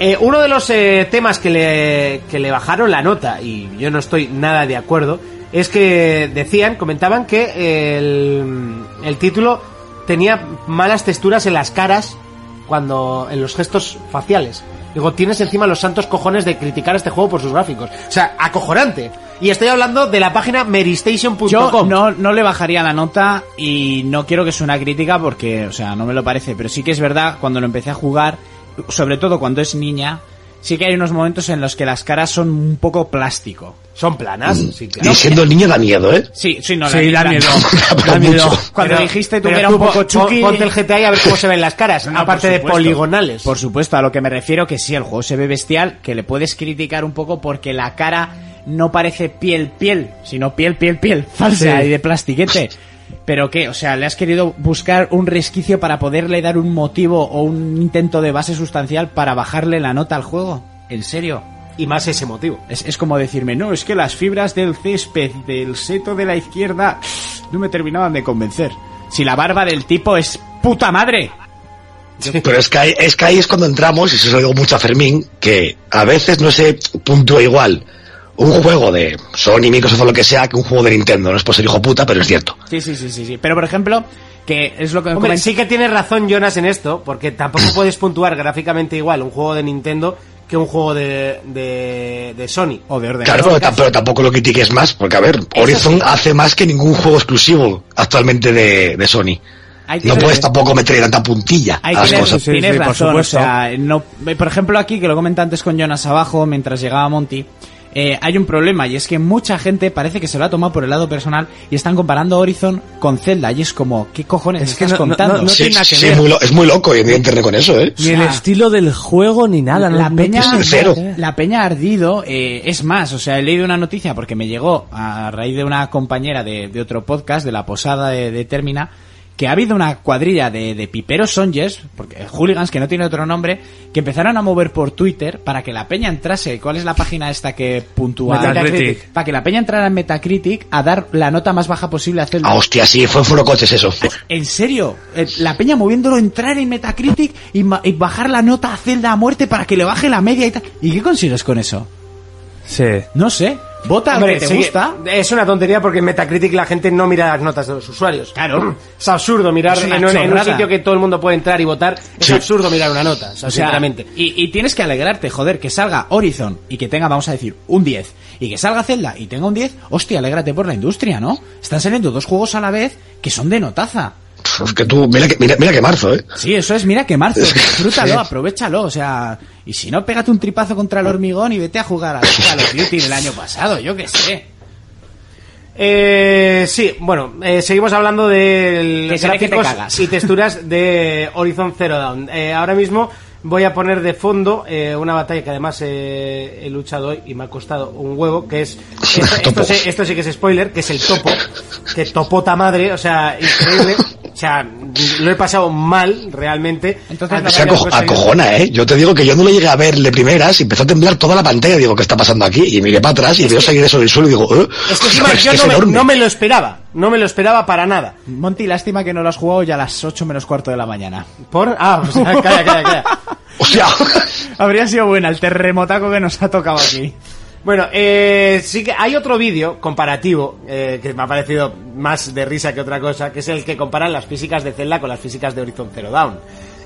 Eh, uno de los eh, temas que le, que le bajaron la nota, y yo no estoy nada de acuerdo, es que decían, comentaban que el, el título tenía malas texturas en las caras cuando en los gestos faciales. Digo, tienes encima los santos cojones de criticar este juego por sus gráficos. O sea, acojonante. Y estoy hablando de la página meristation.com. Yo no, no le bajaría la nota y no quiero que sea una crítica porque, o sea, no me lo parece, pero sí que es verdad, cuando lo empecé a jugar, sobre todo cuando es niña, sí que hay unos momentos en los que las caras son un poco plástico. Son planas, sí, claro. Y siendo el niño da miedo, ¿eh? Sí, sí, no, Sí, da miedo. da miedo. Mucho. Cuando Pero- dijiste tú pero que era un po- poco po- chucky... Ponte el GTA y a ver cómo se ven las caras, No, aparte por de supuesto. poligonales. Por supuesto, a lo que me refiero que sí, el juego se ve bestial, que le puedes criticar un poco porque la cara no parece piel, piel, sino piel, piel, piel, falsa Sí. y de plastiquete. Pero que, o sea, le has querido buscar un resquicio para poderle dar un motivo o un intento de base sustancial para bajarle la nota al juego. En serio. Y más ese motivo. Es, es como decirme, no, es que las fibras del césped del seto de la izquierda no me terminaban de convencer. Si la barba del tipo es puta madre. Pero es que, ahí, es que ahí es cuando entramos, y eso se lo digo mucho a Fermín, que a veces no se puntúa igual un juego de Sony, Microsoft o lo que sea, que un juego de Nintendo. No es por ser hijo puta, pero es cierto. Sí, sí, sí, sí, sí. Pero por ejemplo, que es lo que Hombre, comen- sí que tienes razón Jonas en esto, porque tampoco puedes puntuar gráficamente igual un juego de Nintendo que un juego de, de, de Sony. o de ordenador. Claro, pero, tam- pero tampoco lo critiques más, porque a ver, Horizon hace más que ningún juego exclusivo actualmente de, de Sony. Hay que No ver- puedes tampoco meter tanta puntilla a Hay las que ver- cosas. sí, tienes sí, por razón, supuesto. o sea, no, eh, por ejemplo aquí, que lo comenté antes con Jonas abajo, mientras llegaba Monty, eh, hay un problema, y es que mucha gente parece que se lo ha tomado por el lado personal y están comparando Horizon con Zelda, y es como, ¿qué cojones Es me que estás no- no- contando? no- Sí, tiene nada que sí, ver. es, muy lo- es muy loco evidentemente con eso, ¿eh? Ni el sea, estilo del juego ni nada. no- la, no peña, tiene- sincero. la peña ha ardido, eh, es más, o sea, he leído una noticia porque me llegó a raíz de una compañera de, de otro podcast, de la posada de, de Termina, que ha habido una cuadrilla de, de piperos songers, porque eh, hooligans que no tiene otro nombre, que empezaron a mover por Twitter para que la peña entrase. ¿Cuál es la página esta que puntúa? Metacritic. Para que la peña entrara en Metacritic a dar la nota más baja posible a Zelda. Ah, hostia, sí, fue Furocoches eso. En serio, Eh, la peña moviéndolo a entrar en Metacritic y, ma- y bajar la nota a Zelda a muerte para que le baje la media y tal. ¿Y qué consigues con eso? Sí. No sé. Vota al Hombre, que te sí, gusta. Es una tontería porque en Metacritic la gente no mira las notas de los usuarios. Claro. Es absurdo mirar Es en una un, en un chorrada. sitio que todo el mundo puede entrar y votar. Es absurdo mirar una nota, o sea, O sea, sinceramente. Y, y tienes que alegrarte, joder, que salga Horizon y que tenga, vamos a decir, un 10. Y que salga Zelda y tenga un 10. Hostia, alégrate por la industria, ¿no? Están saliendo dos juegos a la vez que son de notaza. Pf, Es que tú, mira que, mira, mira que marzo, ¿eh? Sí, eso es, mira que marzo. Disfrútalo, aprovechalo. O sea, y si no, pégate un tripazo contra el hormigón y vete a jugar a la Call of Duty del año pasado, yo qué sé. Eh, sí, bueno, eh, seguimos hablando de Que se ve que te cagas. y texturas de Horizon Zero Dawn. Eh, ahora mismo voy a poner de fondo eh, una batalla que además eh, he luchado hoy y me ha costado un huevo, que es... Esto, esto Topo. sí- esto sí que es spoiler, que es el topo. Que topota madre, o sea, increíble. O sea, lo he pasado mal, realmente. Entonces, Antes O sea, había aco- conseguido- acojona, ¿eh? Yo te digo que yo no lo llegué a ver de primeras y empezó a temblar toda la pantalla. Digo, ¿qué está pasando aquí? Y miré para atrás y veo salir eso del suelo y digo, ¿eh? Es que encima yo es no me, enorme. no me lo esperaba, no me lo esperaba para nada. Monty, lástima que no lo has jugado ya a las 8 menos cuarto de la mañana. Por... Ah, o sea, calla, calla, calla. O sea, Habría sido buena el terremotaco que nos ha tocado aquí. Bueno, eh, sí que hay otro vídeo comparativo eh, que me ha parecido más de risa que otra cosa, que es el que comparan las físicas de Zelda con las físicas de Horizon Zero Dawn.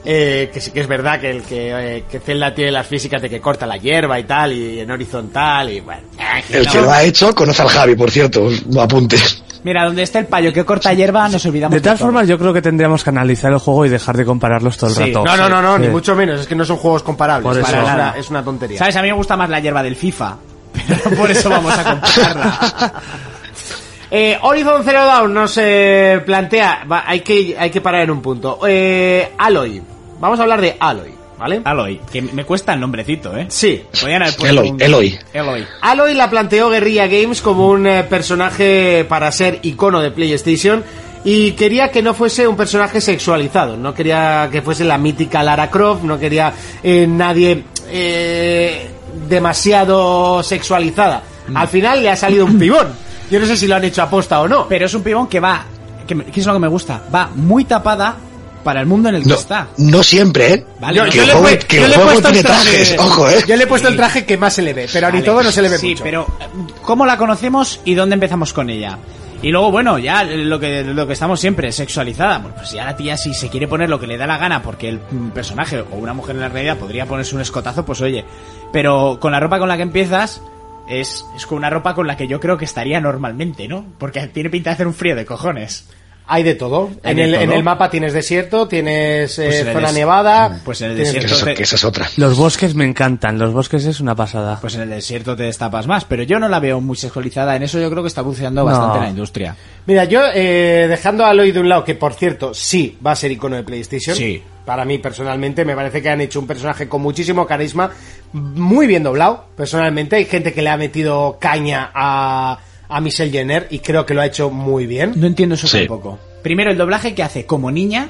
Eh, que sí que es verdad que el que, eh, que Zelda tiene las físicas de que corta la hierba y tal, y en horizontal, y bueno. eh, que el no. que lo ha hecho conoce al Javi, por cierto. No apunte. Mira, donde está el payo que corta hierba, nos olvidamos. De todas todo. formas, yo creo que tendríamos que analizar el juego y dejar de compararlos todo el Sí. rato. No, no, no, no, Sí. ni mucho menos, es que no son juegos comparables. Por para eso. nada, es una tontería. ¿Sabes? A mí me gusta más la hierba del FIFA. Pero por eso vamos a compararla. Eh, Horizon Zero Dawn nos eh, plantea, va, hay, que, hay que parar en un punto. Eh, Aloy, vamos a hablar de Aloy, ¿vale? Ah. Aloy, que me cuesta el nombrecito, ¿eh? Sí, Podían haber puesto Eloy, un- Eloy. Eloy. Aloy la planteó Guerrilla Games como un eh, personaje para ser icono de PlayStation y quería que no fuese un personaje sexualizado, no quería que fuese la mítica Lara Croft, no quería eh, nadie eh, demasiado sexualizada. Mm. Al final le ha salido un pibón. Yo no sé si lo han hecho aposta o no. Pero es un pibón que va, que, me- que es lo que me gusta, va muy tapada para el mundo en el que No, está. no siempre, ¿eh? Vale, que yo el le juego, he- que yo el le he juego puesto el tiene traje- trajes, ojo, ¿eh? Yo le he puesto el traje que más se le ve, pero a ni Vale. todo no se le ve Sí, mucho. pero eh, ¿cómo la conocemos y dónde empezamos con ella? Y luego, bueno, ya lo que, lo que estamos siempre, sexualizada. Bueno, pues ya la tía, si se quiere poner lo que le da la gana, porque el mm, personaje o una mujer en la realidad podría ponerse un escotazo, pues oye. Pero con la ropa con la que empiezas, es, es con una ropa con la que yo creo que estaría normalmente, ¿no? Porque tiene pinta de hacer un frío de cojones. Hay de todo. Hay en, de el, en todo. el mapa tienes desierto, tienes eh, Pues en el zona des- nevada. Pues en el tienes- desierto. te- es otra. Los bosques me encantan, los bosques es una pasada. Pues en el desierto te destapas más, pero yo no la veo muy sexualizada. En eso yo creo que está buceando No. bastante la industria. Mira, yo eh, dejando a Aloy de un lado, que por cierto, sí va a ser icono de PlayStation. Sí. Para mí, personalmente, me parece que han hecho un personaje con muchísimo carisma, muy bien doblado. Personalmente, hay gente que le ha metido caña a, a Michelle Jenner y creo que lo ha hecho muy bien. No entiendo eso Sí. tampoco. Primero, el doblaje que hace como niña,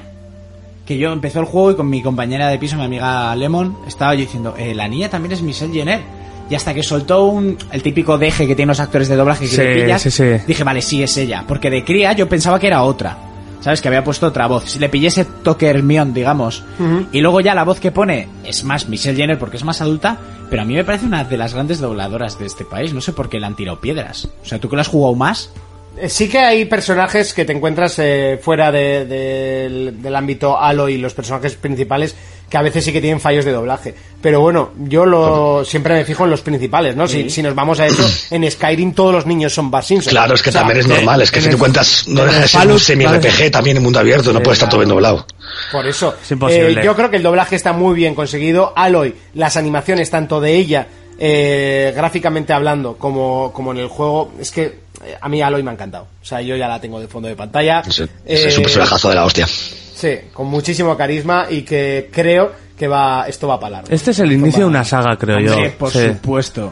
que yo empezó el juego y con mi compañera de piso, mi amiga Lemon, estaba yo diciendo, "Eh, la niña también es Michelle Jenner. Y hasta que soltó un, el típico deje que tienen los actores de doblaje que Sí, le pillas, sí, sí. dije, vale, sí es ella. Porque de cría yo pensaba que era otra. ¿Sabes? Que había puesto otra voz. Si le pillé ese toque Hermión, digamos. Y luego ya la voz que pone es más Michelle Jenner porque es más adulta. Pero a mí me parece una de las grandes dobladoras de este país. No sé por qué le han tirado piedras. O sea, tú que la has jugado más, Eh, Sí que hay personajes que te encuentras eh, fuera de- de- del, del ámbito Aloy, los personajes principales, que a veces sí que tienen fallos de doblaje. Pero bueno, yo lo siempre me fijo en los principales, ¿no? Si, si nos vamos a eso, en Skyrim todos los niños son Bart Simpson. Claro, es O que sea, también es eh, normal, es que si en te el- cuentas, no en deja el de ser un Fallout, semi-RPG vale. también en mundo abierto, no Sí, puede estar todo bien doblado. Por eso. Es imposible. Eh, yo creo que el doblaje está muy bien conseguido. Aloy, las animaciones tanto de ella, eh, gráficamente hablando, como, como en el juego, es que eh, a mí Aloy me ha encantado. O sea, yo ya la tengo de fondo de pantalla. No sé, Eh, es un personajazo de la hostia. Sí, con muchísimo carisma y que creo que va, esto va para largo. Este es el Esto inicio va- de una saga, creo yo. Hombre, por Sí. supuesto.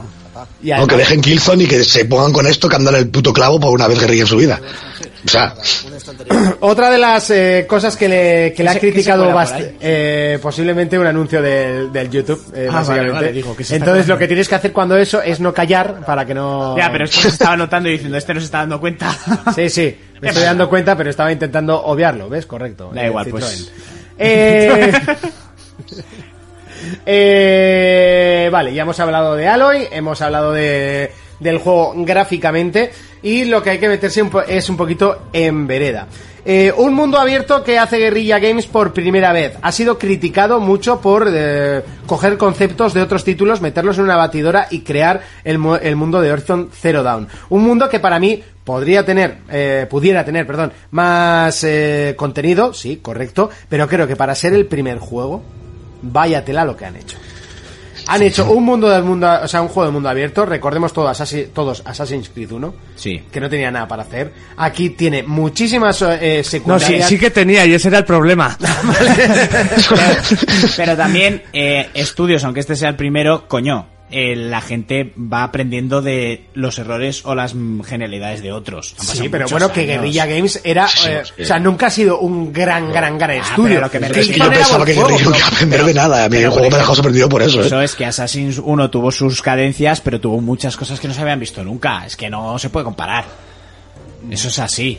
Y además- Aunque dejen Killzone y que se pongan con esto que andan el puto clavo por una vez que ríen su vida. O sea, Otra de las eh, cosas que le, que ¿Qué le ha se- qué se criticado cuela por bast- ahí? eh, posiblemente un anuncio del, del YouTube, eh, Ah, vale, básicamente. vale, digo, que se está Entonces lo colando. que tienes que hacer cuando eso es no callar para que no... Ya, pero esto se estaba notando y diciendo, este no se está dando cuenta. Sí, sí, me estoy dando cuenta, pero estaba intentando obviarlo, ¿ves? Correcto. Da Eh, igual, Citroën. pues. Eh... eh, Vale, ya hemos hablado de Aloy, hemos hablado de, del juego gráficamente y lo que hay que meterse un po- es un poquito en vereda. Eh, un mundo abierto que hace Guerrilla Games por primera vez. Ha sido criticado mucho por eh, coger conceptos de otros títulos, meterlos en una batidora y crear el, mu- el mundo de Horizon Zero Dawn. Un mundo que para mí podría tener, eh, pudiera tener, perdón, más eh, contenido, sí, correcto, pero creo que para ser el primer juego, váyatela lo que han hecho. Han hecho un mundo del mundo, o sea, un juego de mundo abierto, recordemos todo Assassin- todos Assassin's Creed 1, Sí. que no tenía nada para hacer. Aquí tiene muchísimas eh, No, sí, secundarias. sí que tenía y ese era el problema. Pero también, eh, estudios, aunque este sea el primero, coño, eh, la gente va aprendiendo de los errores o las mm, genialidades de otros. Han Sí, pasado pero muchos bueno, que años. Guerrilla Games era. Sí, eh, es que- o sea, nunca ha sido un gran, gran, gran estudio. pero lo que me Killzone es que yo era pensaba buen que juego, Guerrilla no pero- iba a aprender de nada. A mí el juego me dejó sorprendido por eso, Eso ¿eh? es que Assassin's 1 tuvo sus cadencias, pero tuvo muchas cosas que no se habían visto nunca. Es que no se puede comparar. Eso es así.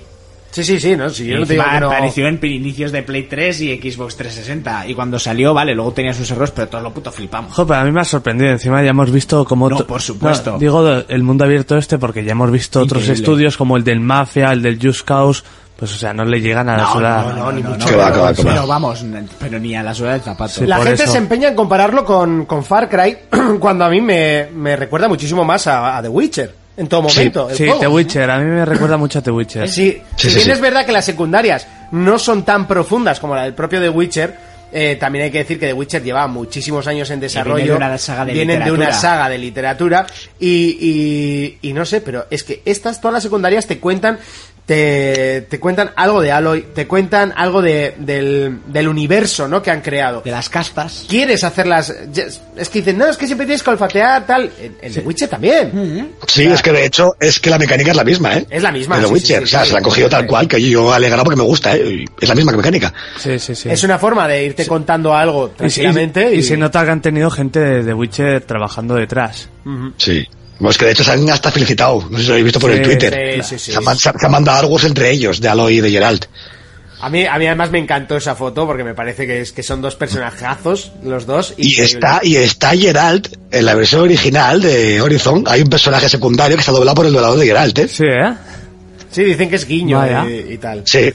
Sí, sí, sí, no, sí, yo Y no te digo encima que no- apareció en inicios de Play 3 y Xbox 360. Y cuando salió, vale, luego tenía sus errores, pero todos lo puto flipamos. Ojo, pero a mí me ha sorprendido. Encima ya hemos visto como... No, to- por supuesto. No, digo el mundo abierto este porque ya hemos visto otros Increíble. estudios como el del Mafia, el del Just Cause. Pues, o sea, no le llegan a la sola... ni mucho Que va, que va, que va. Pero vamos, n- pero ni a la suela del zapato. Sí, La por gente eso. se empeña en compararlo con, con Far Cry, cuando a mí me, me recuerda muchísimo más a, a The Witcher, en todo momento. el Sí, juego. The Witcher. A mí me recuerda mucho a The Witcher. ¿eh? Sí, si Sí, sí, bien sí. es verdad que las secundarias no son tan profundas como la del propio The Witcher, eh, también hay que decir que The Witcher lleva muchísimos años en desarrollo. viene de una saga de vienen de una literatura. saga de literatura. Y, y, y no sé, pero es que estas, todas las secundarias te cuentan. Te, te cuentan algo de Aloy, te cuentan algo de- del, del universo ¿no? que han creado. De las castas. Quieres hacerlas. Es que dicen, no, es que siempre tienes que olfatear tal. En, en The Witcher también. Sí, es que de hecho, es que la mecánica es la misma, ¿eh? Es la misma, De sí, The sí, Witcher. sí, O sea, sí. se la han cogido tal cual, que yo me he alegrado porque me gusta, ¿eh? Es la misma mecánica. Sí, sí, sí. Es una forma de irte contando algo Y se- tranquilamente. y, y se nota que han tenido gente de The Witcher trabajando detrás. Sí. Bueno, es que de hecho se han hasta felicitado. No sé si lo habéis visto por Sí, el Twitter. Mm. sí, sí, sí. Se, han, man- se han mandado algo entre ellos, de Aloy y de Geralt. A mí, a mí además me encantó esa foto porque me parece que es que son dos personajazos los dos. Y increíble. está, y está Geralt en la versión original de Horizon. Hay un personaje secundario que está doblado por el doblador de Geralt, ¿eh? Sí, ¿eh? Sí, dicen que es guiño Vaya. eh, y, tal. Sí.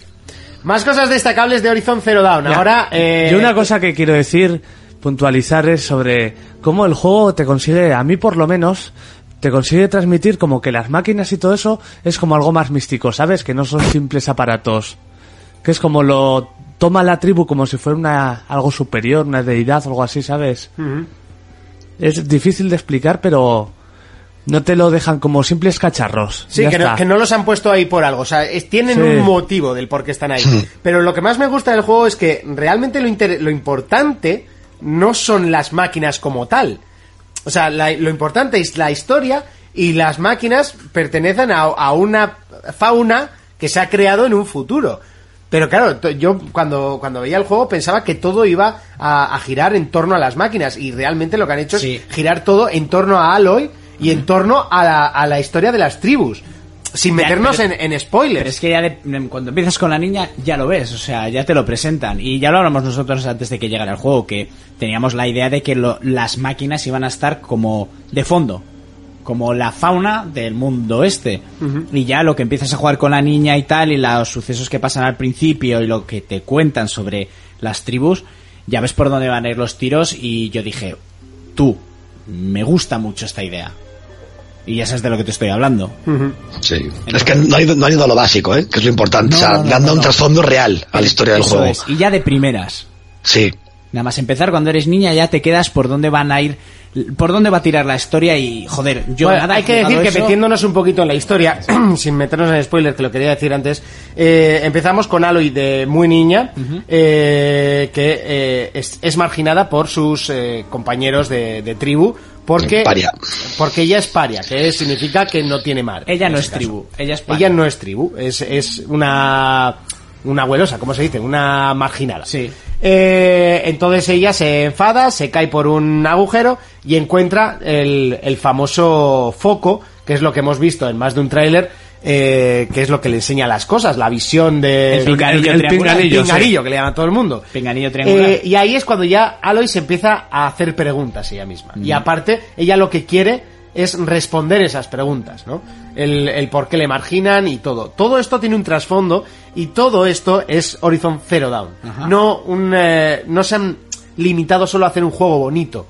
Más cosas destacables de Horizon Zero Dawn. Ya. Ahora, eh, Yo una cosa que quiero decir, puntualizar, es sobre cómo el juego te consigue, a mí por lo menos, te consigue transmitir como que las máquinas y todo eso es como algo más místico, ¿sabes? Que no son simples aparatos. que es como lo toma la tribu como si fuera una algo superior, una deidad, algo así, ¿sabes? Es difícil de explicar, pero no te lo dejan como simples cacharros. Sí, Ya que no, está. que no los han puesto ahí por algo. O sea, es- tienen Sí. un motivo del por qué están ahí. Pero lo que más me gusta del juego es que realmente lo, inter- lo importante no son las máquinas como tal. O sea, la- lo importante es la historia y las máquinas pertenecen a, a una fauna que se ha creado en un futuro. Pero claro, to- yo cuando, cuando veía el juego pensaba que todo iba a, a girar en torno a las máquinas y realmente lo que han hecho Sí. es girar todo en torno a Aloy y en torno a la, a la historia de las tribus. Sin Ya, meternos pero- en, en spoilers. Pero es que ya de- cuando empiezas con la niña ya lo ves, o sea, ya te lo presentan. Y ya lo hablamos nosotros antes de que llegara el juego, que teníamos la idea de que lo- las máquinas iban a estar como de fondo, como la fauna del mundo este. Y ya lo que empiezas a jugar con la niña y tal, y los sucesos que pasan al principio y lo que te cuentan sobre las tribus, ya ves por dónde van a ir los tiros. Y yo dije, tú, me gusta mucho esta idea. Y ya sabes de lo que te estoy hablando. Sí. Es que no han ido, no han ido a lo básico, ¿eh? que es lo importante. No, o sea, no, no, le han dado no, un no. trasfondo real a la historia del Eso juego. es, Y ya de primeras. Sí. Nada más empezar cuando eres niña ya te quedas por dónde van a ir, por dónde va a tirar la historia y joder, yo Bueno, nada, hay que he jugado decir que eso. metiéndonos un poquito en la historia, sin meternos en spoiler, que lo quería decir antes, eh, empezamos con Aloy de muy niña, eh, que eh, es, es marginada por sus eh, compañeros de, de tribu, porque, Paria. porque ella es paria, que significa que no tiene madre. Ella en no ese es tribu, ella es Ella paria. no es tribu, es, es una una abuelosa, ¿cómo se dice? Una marginada. Sí. Eh, entonces ella se enfada, se cae por un agujero y encuentra el, el famoso foco, que es lo que hemos visto en más de un tráiler, eh, que es lo que le enseña las cosas, la visión de... El pinganillo el triangular. pinganillo, sí. pinganillo, que le llama todo el mundo. Pinganillo triangular. Eh, y ahí es cuando ya Aloy se empieza a hacer preguntas ella misma. Y aparte, ella lo que quiere es responder esas preguntas, ¿no? El, el por qué le marginan y todo. Todo esto tiene un trasfondo y todo esto es Horizon Zero Dawn. No, un, eh, no se han limitado solo a hacer un juego bonito,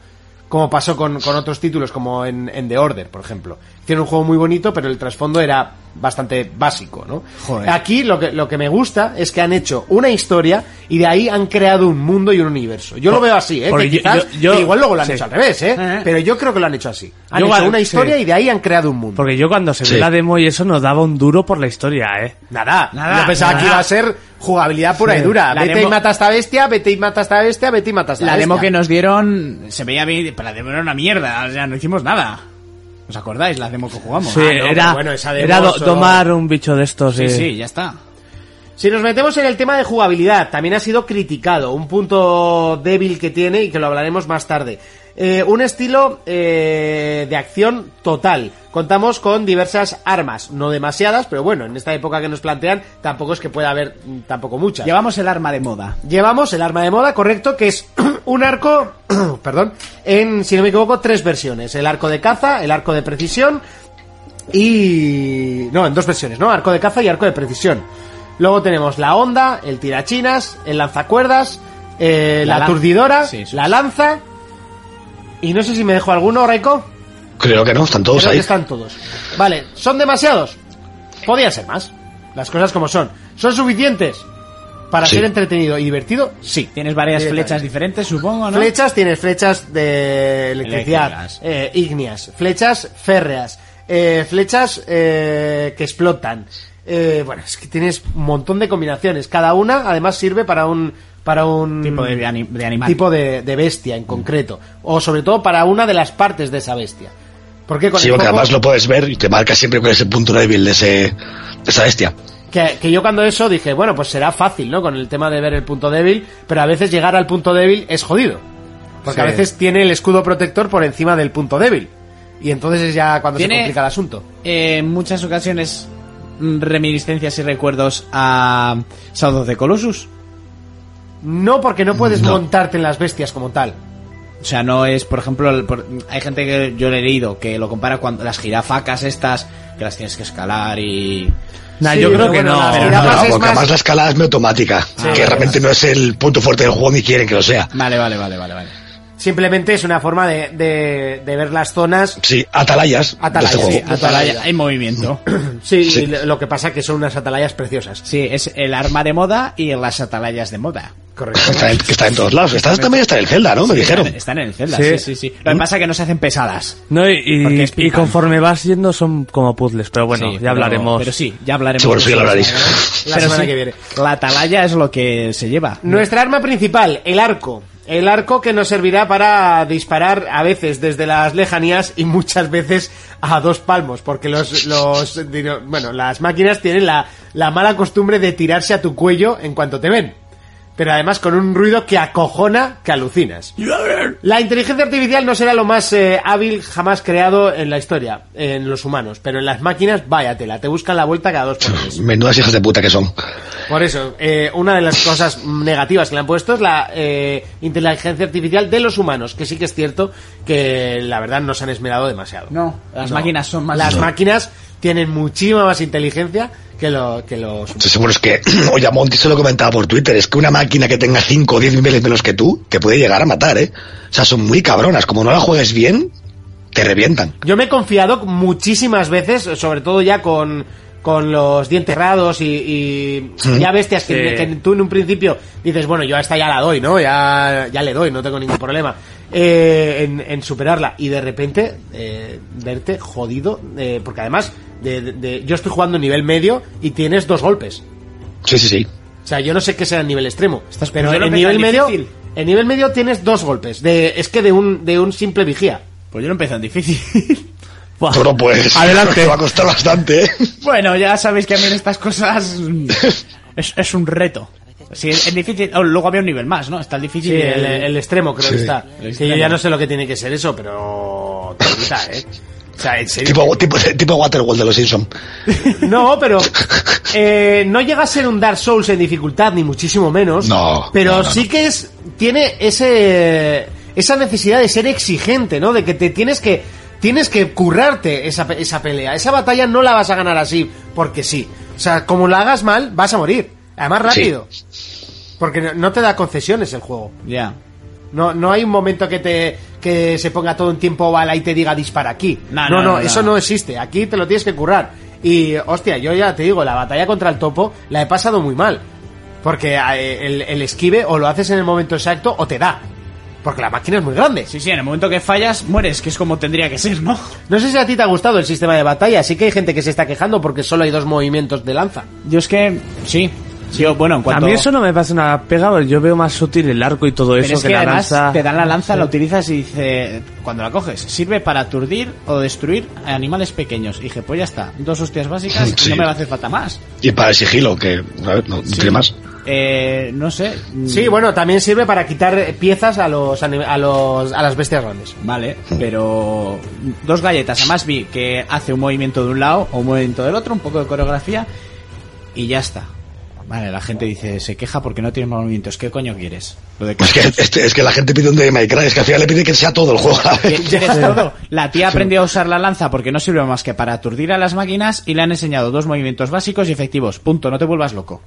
como pasó con, con otros títulos, como en, en The Order, por ejemplo. Tiene un juego muy bonito, pero el trasfondo era bastante básico, ¿no? Joder. Aquí lo que, lo que me gusta es que han hecho una historia y de ahí han creado un mundo y un universo. Yo lo veo así, ¿eh? porque Que yo- quizás- yo- yo- que igual luego lo han sí. hecho al revés, ¿eh? Ajá. Pero yo creo que lo han hecho así. Han Yo hecho igual, una historia sí. y de ahí han creado un mundo. Porque yo cuando se Sí. ve la demo y eso nos daba un duro por la historia, ¿eh? Nada, Nada, Yo pensaba nada. que iba a ser jugabilidad pura Sí. y dura. La vete y demo- mata a esta bestia, vete y mata a esta bestia, vete y mata a esta La demo bestia. que nos dieron se veía bien, pero la demo era una mierda, o sea, no hicimos nada. ¿Os acordáis la demo que jugamos? Sí, Ah, no, era, pero bueno, esa demo era do- solo- tomar un bicho de estos. Sí, eh. sí, ya está. Si nos metemos en el tema de jugabilidad, también ha sido criticado, un punto débil que tiene y que lo hablaremos más tarde. Eh, un estilo eh, de acción total. Contamos con diversas armas, no demasiadas, pero bueno, en esta época que nos plantean tampoco es que pueda haber mm, tampoco muchas. Llevamos el arma de moda. Llevamos el arma de moda, correcto, que es un arco, perdón, en, si no me equivoco, tres versiones. El arco de caza, el arco de precisión y... No, en dos versiones, ¿no? Arco de caza y arco de precisión. Luego tenemos la onda, el tirachinas, el lanzacuerdas, eh, La la, lan- aturdidora, Sí, eso la lanza... Y no sé si me dejo alguno, Raiko. Creo que no, están todos Creo ahí. que están todos. Vale, ¿son demasiados? Podían ser más. Las cosas como son. ¿Son suficientes? Para Sí. ser entretenido y divertido, sí. Tienes varias Directamente. flechas diferentes, supongo, ¿no? Flechas tienes flechas de electricidad, Eléctricas. eh, ígneas, flechas férreas, eh, flechas eh, que explotan. Eh, bueno, es que tienes un montón de combinaciones. Cada una, además, sirve para un para un Tipo de ani- de animal. tipo de, de bestia en concreto, o sobre todo para una de las partes de esa bestia. Porque con Sí, el porque foco- además lo puedes ver y te marca siempre cuál es el punto débil de, ese, de esa bestia. Que, que yo cuando eso dije, bueno, pues será fácil, ¿no? Con el tema de ver el punto débil, pero a veces llegar al punto débil es jodido. Porque a Sí. veces tiene el escudo protector por encima del punto débil. Y entonces es ya cuando Tiene- se complica el asunto. Eh, en muchas ocasiones mm, reminiscencias y recuerdos a Shadow of the Colossus. No porque no puedes montarte en las bestias como tal. O sea, no es, por ejemplo, el- por- hay gente que yo le he leído que lo compara cuando las jirafacas estas, que las tienes que escalar y... Nah, Sí, yo creo pero que bueno, no. las No, jirafas no, es porque más- además la escalada es muy automática, que realmente no es el punto fuerte del juego ni quieren que lo sea. Vale, vale, vale, vale, vale. Simplemente es una forma de, de- de ver las zonas. Sí, atalayas. de Atalaya, este sí, juego. Eh, atalaya. Hay movimiento. Sí, Sí. y lo lo que pasa que son unas atalayas preciosas. Sí, es el arma de moda y las atalayas de moda. Correcto. Está en, está en todos lados. Está, también está en el Zelda, ¿no? Me dijeron. Están en el Zelda, sí, Sí. Mm. sí, sí. Lo que pasa es que no se hacen pesadas. No, y, y- Porque es y picante. conforme vas yendo son como puzzles, pero bueno, Sí, ya pero- hablaremos. Pero sí, ya hablaremos. Sí, bueno, sí, de ya lo eso. hablaréis. La Pero semana sí, que viene. La atalaya es lo que se lleva. Nuestra arma principal, el arco. El arco que nos servirá para disparar a veces desde las lejanías y muchas veces a dos palmos, porque los, los dino- bueno, las máquinas tienen la, la mala costumbre de tirarse a tu cuello en cuanto te ven. Pero además con un ruido que acojona que alucinas. La inteligencia artificial no será lo más eh, hábil jamás creado en la historia, en los humanos, pero en las máquinas, váyatela, te buscan la vuelta cada dos por tres. Menudas hijas de puta que son. Por eso, eh, una de las cosas negativas que le han puesto es la eh, inteligencia artificial de los humanos, que sí que es cierto que la verdad no se han esmerado demasiado. No, las máquinas son más- Las No. máquinas tienen muchísima más inteligencia que, lo, que los humanos. Estoy seguro es que, oye, a Monty se lo comentaba por Twitter, es que una máquina que tenga 5 o 10 niveles menos que tú, te puede llegar a matar, ¿eh? O sea, son muy cabronas. Como no la juegues bien, te revientan. Yo me he confiado muchísimas veces, sobre todo ya con, con los dientes cerrados y, y ya bestias que, Sí. que tú en un principio dices, bueno, yo a esta ya la doy, ¿no? Ya, ya le doy, no tengo ningún problema eh, en, en superarla. Y de repente eh, verte jodido, eh, porque además de- de- de- yo estoy jugando en nivel medio y tienes dos golpes. Sí, sí, sí. O sea, yo no sé qué sea el nivel extremo. pero yo lo en veo nivel tan medio, difícil. en nivel medio tienes dos golpes. De, es que de un, de un simple vigía. Pues yo lo empecé en difícil. Buah. Bueno, pues. Ah. Adelante. Te va a costar bastante, ¿eh? Bueno, ya sabéis que a mí en estas cosas mm, es, es un reto. Sí, es, es difícil. oh, luego había un nivel más, ¿no? Está el difícil. Sí, y el, el extremo creo que está. El Que extremo. yo ya no sé lo que tiene que ser eso, pero... Tita, ¿eh? O sea, en serio. Tipo, tipo, tipo Waterworld de los Simpsons. No, pero... eh, no llega a ser un Dark Souls en dificultad, ni muchísimo menos. No, Pero no, no, sí que es tiene ese esa necesidad de ser exigente, ¿no? De que te tienes que... Tienes que currarte esa, pe- esa pelea. Esa batalla no la vas a ganar así, porque sí. O sea, como la hagas mal, vas a morir. Además rápido. Porque no- no te da concesiones el juego. Ya. No, no hay un momento que te que se ponga todo en tiempo bala y te diga dispara aquí. No, No, no, no, no, eso no. no existe. Aquí te lo tienes que currar. Y hostia, yo ya te digo, la batalla contra el topo la he pasado muy mal. Porque eh, el, el esquive o lo haces en el momento exacto o te da. Porque la máquina es muy grande. Sí, sí, en el momento que fallas, mueres, que es como tendría que ser, ¿no? No sé si a ti te ha gustado el sistema de batalla. Sí que hay gente que se está quejando porque solo hay dos movimientos de lanza. Yo es que. Sí. Yo, bueno, en A cuanto. mí eso no me parece una pega, porque yo veo más útil el arco y todo Pero eso es que, que, la además lanza. te dan la lanza, la utilizas y dice. Cuando la coges, sirve para aturdir o destruir a animales pequeños. Y dije, pues ya está. Dos hostias básicas, Sí. no me va a hacer falta más. Y para el sigilo, que. A ver, no, no tiene más. Eh, no sé. Sí, bueno, también sirve para quitar eh, piezas a los anim- a los a las bestias grandes. Vale, pero dos galletas. Además vi que hace un movimiento de un lado o un movimiento del otro, un poco de coreografía y ya está. Vale, la gente dice, se queja porque no tiene movimientos. ¿Qué coño quieres? Lo de que- Es Pues que, este- es que la gente pide un de Minecraft, es que al final le pide que sea todo el juego. a la vez. ¿Quieres todo? La tía aprendió a usar la lanza porque no sirve más que para aturdir a las máquinas y le han enseñado dos movimientos básicos y efectivos. Punto, no te vuelvas loco.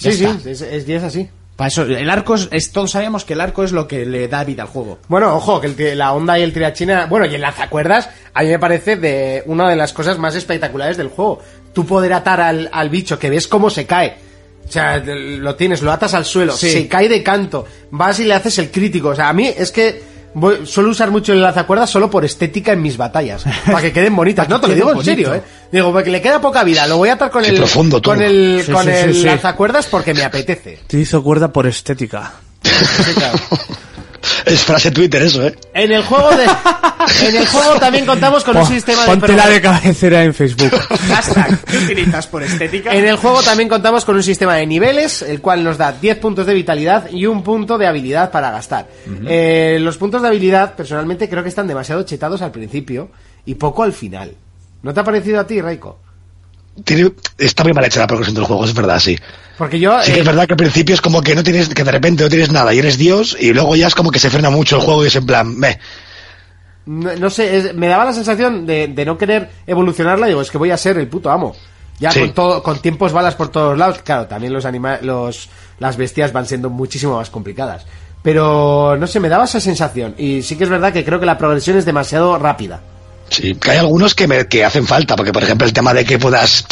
Ya Sí, sí, está. es, es, y es así. Para eso, el arco es, es- todos sabemos que el arco es lo que le da vida al juego. Bueno, ojo, que el ti- la onda y el tirachina, bueno, y el lanzacuerdas, a mí me parece de una de las cosas más espectaculares del juego. Tú poder atar al, al bicho, que ves cómo se cae. O sea, lo tienes, lo atas al suelo, Sí. se cae de canto, vas y le haces el crítico. O sea, a mí es que voy- suelo usar mucho el lanzacuerdas solo por estética en mis batallas, para que queden bonitas. No, te lo digo en serio, eh. Digo, porque le queda poca vida, lo voy a atar con Qué el, profundo tú. con el, Sí, con sí, sí, el sí. lanzacuerdas porque me apetece. Te hizo cuerda por estética. Sí, claro. Es frase Twitter eso, ¿eh? En el juego de, en el juego también contamos con un Pon- sistema de Póntela de cabecera en Facebook. Hashtag. ¿Qué utilizas por estética? En el juego también contamos con un sistema de niveles, el cual nos da 10 puntos de vitalidad y un punto de habilidad para gastar. Eh, los puntos de habilidad, personalmente, creo que están demasiado chetados al principio y poco al final. ¿No te ha parecido a ti, Raiko? Tiene- está muy mal hecha la progresión del juego, es verdad, sí. Porque yo... Sí que eh, es verdad que al principio es como que no tienes, que de repente no tienes nada y eres Dios y luego ya es como que se frena mucho el juego y es en plan, meh. No, no sé, es- me daba la sensación de, de no querer evolucionarla. Digo, es que voy a ser el puto amo. O Ya Sí. con, todo, con tiempos balas por todos lados. Claro, también los anima- los las bestias van siendo muchísimo más complicadas. Pero no sé, me daba esa sensación. Y sí que es verdad que creo que la progresión es demasiado rápida. Sí, que hay algunos que, me- que hacen falta, porque por ejemplo el tema de que puedas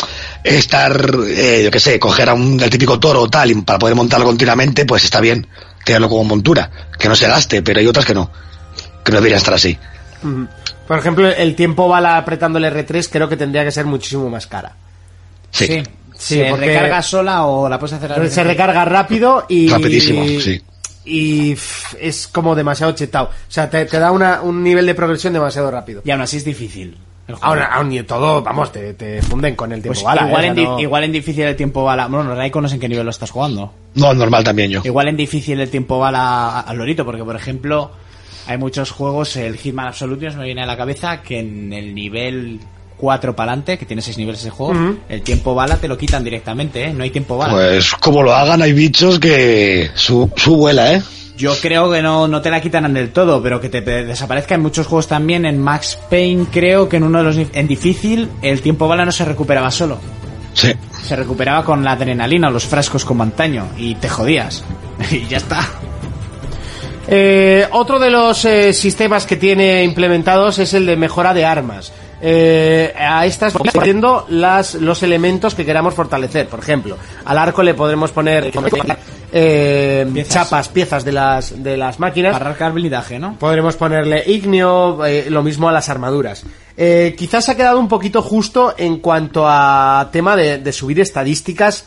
estar, eh, yo qué sé, coger a un del típico toro o tal y para poder montarlo continuamente, pues está bien tenerlo como montura, que no se gaste, pero hay otras que no, que no deberían estar así. Ujú. Por ejemplo, el tiempo bala apretando el R3 creo que tendría que ser muchísimo más cara. Sí, Sí, ¿Se porque recarga sola o la puedes hacer a se recarga rápido y... rapidísimo, sí. Y pff, es como demasiado chetado. O sea, te, te da una- un nivel de progresión demasiado rápido. Y aún así es difícil. el juego. Aún, aún y todo, vamos, te, te funden con el tiempo Pues bala. igual, ¿eh? en O sea, di- no- igual en difícil el tiempo bala. Bueno, Raiko no sé en qué nivel lo estás jugando. No, normal también yo. Igual en difícil el tiempo bala a- al lorito, porque por ejemplo, hay muchos juegos, el Hitman Absolutions me viene a la cabeza que en el nivel 4 para adelante, que tiene 6 niveles ese juego, el tiempo bala te lo quitan directamente, ¿eh? No hay tiempo bala. Pues como lo hagan, hay bichos que su, su vuela, ¿eh? Yo creo que no, no te la quitan del todo, pero que te pe- desaparezca en muchos juegos también. En Max Payne creo que en uno de los... dif- En difícil, el tiempo bala no se recuperaba solo. Sí. Se recuperaba con la adrenalina o los frascos como antaño y te jodías. y ya está. Eh, otro de los eh, sistemas que tiene implementados es el de mejora de armas. Eh, a estas vamos poniendo las, los elementos que queramos fortalecer. Por ejemplo, al arco le podremos poner eh, chapas, piezas de las, de las máquinas. Para arrancar blindaje, ¿no? Podremos ponerle ignio, eh, lo mismo a las armaduras. Eh, quizás ha quedado un poquito justo en cuanto a tema de, de subir estadísticas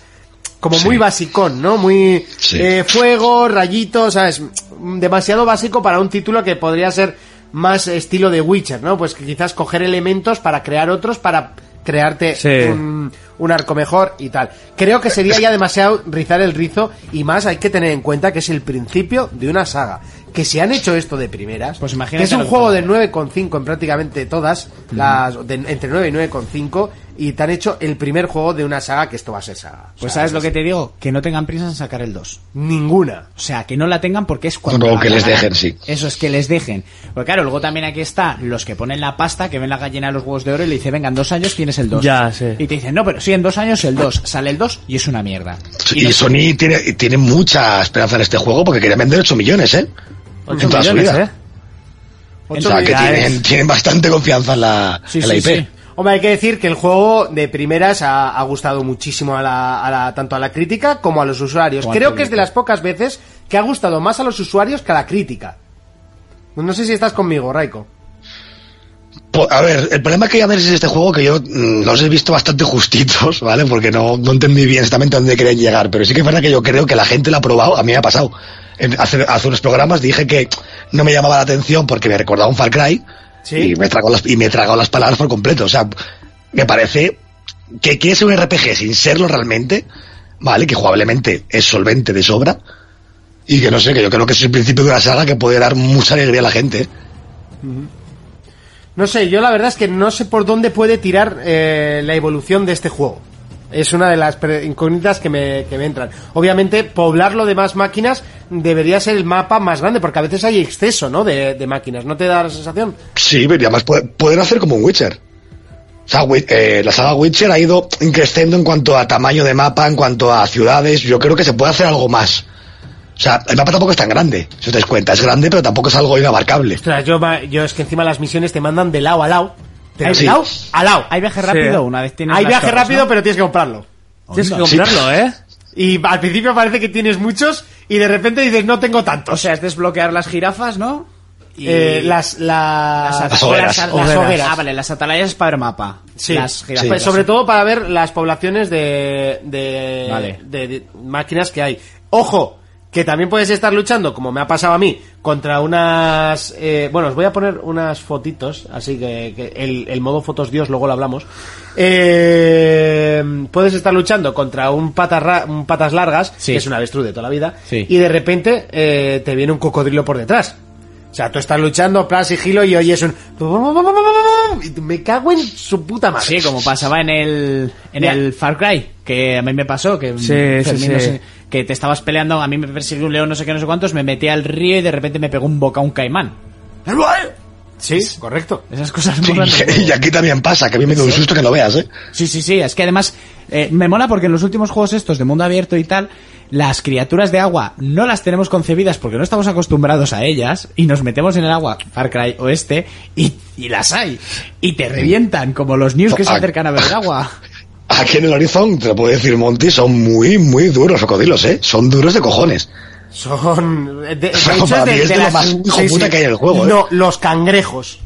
como muy basicón, ¿no? Muy Sí. eh, fuego, rayitos, ¿sabes? Demasiado básico para un título que podría ser más estilo de Witcher, ¿no? Pues que quizás coger elementos para crear otros, para crearte Sí. un, un arco mejor y tal. Creo que sería ya demasiado rizar el rizo y más hay que tener en cuenta que es el principio de una saga. Que si han hecho esto de primeras, Pues que imagínate es un lo que juego te de 9,5 en prácticamente todas, las de- entre 9 y 9,5, y te han hecho el primer juego de una saga que esto va a ser saga. Pues sabes lo que te digo, que no tengan prisa en sacar el 2. Ninguna. O sea, que no la tengan porque es cuando... No, la que les cagan. dejen, sí. Eso es que les dejen. Porque claro, luego también aquí está los que ponen la pasta, que ven la gallina de los huevos de oro y le dicen, venga, en dos años tienes el 2. Ya, sí. Y te dicen, no, pero sí, en dos años el 2. Sale el 2 y es una mierda. Y, Sony tiene, y tiene mucha esperanza en este juego porque querían vender 8 millones, ¿eh? 8 En toda su millones, vida. ¿eh? O sea, que Ya tienen, es. tienen bastante confianza en la, Sí, en la sí, IP. sí. Hombre, hay que decir que el juego de primeras ha, ha gustado muchísimo a la, a la- tanto a la crítica como a los usuarios. Como al Creo que es de público. las pocas veces que ha gustado más a los usuarios que a la crítica. No sé si estás conmigo, Raiko. Po- A ver, el problema que hay a veces es este juego que yo mm, los he visto bastante justitos, ¿vale? Porque no, no entendí bien exactamente a dónde querían llegar, pero sí que es verdad que yo creo que la gente lo ha probado, a mí me ha pasado. En- hace, hace unos programas dije que no me llamaba la atención porque me recordaba un Far Cry Sí. y, me he tragado las, y me he tragado las palabras por completo. O sea, me parece que quiere ser un RPG sin serlo realmente, ¿vale? Que jugablemente es solvente de sobra y que no sé, que yo creo que es el principio de una saga que puede dar mucha alegría a la gente. ¿eh? No sé, yo la verdad es que no sé por dónde puede tirar eh, la evolución de este juego. Es una de las pre- incógnitas que me, que me entran. Obviamente, poblarlo de más máquinas debería ser el mapa más grande, porque a veces hay exceso, ¿no? De, de máquinas. ¿No te da la sensación? Sí, pero y además puede- pueden hacer como un Witcher. O sea, Wi- eh, la saga Witcher ha ido creciendo en cuanto a tamaño de mapa, en cuanto a ciudades. Yo creo que se puede hacer algo más. O sea, el mapa tampoco es tan grande, si os dais cuenta. Es grande, pero tampoco es algo inabarcable. Ostras, yo, ma- yo es que encima las misiones te mandan de lado a lado. Pero Ah, Sí. de lado a lado. ¿Hay viaje Sí. rápido? Una vez tienes Hay las viaje torres, rápido, ¿no? pero tienes que comprarlo. Tienes que Sí. comprarlo, ¿eh? Y al principio parece que tienes muchos y de repente dices, no tengo tantos. O sea, es desbloquear las jirafas, ¿no? Y Eh, las, las, Las, Las hogueras. las Hogueras. hogueras. Ah, vale, las atalayas es para el mapa. Sí, Las jirafas. Pues sobre todo para ver las poblaciones de, de, Vale. de- de máquinas que hay. Ojo, que también puedes estar luchando, como me ha pasado a mí, contra unas... eh, bueno, os voy a poner unas fotitos, así que, que el, el modo fotos Dios, luego lo hablamos. Eh, puedes estar luchando contra un, patas ra- un patas largas, Sí. que es una avestruz de toda la vida, Sí. y de repente eh, te viene un cocodrilo por detrás. O sea, tú estás luchando, plan sigilo, y oyes un... y tú, Me cago en su puta madre. Sí, como pasaba en el en Ya. el Far Cry, que a mí me pasó, que Sí, Fermín, sí, no sí. sé, que te estabas peleando, a mí me persiguió un león, no sé qué, no sé cuántos, me metí al río y de repente me pegó un boca un caimán. Sí, correcto. Esas cosas Sí, molan. y, y aquí también pasa, que a mí me da un susto que no veas, ¿eh? Sí, sí, sí. Es que además eh, me mola porque en los últimos juegos estos de mundo abierto y tal, las criaturas de agua no las tenemos concebidas porque no estamos acostumbrados a ellas y nos metemos en el agua Far Cry oeste y, y las hay. Y te revientan como los news que se Ah. acercan a ver el agua. Aquí en el horizonte, te lo puedo decir, Monty, son muy, muy duros cocodrilos, ¿eh? Son duros de cojones. Son. De, de Para hecho, mí de, es de de lo las- más hijo puta que hay en el juego, ¿eh? No, los cangrejos.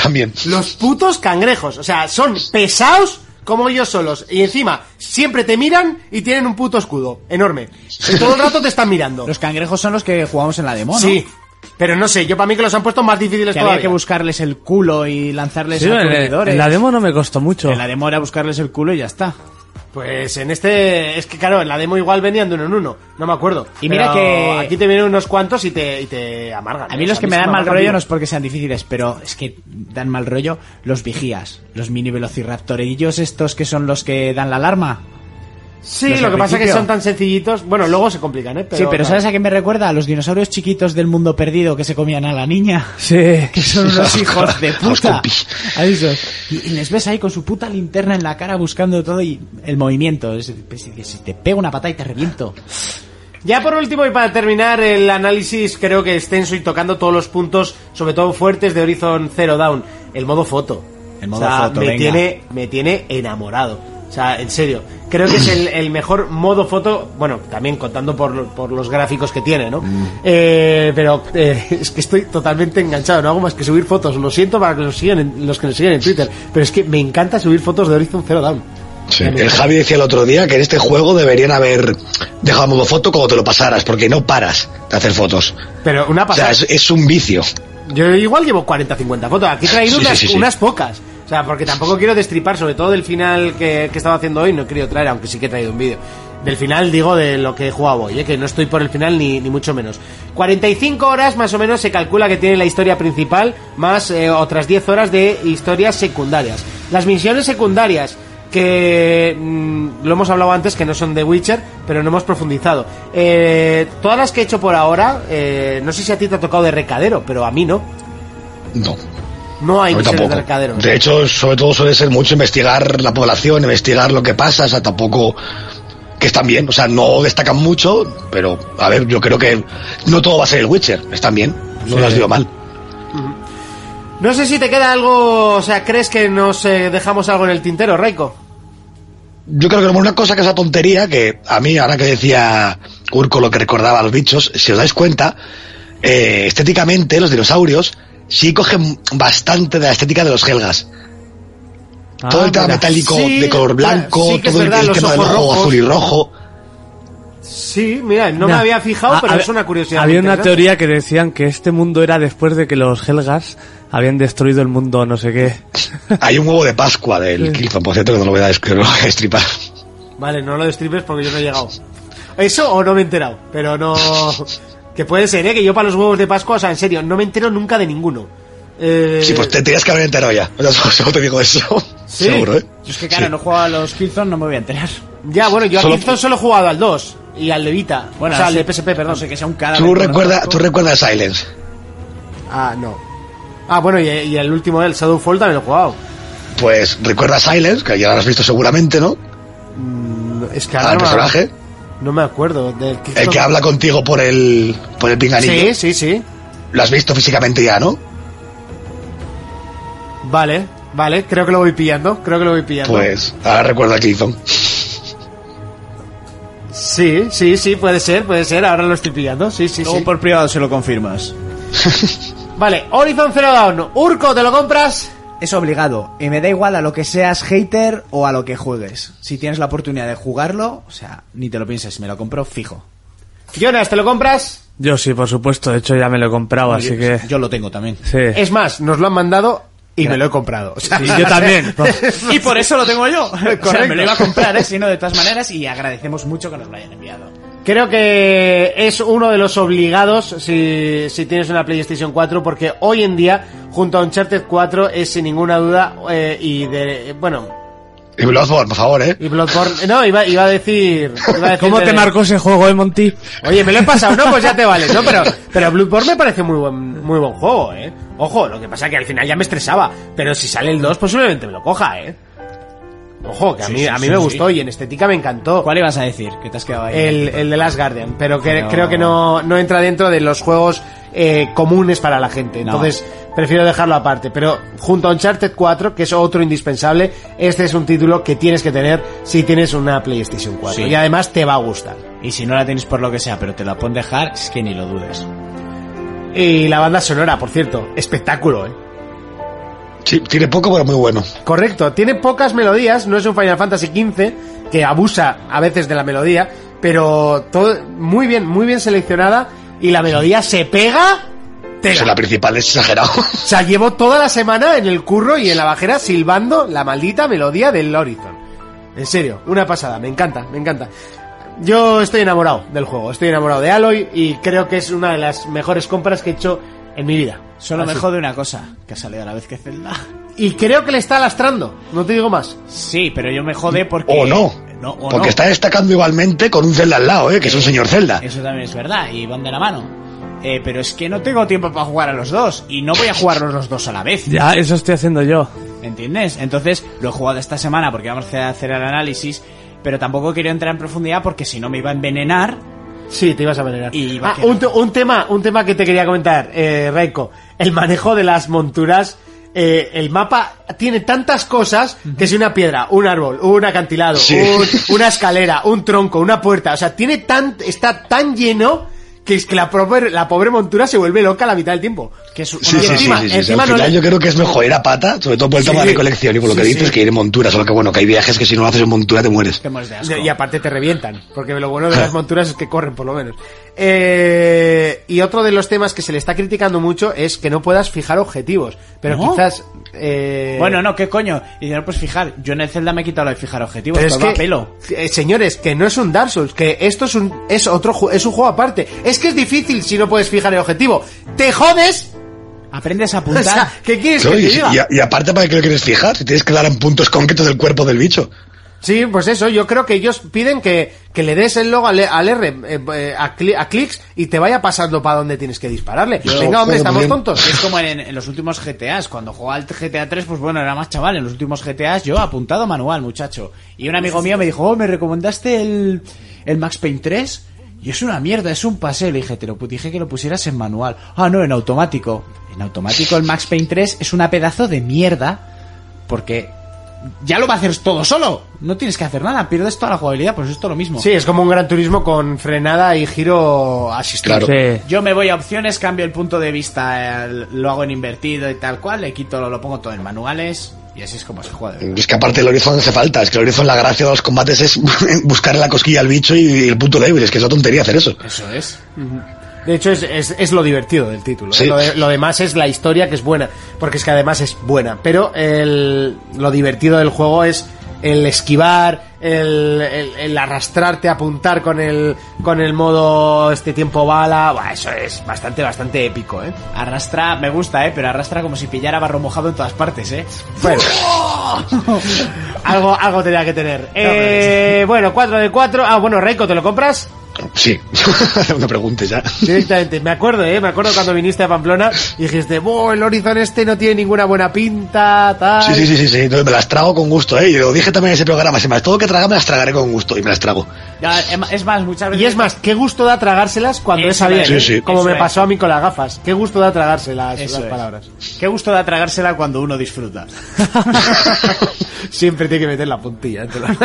También. Los putos cangrejos. O sea, son pesados como ellos solos. Y encima, siempre te miran y tienen un puto escudo enorme. Y todo el rato te están mirando. Los cangrejos son los que jugamos en la demo, ¿no? Sí. Pero no sé, yo para mí que los han puesto más difíciles Que todavía. había que buscarles el culo y lanzarles Sí, en, aturdidores. en la demo no me costó mucho. En la demo era buscarles el culo y ya está. Pues en este, es que claro, en la demo igual venían de uno en uno, no me acuerdo. Y mira Pero que- Aquí te vienen unos cuantos y te, y te amargan. ¿eh? A mí O los sea, que me sí dan mal amargan rollo vivo. no es porque sean difíciles, pero es que dan mal rollo los vigías, los mini velociraptorillos estos que son los que dan la alarma. Sí, los lo al que pasa es que principio. son tan sencillitos. Bueno, luego se complican, ¿eh? sí, pero claro. ¿sabes a qué me recuerda? A los dinosaurios chiquitos del mundo perdido que se comían a la niña. Sí. Que son unos hijos de Los puta. compis. A esos. Y, y les ves ahí con su puta linterna en la cara buscando todo y el movimiento. Es- pues, es- es- si te pego una patada y te reviento. Ya por último y para terminar el análisis creo que extenso y tocando todos los puntos, sobre todo fuertes de Horizon Zero Dawn, el modo foto. El modo O sea, foto, me venga. tiene me tiene enamorado. O sea, en serio, creo que es el, el mejor modo foto, bueno, también contando por, lo- por los gráficos que tiene, ¿no? Mm. Eh, pero eh, es que estoy totalmente enganchado, no hago más que subir fotos, lo siento para que nos sigan en- los que nos siguen en Twitter, pero es que me encanta subir fotos de Horizon Zero Dawn. Sí. El Javi decía el otro día que en este juego deberían haber dejado modo foto como te lo pasaras, porque no paras de hacer fotos. Pero una O pasada. sea, es, es un vicio. Yo igual llevo 40, 50 fotos. Aquí he traído Sí, unas, sí, sí, sí. unas pocas. O sea, porque tampoco quiero destripar, sobre todo del final que, que estaba haciendo hoy, no he querido traer, aunque sí que he traído un vídeo. Del final digo de lo que he jugado hoy, ¿eh? que no estoy por el final ni, ni mucho menos. 45 horas más o menos se calcula que tiene la historia principal, más eh, otras 10 horas de historias secundarias. Las misiones secundarias, que mm, lo hemos hablado antes que no son de Witcher, pero no hemos profundizado. Eh, todas las que he hecho por ahora, eh, no sé si a ti te ha tocado de recadero, pero a mí no. No, No hay a mí misiones tampoco. de recadero. De hecho, sobre todo suele ser mucho investigar la población, investigar lo que pasa, o sea, tampoco que están bien, o sea, no destacan mucho, pero a ver, yo creo que no todo va a ser el Witcher, están bien, no las digo mal. No sé si te queda algo, o sea, ¿crees que nos eh, dejamos algo en el tintero, Raiko? Yo creo que una cosa que es la tontería, que a mí, ahora que decía Urco lo que recordaba a los bichos, si os dais cuenta, eh, estéticamente los dinosaurios sí cogen bastante de la estética de los helgas. Ah, todo el tema mira. metálico Sí, de color mira, blanco, sí que es todo el- verdad, el, los tema del ojos ojo rojos. azul y rojo. Sí, mira, no Mira, me había fijado, a- pero a- es una curiosidad. Había muy una interesante. teoría que decían que este mundo era después de que los Helgas habían destruido el mundo no sé qué. Hay un huevo de Pascua del Kilton, por cierto, que no lo voy a, des- que no lo voy a estripar. Vale, no lo destripes porque yo no he llegado. Eso o no me he enterado, pero no... Que puede ser, ¿eh? Que yo para los huevos de Pascua, o sea, en serio, no me entero nunca de ninguno. Eh, Sí, pues te tenías que haber enterado ya. O sea, solo te digo eso. Sí. Seguro, ¿eh? Yo es que claro, Sí. no juego a los Killzone, no me voy a enterar. Ya, bueno, yo Solo- aquí solo he jugado al 2 y al Levita. Bueno, o sea, al de PSP, perdón. sé que sea un cadáver. Tú con recuerdas ojos. tú recuerdas Silence. Ah, no. Ah, bueno, y, y el último, el Shadowfall, también lo he jugado. Pues recuerdas Silence, que ya lo has visto seguramente, ¿no? No, Es que ahora Al no me- personaje. Ah, No me acuerdo. Del El que habla contigo por el, por el pinganillo. Sí, sí, sí. Lo has visto físicamente ya, ¿no? Vale, vale, creo que lo voy pillando, creo que lo voy pillando. Pues ahora recuerda a Kilton. Sí, sí, sí, puede ser, puede ser, ahora lo estoy pillando, sí, sí, Luego sí. por privado se lo confirmas. Vale, Horizon Zero Dawn, Urco, ¿te lo compras? Es obligado. Y me da igual a lo que seas hater o a lo que juegues. Si tienes la oportunidad de jugarlo, o sea, ni te lo pienses, me lo compro fijo. Jonas, ¿te lo compras? Yo sí, por supuesto, de hecho ya me lo he comprado, Oh, así que... Yo lo tengo también. Sí. Es más, nos lo han mandado y me lo he comprado. o sea, Sí, yo también. Y por eso lo tengo yo. O sea, Correcto. me lo iba a comprar, ¿eh? si no, de todas maneras, y agradecemos mucho que nos lo hayan enviado. Creo que es uno de los obligados si, si tienes una PlayStation 4 porque hoy en día junto a Uncharted 4 es sin ninguna duda eh, y de bueno Y Bloodborne, por favor, ¿eh? Y Bloodborne. No, iba, iba a decir. iba a decir ¿Cómo de- te marcó ese juego, eh, Monty? Oye, me lo he pasado, no, pues ya te vale, ¿no? Pero, pero Bloodborne me parece muy buen, muy buen juego, ¿eh? Ojo, lo que pasa que al final ya me estresaba, pero si sale el 2 posiblemente me lo coja, ¿eh? Ojo, que a mí, a mí me gustó y en estética me encantó. ¿Cuál ibas a decir? Que te has quedado ahí. El, el de Last Guardian, pero que Pero- creo que no, no entra dentro de los juegos eh, comunes para la gente. No. Entonces, prefiero dejarlo aparte. Pero junto a Uncharted 4, que es otro indispensable, este es un título que tienes que tener si tienes una PlayStation 4. Sí. Y además te va a gustar. Y si no la tienes por lo que sea, pero te la pueden dejar, es que ni lo dudes. Y la banda sonora, por cierto, espectáculo, ¿eh? Sí, tiene poco, pero muy bueno. Correcto, tiene pocas melodías, no es un Final Fantasy XV que abusa a veces de la melodía, pero todo muy bien, muy bien seleccionada y la melodía se pega. O tela. sea, la principal es exagerado. O sea, llevo toda la semana en el curro y en la bajera silbando la maldita melodía del Horizon. En serio, una pasada, me encanta, me encanta. Yo estoy enamorado del juego, estoy enamorado de Aloy y creo que es una de las mejores compras que he hecho en mi vida. Solo Así. me jode una cosa, que ha salido a la vez que Zelda. Y creo que le está lastrando, no te digo más. Sí, pero yo me jode porque... o no. Eh, no o porque no. está destacando igualmente con un Zelda al lado, ¿eh? Que es un señor Zelda. Eso también es verdad, y van de la mano. Eh, pero es que no tengo tiempo para jugar a los dos, y no voy a jugarlos los dos a la vez. Ya, eso estoy haciendo yo. ¿Entiendes? Entonces lo he jugado esta semana porque vamos a hacer el análisis, pero tampoco quiero entrar en profundidad porque si no me iba a envenenar. Sí, te ibas a venerar. Y va Ah, que un, te- un tema, un tema que te quería comentar, eh, Raiko. El manejo de las monturas. eh, el mapa tiene tantas cosas que si una piedra, un árbol, un acantilado, Sí. un- una escalera, un tronco, una puerta. O sea, tiene tan, está tan lleno que es que la, pobre- la pobre montura se vuelve loca la mitad del tiempo. Que es un- Sí, y sí, encima- sí, sí, sí. encima Al no final le- yo creo que es mejor ir a pata, sobre todo por el tema de recolección y por lo que dices, que ir en montura. Solo que bueno, que hay viajes que si no lo haces en montura te mueres. Que hemos de asco. Y aparte te revientan, porque lo bueno de las monturas es que corren por lo menos. Eh, y otro de los temas que se le está criticando mucho es que no puedas fijar objetivos, pero ¿No? quizás... eh, Bueno, no, ¿qué coño? Y dice, no, pues fijar, yo en el Zelda me he quitado lo de fijar objetivos, pero es todo que, a pues pelo. eh, señores, que no es un Dark Souls, que esto es un es otro ju- es un juego aparte. Es que es difícil si no puedes fijar el objetivo. Te jodes. Aprendes a O apuntar. sea, ¿qué quieres Claro, que y, te diga? y a- y aparte, ¿para qué lo quieres fijar? Si tienes que dar en puntos concretos del cuerpo del bicho. Sí, pues eso, yo creo que ellos piden que, que le des el logo al, al R, eh, eh, a, cli- a clics, y te vaya pasando para donde tienes que dispararle. Venga, hombre, joder, estamos bien. tontos. Es como en, en los últimos GTAs, cuando jugaba al GTA 3, pues bueno, era más chaval. En los últimos GTAs yo apuntado manual, muchacho. Y un amigo mío me dijo, oh, me recomendaste el, el Max Payne 3 y es una mierda, es un paseo. Le dije, te lo pu- dije que lo pusieras en manual. Ah, no, en automático. En automático el Max Payne 3 es una pedazo de mierda porque ya lo va a hacer todo solo. No tienes que hacer nada, pierdes toda la jugabilidad, pues es todo lo mismo. Sí, es como un gran turismo con frenada y giro asistido. Claro. Sí. Yo me voy a opciones, cambio el punto de vista, eh, lo hago en invertido y tal cual, le quito, lo, lo pongo todo en manuales y así es como se juega. de verdad. Es que aparte el Horizon hace falta. Es que el Horizon, la gracia de los combates es buscarle la cosquilla al bicho y el punto débil. Es que es una tontería hacer eso. Eso es. De hecho, es, es- es lo divertido del título. ¿eh? Sí. Lo, de- lo demás es la historia que es buena, porque es que además es buena. Pero el- lo divertido del juego es el esquivar, el, el- el arrastrarte, apuntar con el, con el modo este tiempo bala. Buah, eso es bastante, bastante épico, ¿eh? Arrastra, me gusta, eh, pero arrastra como si pillara barro mojado en todas partes, eh. Bueno. algo, algo tenía que tener. Eh, bueno, 4 de 4. Ah, bueno, Reiko, ¿te lo compras? Sí. no me preguntes ya. Directamente, me acuerdo, ¿eh? Me acuerdo cuando viniste a Pamplona y dijiste, wow, el Horizon este no tiene ninguna buena pinta, tal. Sí, sí, sí, sí, sí. No, me las trago con gusto, ¿eh? Y lo dije también en ese programa. Si me las tengo que tragar, me las tragaré con gusto. Y me las trago. Ya, em- es más, muchas veces. Y es más, qué gusto da tragárselas cuando Eso es a bien, es, Sí, sí. como eso me es. pasó a mí con las gafas. Qué gusto da tragárselas Eso las es. palabras. Qué gusto da tragársela cuando uno disfruta. Siempre tiene que meter la puntilla. entre los-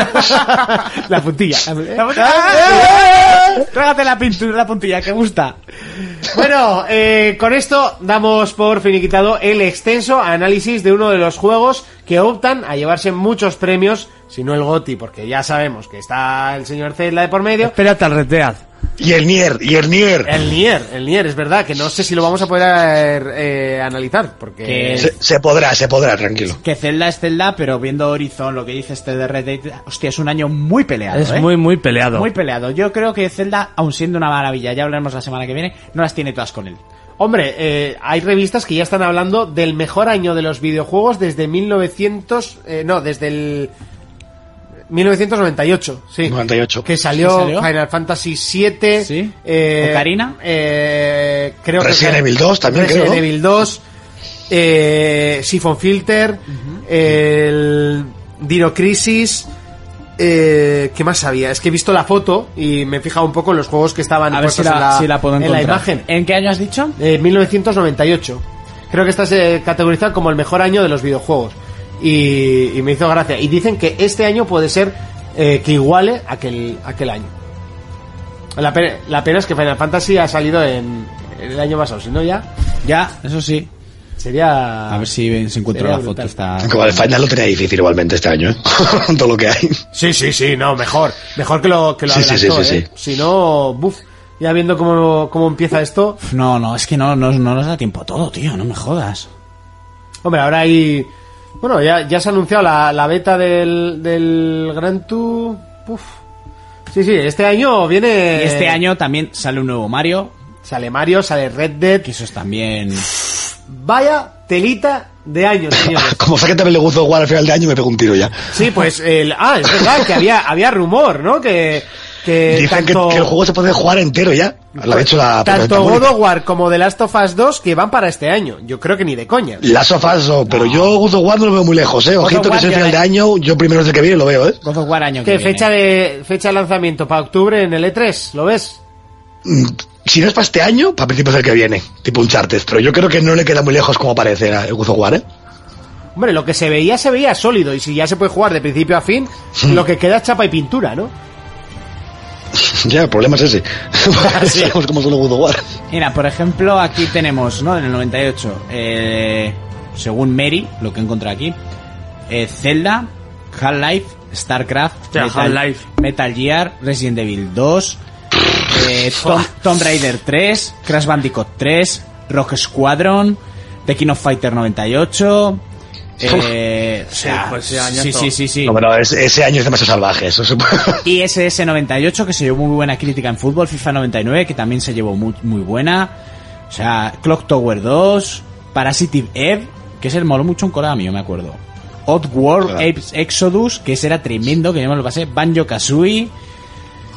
la puntilla. ¡Eh! Trágate la pintura, la puntilla, que gusta. Bueno, eh, con esto damos por finiquitado el extenso análisis de uno de los juegos que optan a llevarse muchos premios, si no el GOTI, porque ya sabemos que está el señor Zelda de por medio. Espérate al Red Dead. Y el Nier, y el Nier. El Nier, el Nier, es verdad, que no sé si lo vamos a poder eh, analizar, porque... Que- Se, se podrá, se podrá, tranquilo. Que Zelda es Zelda, pero viendo Horizon, lo que dice este de Red Dead, hostia, es un año muy peleado. Es ¿eh? muy, muy peleado. Muy peleado. Yo creo que Zelda, aun siendo una maravilla, ya hablaremos la semana que viene, no las tiene todas con él. Hombre, eh, hay revistas que ya están hablando del mejor año de los videojuegos desde 1900... eh, no, desde el... 1998, sí. 98. Que salió, Sí, salió. Final Fantasy VII. Sí. Eh, Ocarina. eh, creo Resident que Evil 2 también, Resident creo, ¿no? Evil 2. Eh, Siphon Filter. El Dino Crisis. Eh, ¿Qué más había? Es que he visto la foto y me he fijado un poco en los juegos que estaban A ver si puestos la, en, la, si la puedo en encontrar. la imagen. ¿En qué año has dicho? Eh, 1998. Creo que está eh, categorizado como el mejor año de los videojuegos. Y, y me hizo gracia. Y dicen que este año puede ser eh, que iguale aquel, aquel año. La, pe- la pena es que Final Fantasy ha salido en, en el año pasado. Si no, ya Ya, eso sí. sería. A ver si ven- si encuentro la Sería foto. brutal. Está... Como el final lo tenía difícil igualmente este año, ¿eh? Con todo lo que hay. Sí, sí, sí, no, mejor. Mejor que lo, que lo Sí, sí, sí, adelantó, sí, ¿eh? Si no, buf. Ya viendo cómo, cómo empieza esto. No, no, es que no, no, no nos da tiempo todo, tío, no me jodas. Hombre, ahora hay. Bueno, ya, ya se ha anunciado la, la beta del, del Gran Tour. Uf. Sí, sí, este año Y viene. este año también sale un nuevo Mario, Sale Mario, sale Red Dead. que eso es también... Vaya telita de años, señores. Como sé que también le gustó jugar al final de año, me pego un tiro ya. Sí, pues. El, ah, es verdad que había, había rumor, ¿no? Que. que Dicen que, Eh, tanto, que el juego se puede jugar entero ya. Lo ha hecho la tanto God Mónica. of War como The Last of Us 2 que van para este año. Yo creo que ni de coña. Las sofás, pero yo God of War no lo veo muy lejos, ¿eh? of Ojito que War es el ya final ve- de año, yo primero de que viene lo veo, ¿eh? God of War año que Que viene. fecha de fecha de lanzamiento para octubre en el E3, ¿lo ves? Mm, Si no es para este año, para principios del que viene, tipo un chartes, pero yo creo que no le queda muy lejos como parece a- el God of War, ¿eh? Hombre, lo que se veía se veía sólido y si ya se puede jugar de principio a fin, lo que queda es chapa y pintura, ¿no? ya, el problema es ese. Ah, Sabemos cómo son los God of War. Mira, por ejemplo, aquí tenemos, ¿no? En el 98, eh, según Mary, lo que encontré aquí, eh, Zelda, Half-Life, StarCraft, Hostia, Half-Life. Metal Gear, Resident Evil 2, eh, Tom- Tomb Raider 3, Crash Bandicoot 3, Rock Squadron, The King of Fighter 98... Eh, o sea, pues ese añazo. sí, sí, sí, sí. No, pero es- ese año es demasiado salvaje, eso se puede... ISS 98, que se llevó muy buena crítica en fútbol, FIFA 99, que también se llevó muy, muy buena, o sea, Clock Tower 2, Parasitive Eve, que ese moló mucho un colega mío, me acuerdo. Odd World Claro. Apes Exodus, que ese era tremendo, que yo me lo pasé, Banjo Kazooie,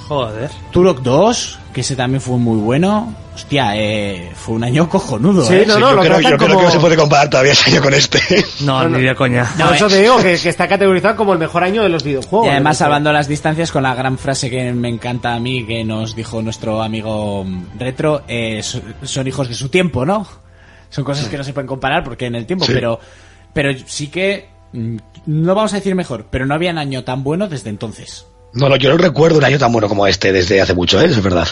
Joder. Turok 2, que ese también fue muy bueno. Hostia, eh, fue un año cojonudo, Sí, eh. no, Sí, no, yo lo creo, tratan yo creo como- que no se puede comparar todavía ese año con este. No, ni de coña. No, eso te digo, que, que está categorizado como el mejor año de los videojuegos. Y además ¿no? salvando las distancias con la gran frase que me encanta a mí que nos dijo nuestro amigo mm, retro, eh, so- son hijos de su tiempo, ¿no? Son cosas que no se pueden comparar porque en el tiempo, Sí. pero pero sí que mm, no vamos a decir mejor, pero no había un año tan bueno desde entonces. No, no, yo no recuerdo un año tan bueno como este desde hace mucho, ¿eh? Eso es verdad.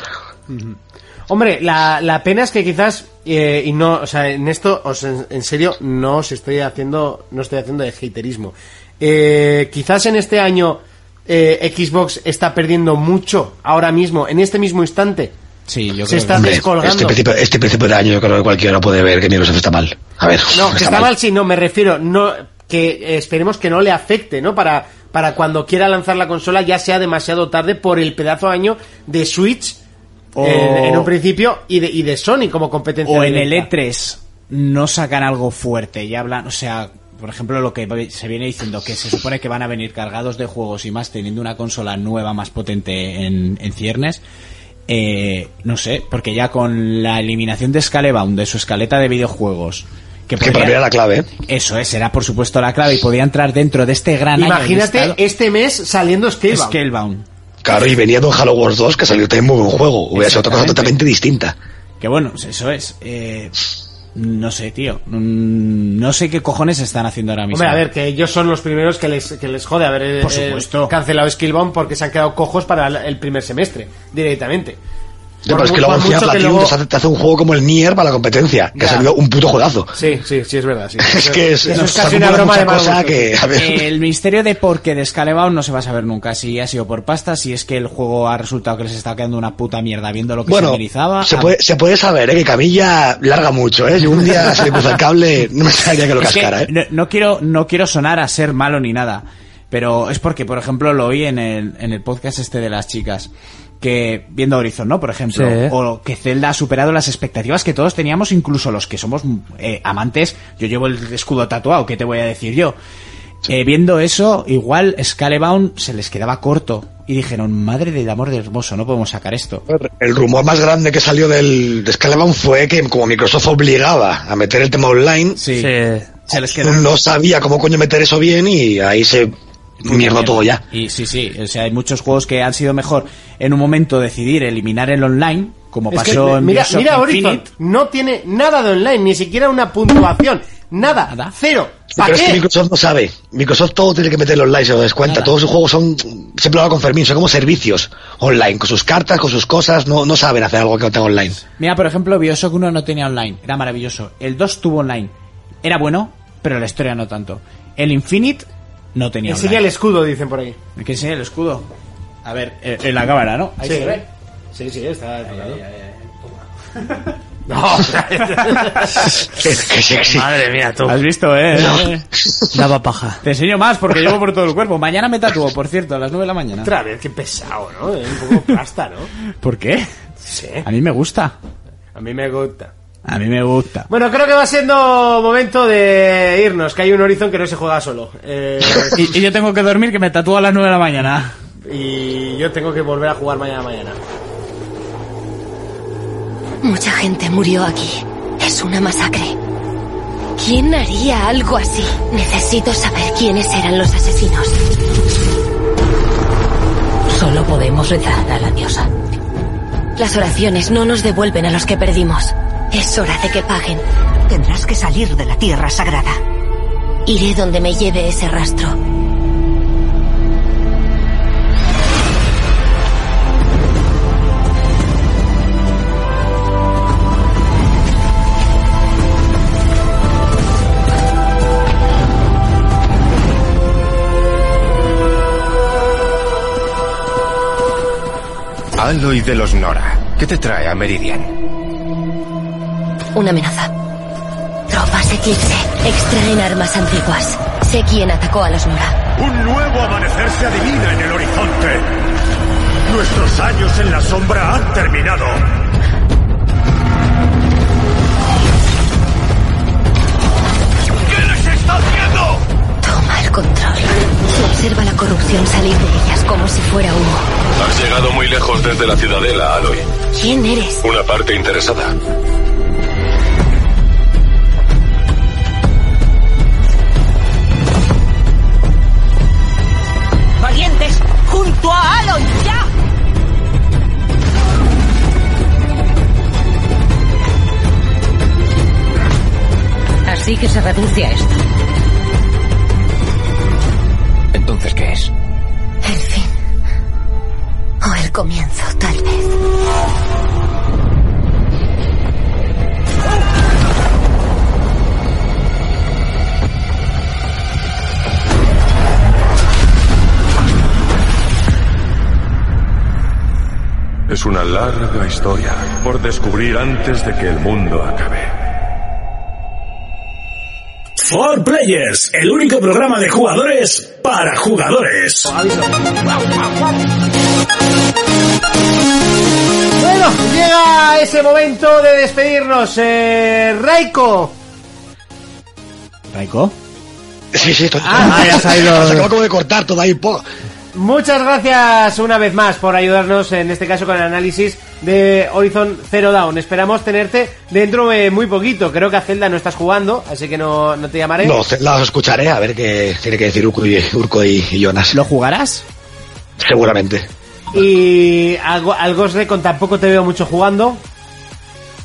Hombre, la, la pena es que quizás, eh, y no, o sea, en esto, os, en, en serio, no os estoy haciendo, no estoy haciendo de haterismo. Eh, quizás en este año eh, Xbox está perdiendo mucho ahora mismo, en este mismo instante. Sí, yo creo Se está Hombre, descolgando. este principio, este principio de año yo creo que cualquiera puede ver que Microsoft está mal. A ver, No, que está mal, sí, no, me refiero, no, que eh, esperemos que no le afecte, ¿no? Para, para cuando quiera lanzar la consola ya sea demasiado tarde por el pedazo de año de Switch O- en, en un principio y de, y de Sony como competencia. o en el E directa. E3 no sacan algo fuerte y hablan, o sea, por ejemplo, lo que se viene diciendo, que se supone que van a venir cargados de juegos y más teniendo una consola nueva más potente en, en ciernes. eh, no sé, porque ya con la eliminación de Scalebound de su escaleta de videojuegos, que, Que para mí podría- era la clave, ¿eh? eso es, era por supuesto la clave y podía entrar dentro de este gran año. Imagínate listado- este mes saliendo Scalebound. Scalebound. Claro, y venía de un Halo Wars 2 que salió también muy buen juego. Hubiera sido otra cosa Exactamente. totalmente distinta. Que bueno, pues eso es. eh, no sé, tío. Mm, No sé qué cojones están haciendo ahora mismo. Hombre, a ver, que ellos son los primeros que les, que les jode haber eh, Por supuesto. eh, cancelado Skillbound porque se han quedado cojos para el- el primer semestre, directamente. Por Ya, pero es mu- que luego por encima mucho que Platinum luego- te, hace, te hace un juego como el Nier para la competencia, que Ya. ha salido un puto juegazo. Sí, sí, sí, es verdad. sí. Es que es, Eso es se casi acumula una broma mucha de mal cosa gusto. que, a ver, El misterio de por qué de Scalebound no se va a saber nunca. Si ha sido por pasta, si es que el juego ha resultado que les está quedando una puta mierda viendo lo que se Bueno, utilizaba. se puede, se puede saber, ¿eh? que Camilla larga mucho, ¿eh? Yo un día se le cruza el cable, no me extrañaría que lo Es que cascara, ¿eh? no, no quiero, no quiero sonar a ser malo ni nada, pero es porque, por ejemplo, lo oí en el, en el podcast este de las chicas. Que viendo Horizon, ¿no? Por ejemplo. Sí. O que Zelda ha superado las expectativas que todos teníamos, incluso los que somos eh, amantes. Yo llevo el escudo tatuado, ¿qué te voy a decir yo? Eh, viendo eso, igual Scalebound se les quedaba corto y dijeron, madre del amor de hermoso, no podemos sacar esto. El rumor más grande que salió del, de Scalebound fue que como Microsoft obligaba a meter el tema online, se les quedó. no sabía cómo coño meter eso bien y ahí se mierda todo ya. Y sí, sí, o sea, hay muchos juegos que han sido mejor en un momento decidir eliminar el online, como Es que, pasó en mira, Bioshock mira Infinite. Horizon, no tiene nada de online, ni siquiera una puntuación, nada, cero. ¿Para Pero es que qué? Microsoft no sabe. Microsoft todo tiene que meterlo online, se lo das cuenta. Todos sus juegos son, siempre lo hago con Fermín, son como servicios online, con sus cartas, con sus cosas, no, no saben hacer algo que no tenga online. Mira, por ejemplo, Bioshock 1 no tenía online, era maravilloso. El 2 tuvo online, era bueno, pero la historia no tanto. El Infinite no tenía Enseña el online. escudo, dicen por ahí. Hay que enseñar el escudo. A ver, eh, en la cámara, ¿no? Ahí Sí. se ve. Sí, sí, está tocado. Qué sexy. Madre mía, tú. Has visto, eh. Daba paja. Te enseño más porque llevo por todo el cuerpo. Mañana me tatúo, por cierto, a las 9 de la mañana. Otra vez, qué pesado, ¿no? Es un poco plasta, ¿no? ¿Por qué? Sí. A mí me gusta. A mí me gusta. A mí me gusta. Bueno, creo que va siendo momento de irnos, que hay un Horizon que no se juega solo. Eh, Y, y yo tengo que dormir que me tatúo a las 9 de la mañana. y yo tengo que volver a jugar mañana mañana. Mucha gente murió aquí. Es una masacre. ¿Quién haría algo así? Necesito saber quiénes eran los asesinos. Solo podemos rezar a la diosa. Las oraciones no nos devuelven a los que perdimos. Es hora de que paguen. Tendrás que salir de la tierra sagrada. Iré donde me lleve ese rastro. Aloy de los Nora, ¿qué te trae a Meridian? Una amenaza. Tropas Eclipse extraen armas antiguas. Sé quién atacó a los Nora. Un nuevo amanecer se adivina en el horizonte. Nuestros años en la sombra han terminado. Toma el control. Se observa la corrupción salir de ellas como si fuera humo. Has llegado muy lejos desde la ciudadela, Aloy. ¿Quién eres? Una parte interesada. ¡Valientes! ¡Junto a Alon! ¡Ya! Así que se reduce a esto. Entonces, ¿qué es? El fin. O Oh, el comienzo, tal vez. Es una larga historia por descubrir antes de que el mundo acabe. Four Players, el único programa de jugadores para jugadores. Bueno, llega ese momento de despedirnos. Eh, Raiko. ¿Raiko? Sí, sí, estoy... Ah, ya se ha ido. Se acabó como de cortar todo ahí. po- Muchas gracias una vez más por ayudarnos en este caso con el análisis de Horizon Zero Dawn. Esperamos tenerte dentro de eh, muy poquito. Creo que a Zelda no estás jugando, así que no, no te llamaré. No, las escucharé a ver qué tiene que decir Urco y, Urco y, y Jonas. ¿Lo jugarás? Seguramente. Y algo, al Ghost Recon tampoco te veo mucho jugando.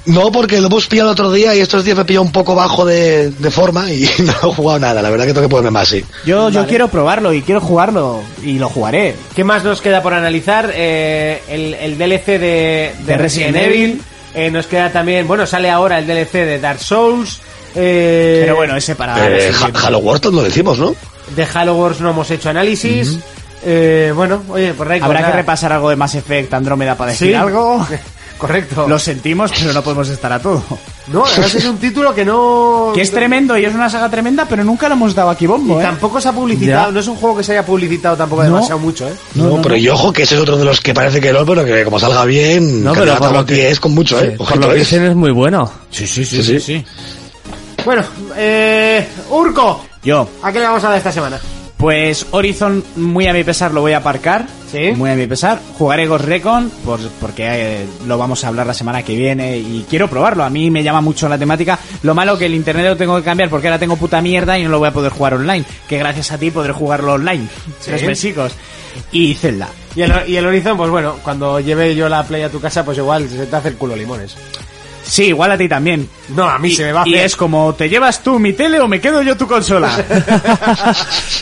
No, porque lo hemos pillado otro día y estos días me pilló un poco bajo de, de forma y no he jugado nada. La verdad que tengo que ponerme más, sí. Yo, yo quiero eh, probarlo y quiero jugarlo y lo jugaré. ¿Qué más nos queda por analizar? Eh, el, el DLC de, de De Resident Evil. Eh, nos queda también, bueno, sale ahora el DLC de Dark Souls. eh, Pero bueno, ese para... Eh, Ha- Halo Wars lo decimos, ¿no? De Halo Wars no hemos hecho análisis. Eh, bueno, oye, pues Raiko, Habrá que nada. repasar algo de Mass Effect Andrómeda para decir Sí. algo. Correcto. Lo sentimos, pero no podemos estar a todo. No, además es un título que no. Que es tremendo y es una saga tremenda, pero nunca lo hemos dado aquí bombo, Y ¿eh? tampoco se ha publicitado, Ya. no es un juego que se haya publicitado tampoco No. demasiado mucho, ¿eh? No, pero yo ojo que ese es otro de los que parece que no, pero que como salga bien, No, que pero le por atan lo los que- pies con mucho, Sí, ¿eh? por lo Ojito, que ¿eh? dicen es muy bueno. Sí, sí, Sí, sí. Bueno, eh, Urco, Yo, ¿A qué le vamos a dar esta semana? pues Horizon, muy a mi pesar, lo voy a aparcar. Sí. Muy a mi pesar. Jugaré Ghost Recon, por- porque eh, lo vamos a hablar la semana que viene y quiero probarlo. A mí me llama mucho la temática. Lo malo que el internet lo tengo que cambiar porque ahora tengo puta mierda y no lo voy a poder jugar online. Que gracias a ti podré jugarlo online. Sí. Tres besicos. Y Zelda. Y el, y el Horizon, pues bueno, cuando lleve yo la Play a tu casa, pues igual se te hace el culo limones. Sí, igual a ti también. No, a mí y, se me va a y hacer- es como, ¿te llevas tú mi tele o me quedo yo tu consola?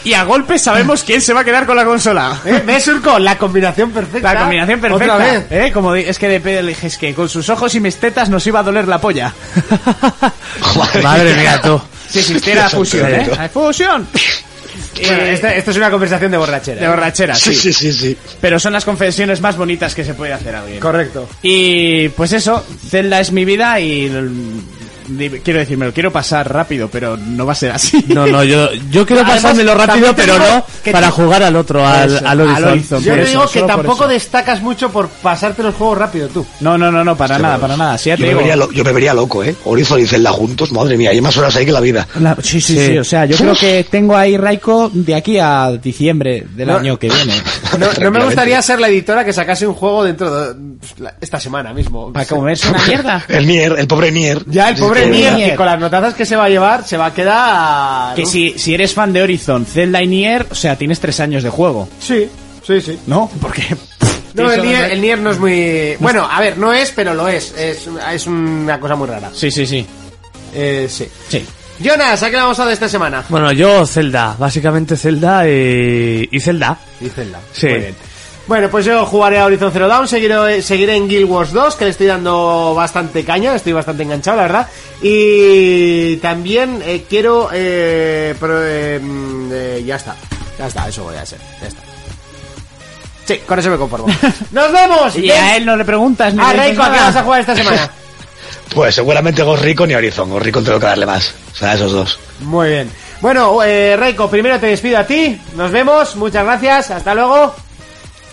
y a golpes sabemos quién se va a quedar con la consola. ¿Eh? ¿Ves, Surco? La combinación perfecta. La combinación perfecta. Otra vez. ¿eh? Como di- es que de pedo le dije, es que con sus ojos y mis tetas nos iba a doler la polla. Madre mía, tú. Si existiera fusión, ¿eh? Hay ¡Fusión! Bueno, Eh, esta, esta es una conversación de borrachera. ¿eh? De borrachera, sí. Sí, sí, sí. Pero son las confesiones más bonitas que se puede hacer a alguien. Correcto. Y pues eso, Zelda es mi vida y... mm, Quiero decir, me lo quiero pasar rápido, pero no va a ser así. No, no, yo, yo quiero Además, pasármelo también rápido, te pero digo no que para ti- jugar al otro, Eso, al, al Horizon. Yo por te eso, digo que solo por tampoco eso. destacas mucho por pasarte los juegos rápido tú. No, no, no, no, para nada, para nada. Sí, ya te Yo me, digo. vería lo- yo me vería loco, ¿eh? Horizon y Zelda juntos, madre mía, hay más horas ahí que la vida. La- sí, sí, sí, Sí. o sea, yo Uf. creo que tengo ahí Raiko de aquí a diciembre del año que viene. No, no me gustaría ser la editora que sacase un juego dentro de pues, la- esta semana mismo. Para eh, comerse una mierda. El Nier, el pobre Nier. Ya, el pobre Sí, Nier, Nier. que con las notazas que se va a llevar, se va a quedar... Que si, si eres fan de Horizon, Zelda y Nier, o sea, tienes tres años de juego, Sí, sí, sí. ¿no? Porque... No, el Nier, Nier... el Nier no es muy... Bueno, a ver, no es, pero lo es. Es, es una cosa muy rara. Sí, sí, sí. Eh, sí. Sí. Jonas, ¿a qué le vamos a dar esta semana? Bueno, yo Zelda, básicamente Zelda y, y Zelda. Y Zelda. Sí. Muy bien. Bueno, pues yo jugaré a Horizon Zero Dawn, seguiré, seguiré en Guild Wars 2, que le estoy dando bastante caña, estoy bastante enganchado, la verdad. Y también eh, quiero... eh, pro- eh, mm, eh, ya está, ya está, eso voy a hacer, ya está. Sí, con eso me conformo. ¡Nos vemos! Y a él no le preguntas ni A le dices Ah, Reiko, ¿a qué nada. vas a jugar esta semana? Pues seguramente Ghost Recon y Horizon. Ghost Recon tengo que darle más. O sea, esos dos. Muy bien. Bueno, eh, Reiko, primero te despido a ti, nos vemos, muchas gracias, hasta luego.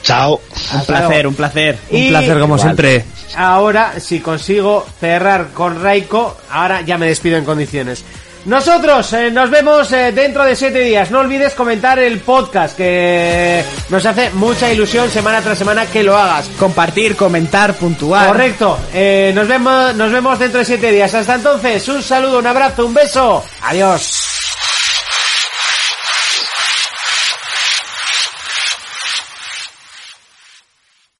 Chao. Un Hasta placer, luego. un placer. Y- Un placer como Igual. siempre. Ahora, si consigo cerrar con Raiko, ahora ya me despido en condiciones. Nosotros eh, nos vemos eh, dentro de siete días. No olvides comentar el podcast, que nos hace mucha ilusión semana tras semana que lo hagas. Compartir, comentar, puntuar. Correcto. Eh, nos, vemos, nos vemos dentro de siete días. Hasta entonces, un saludo, un abrazo, un beso. Adiós.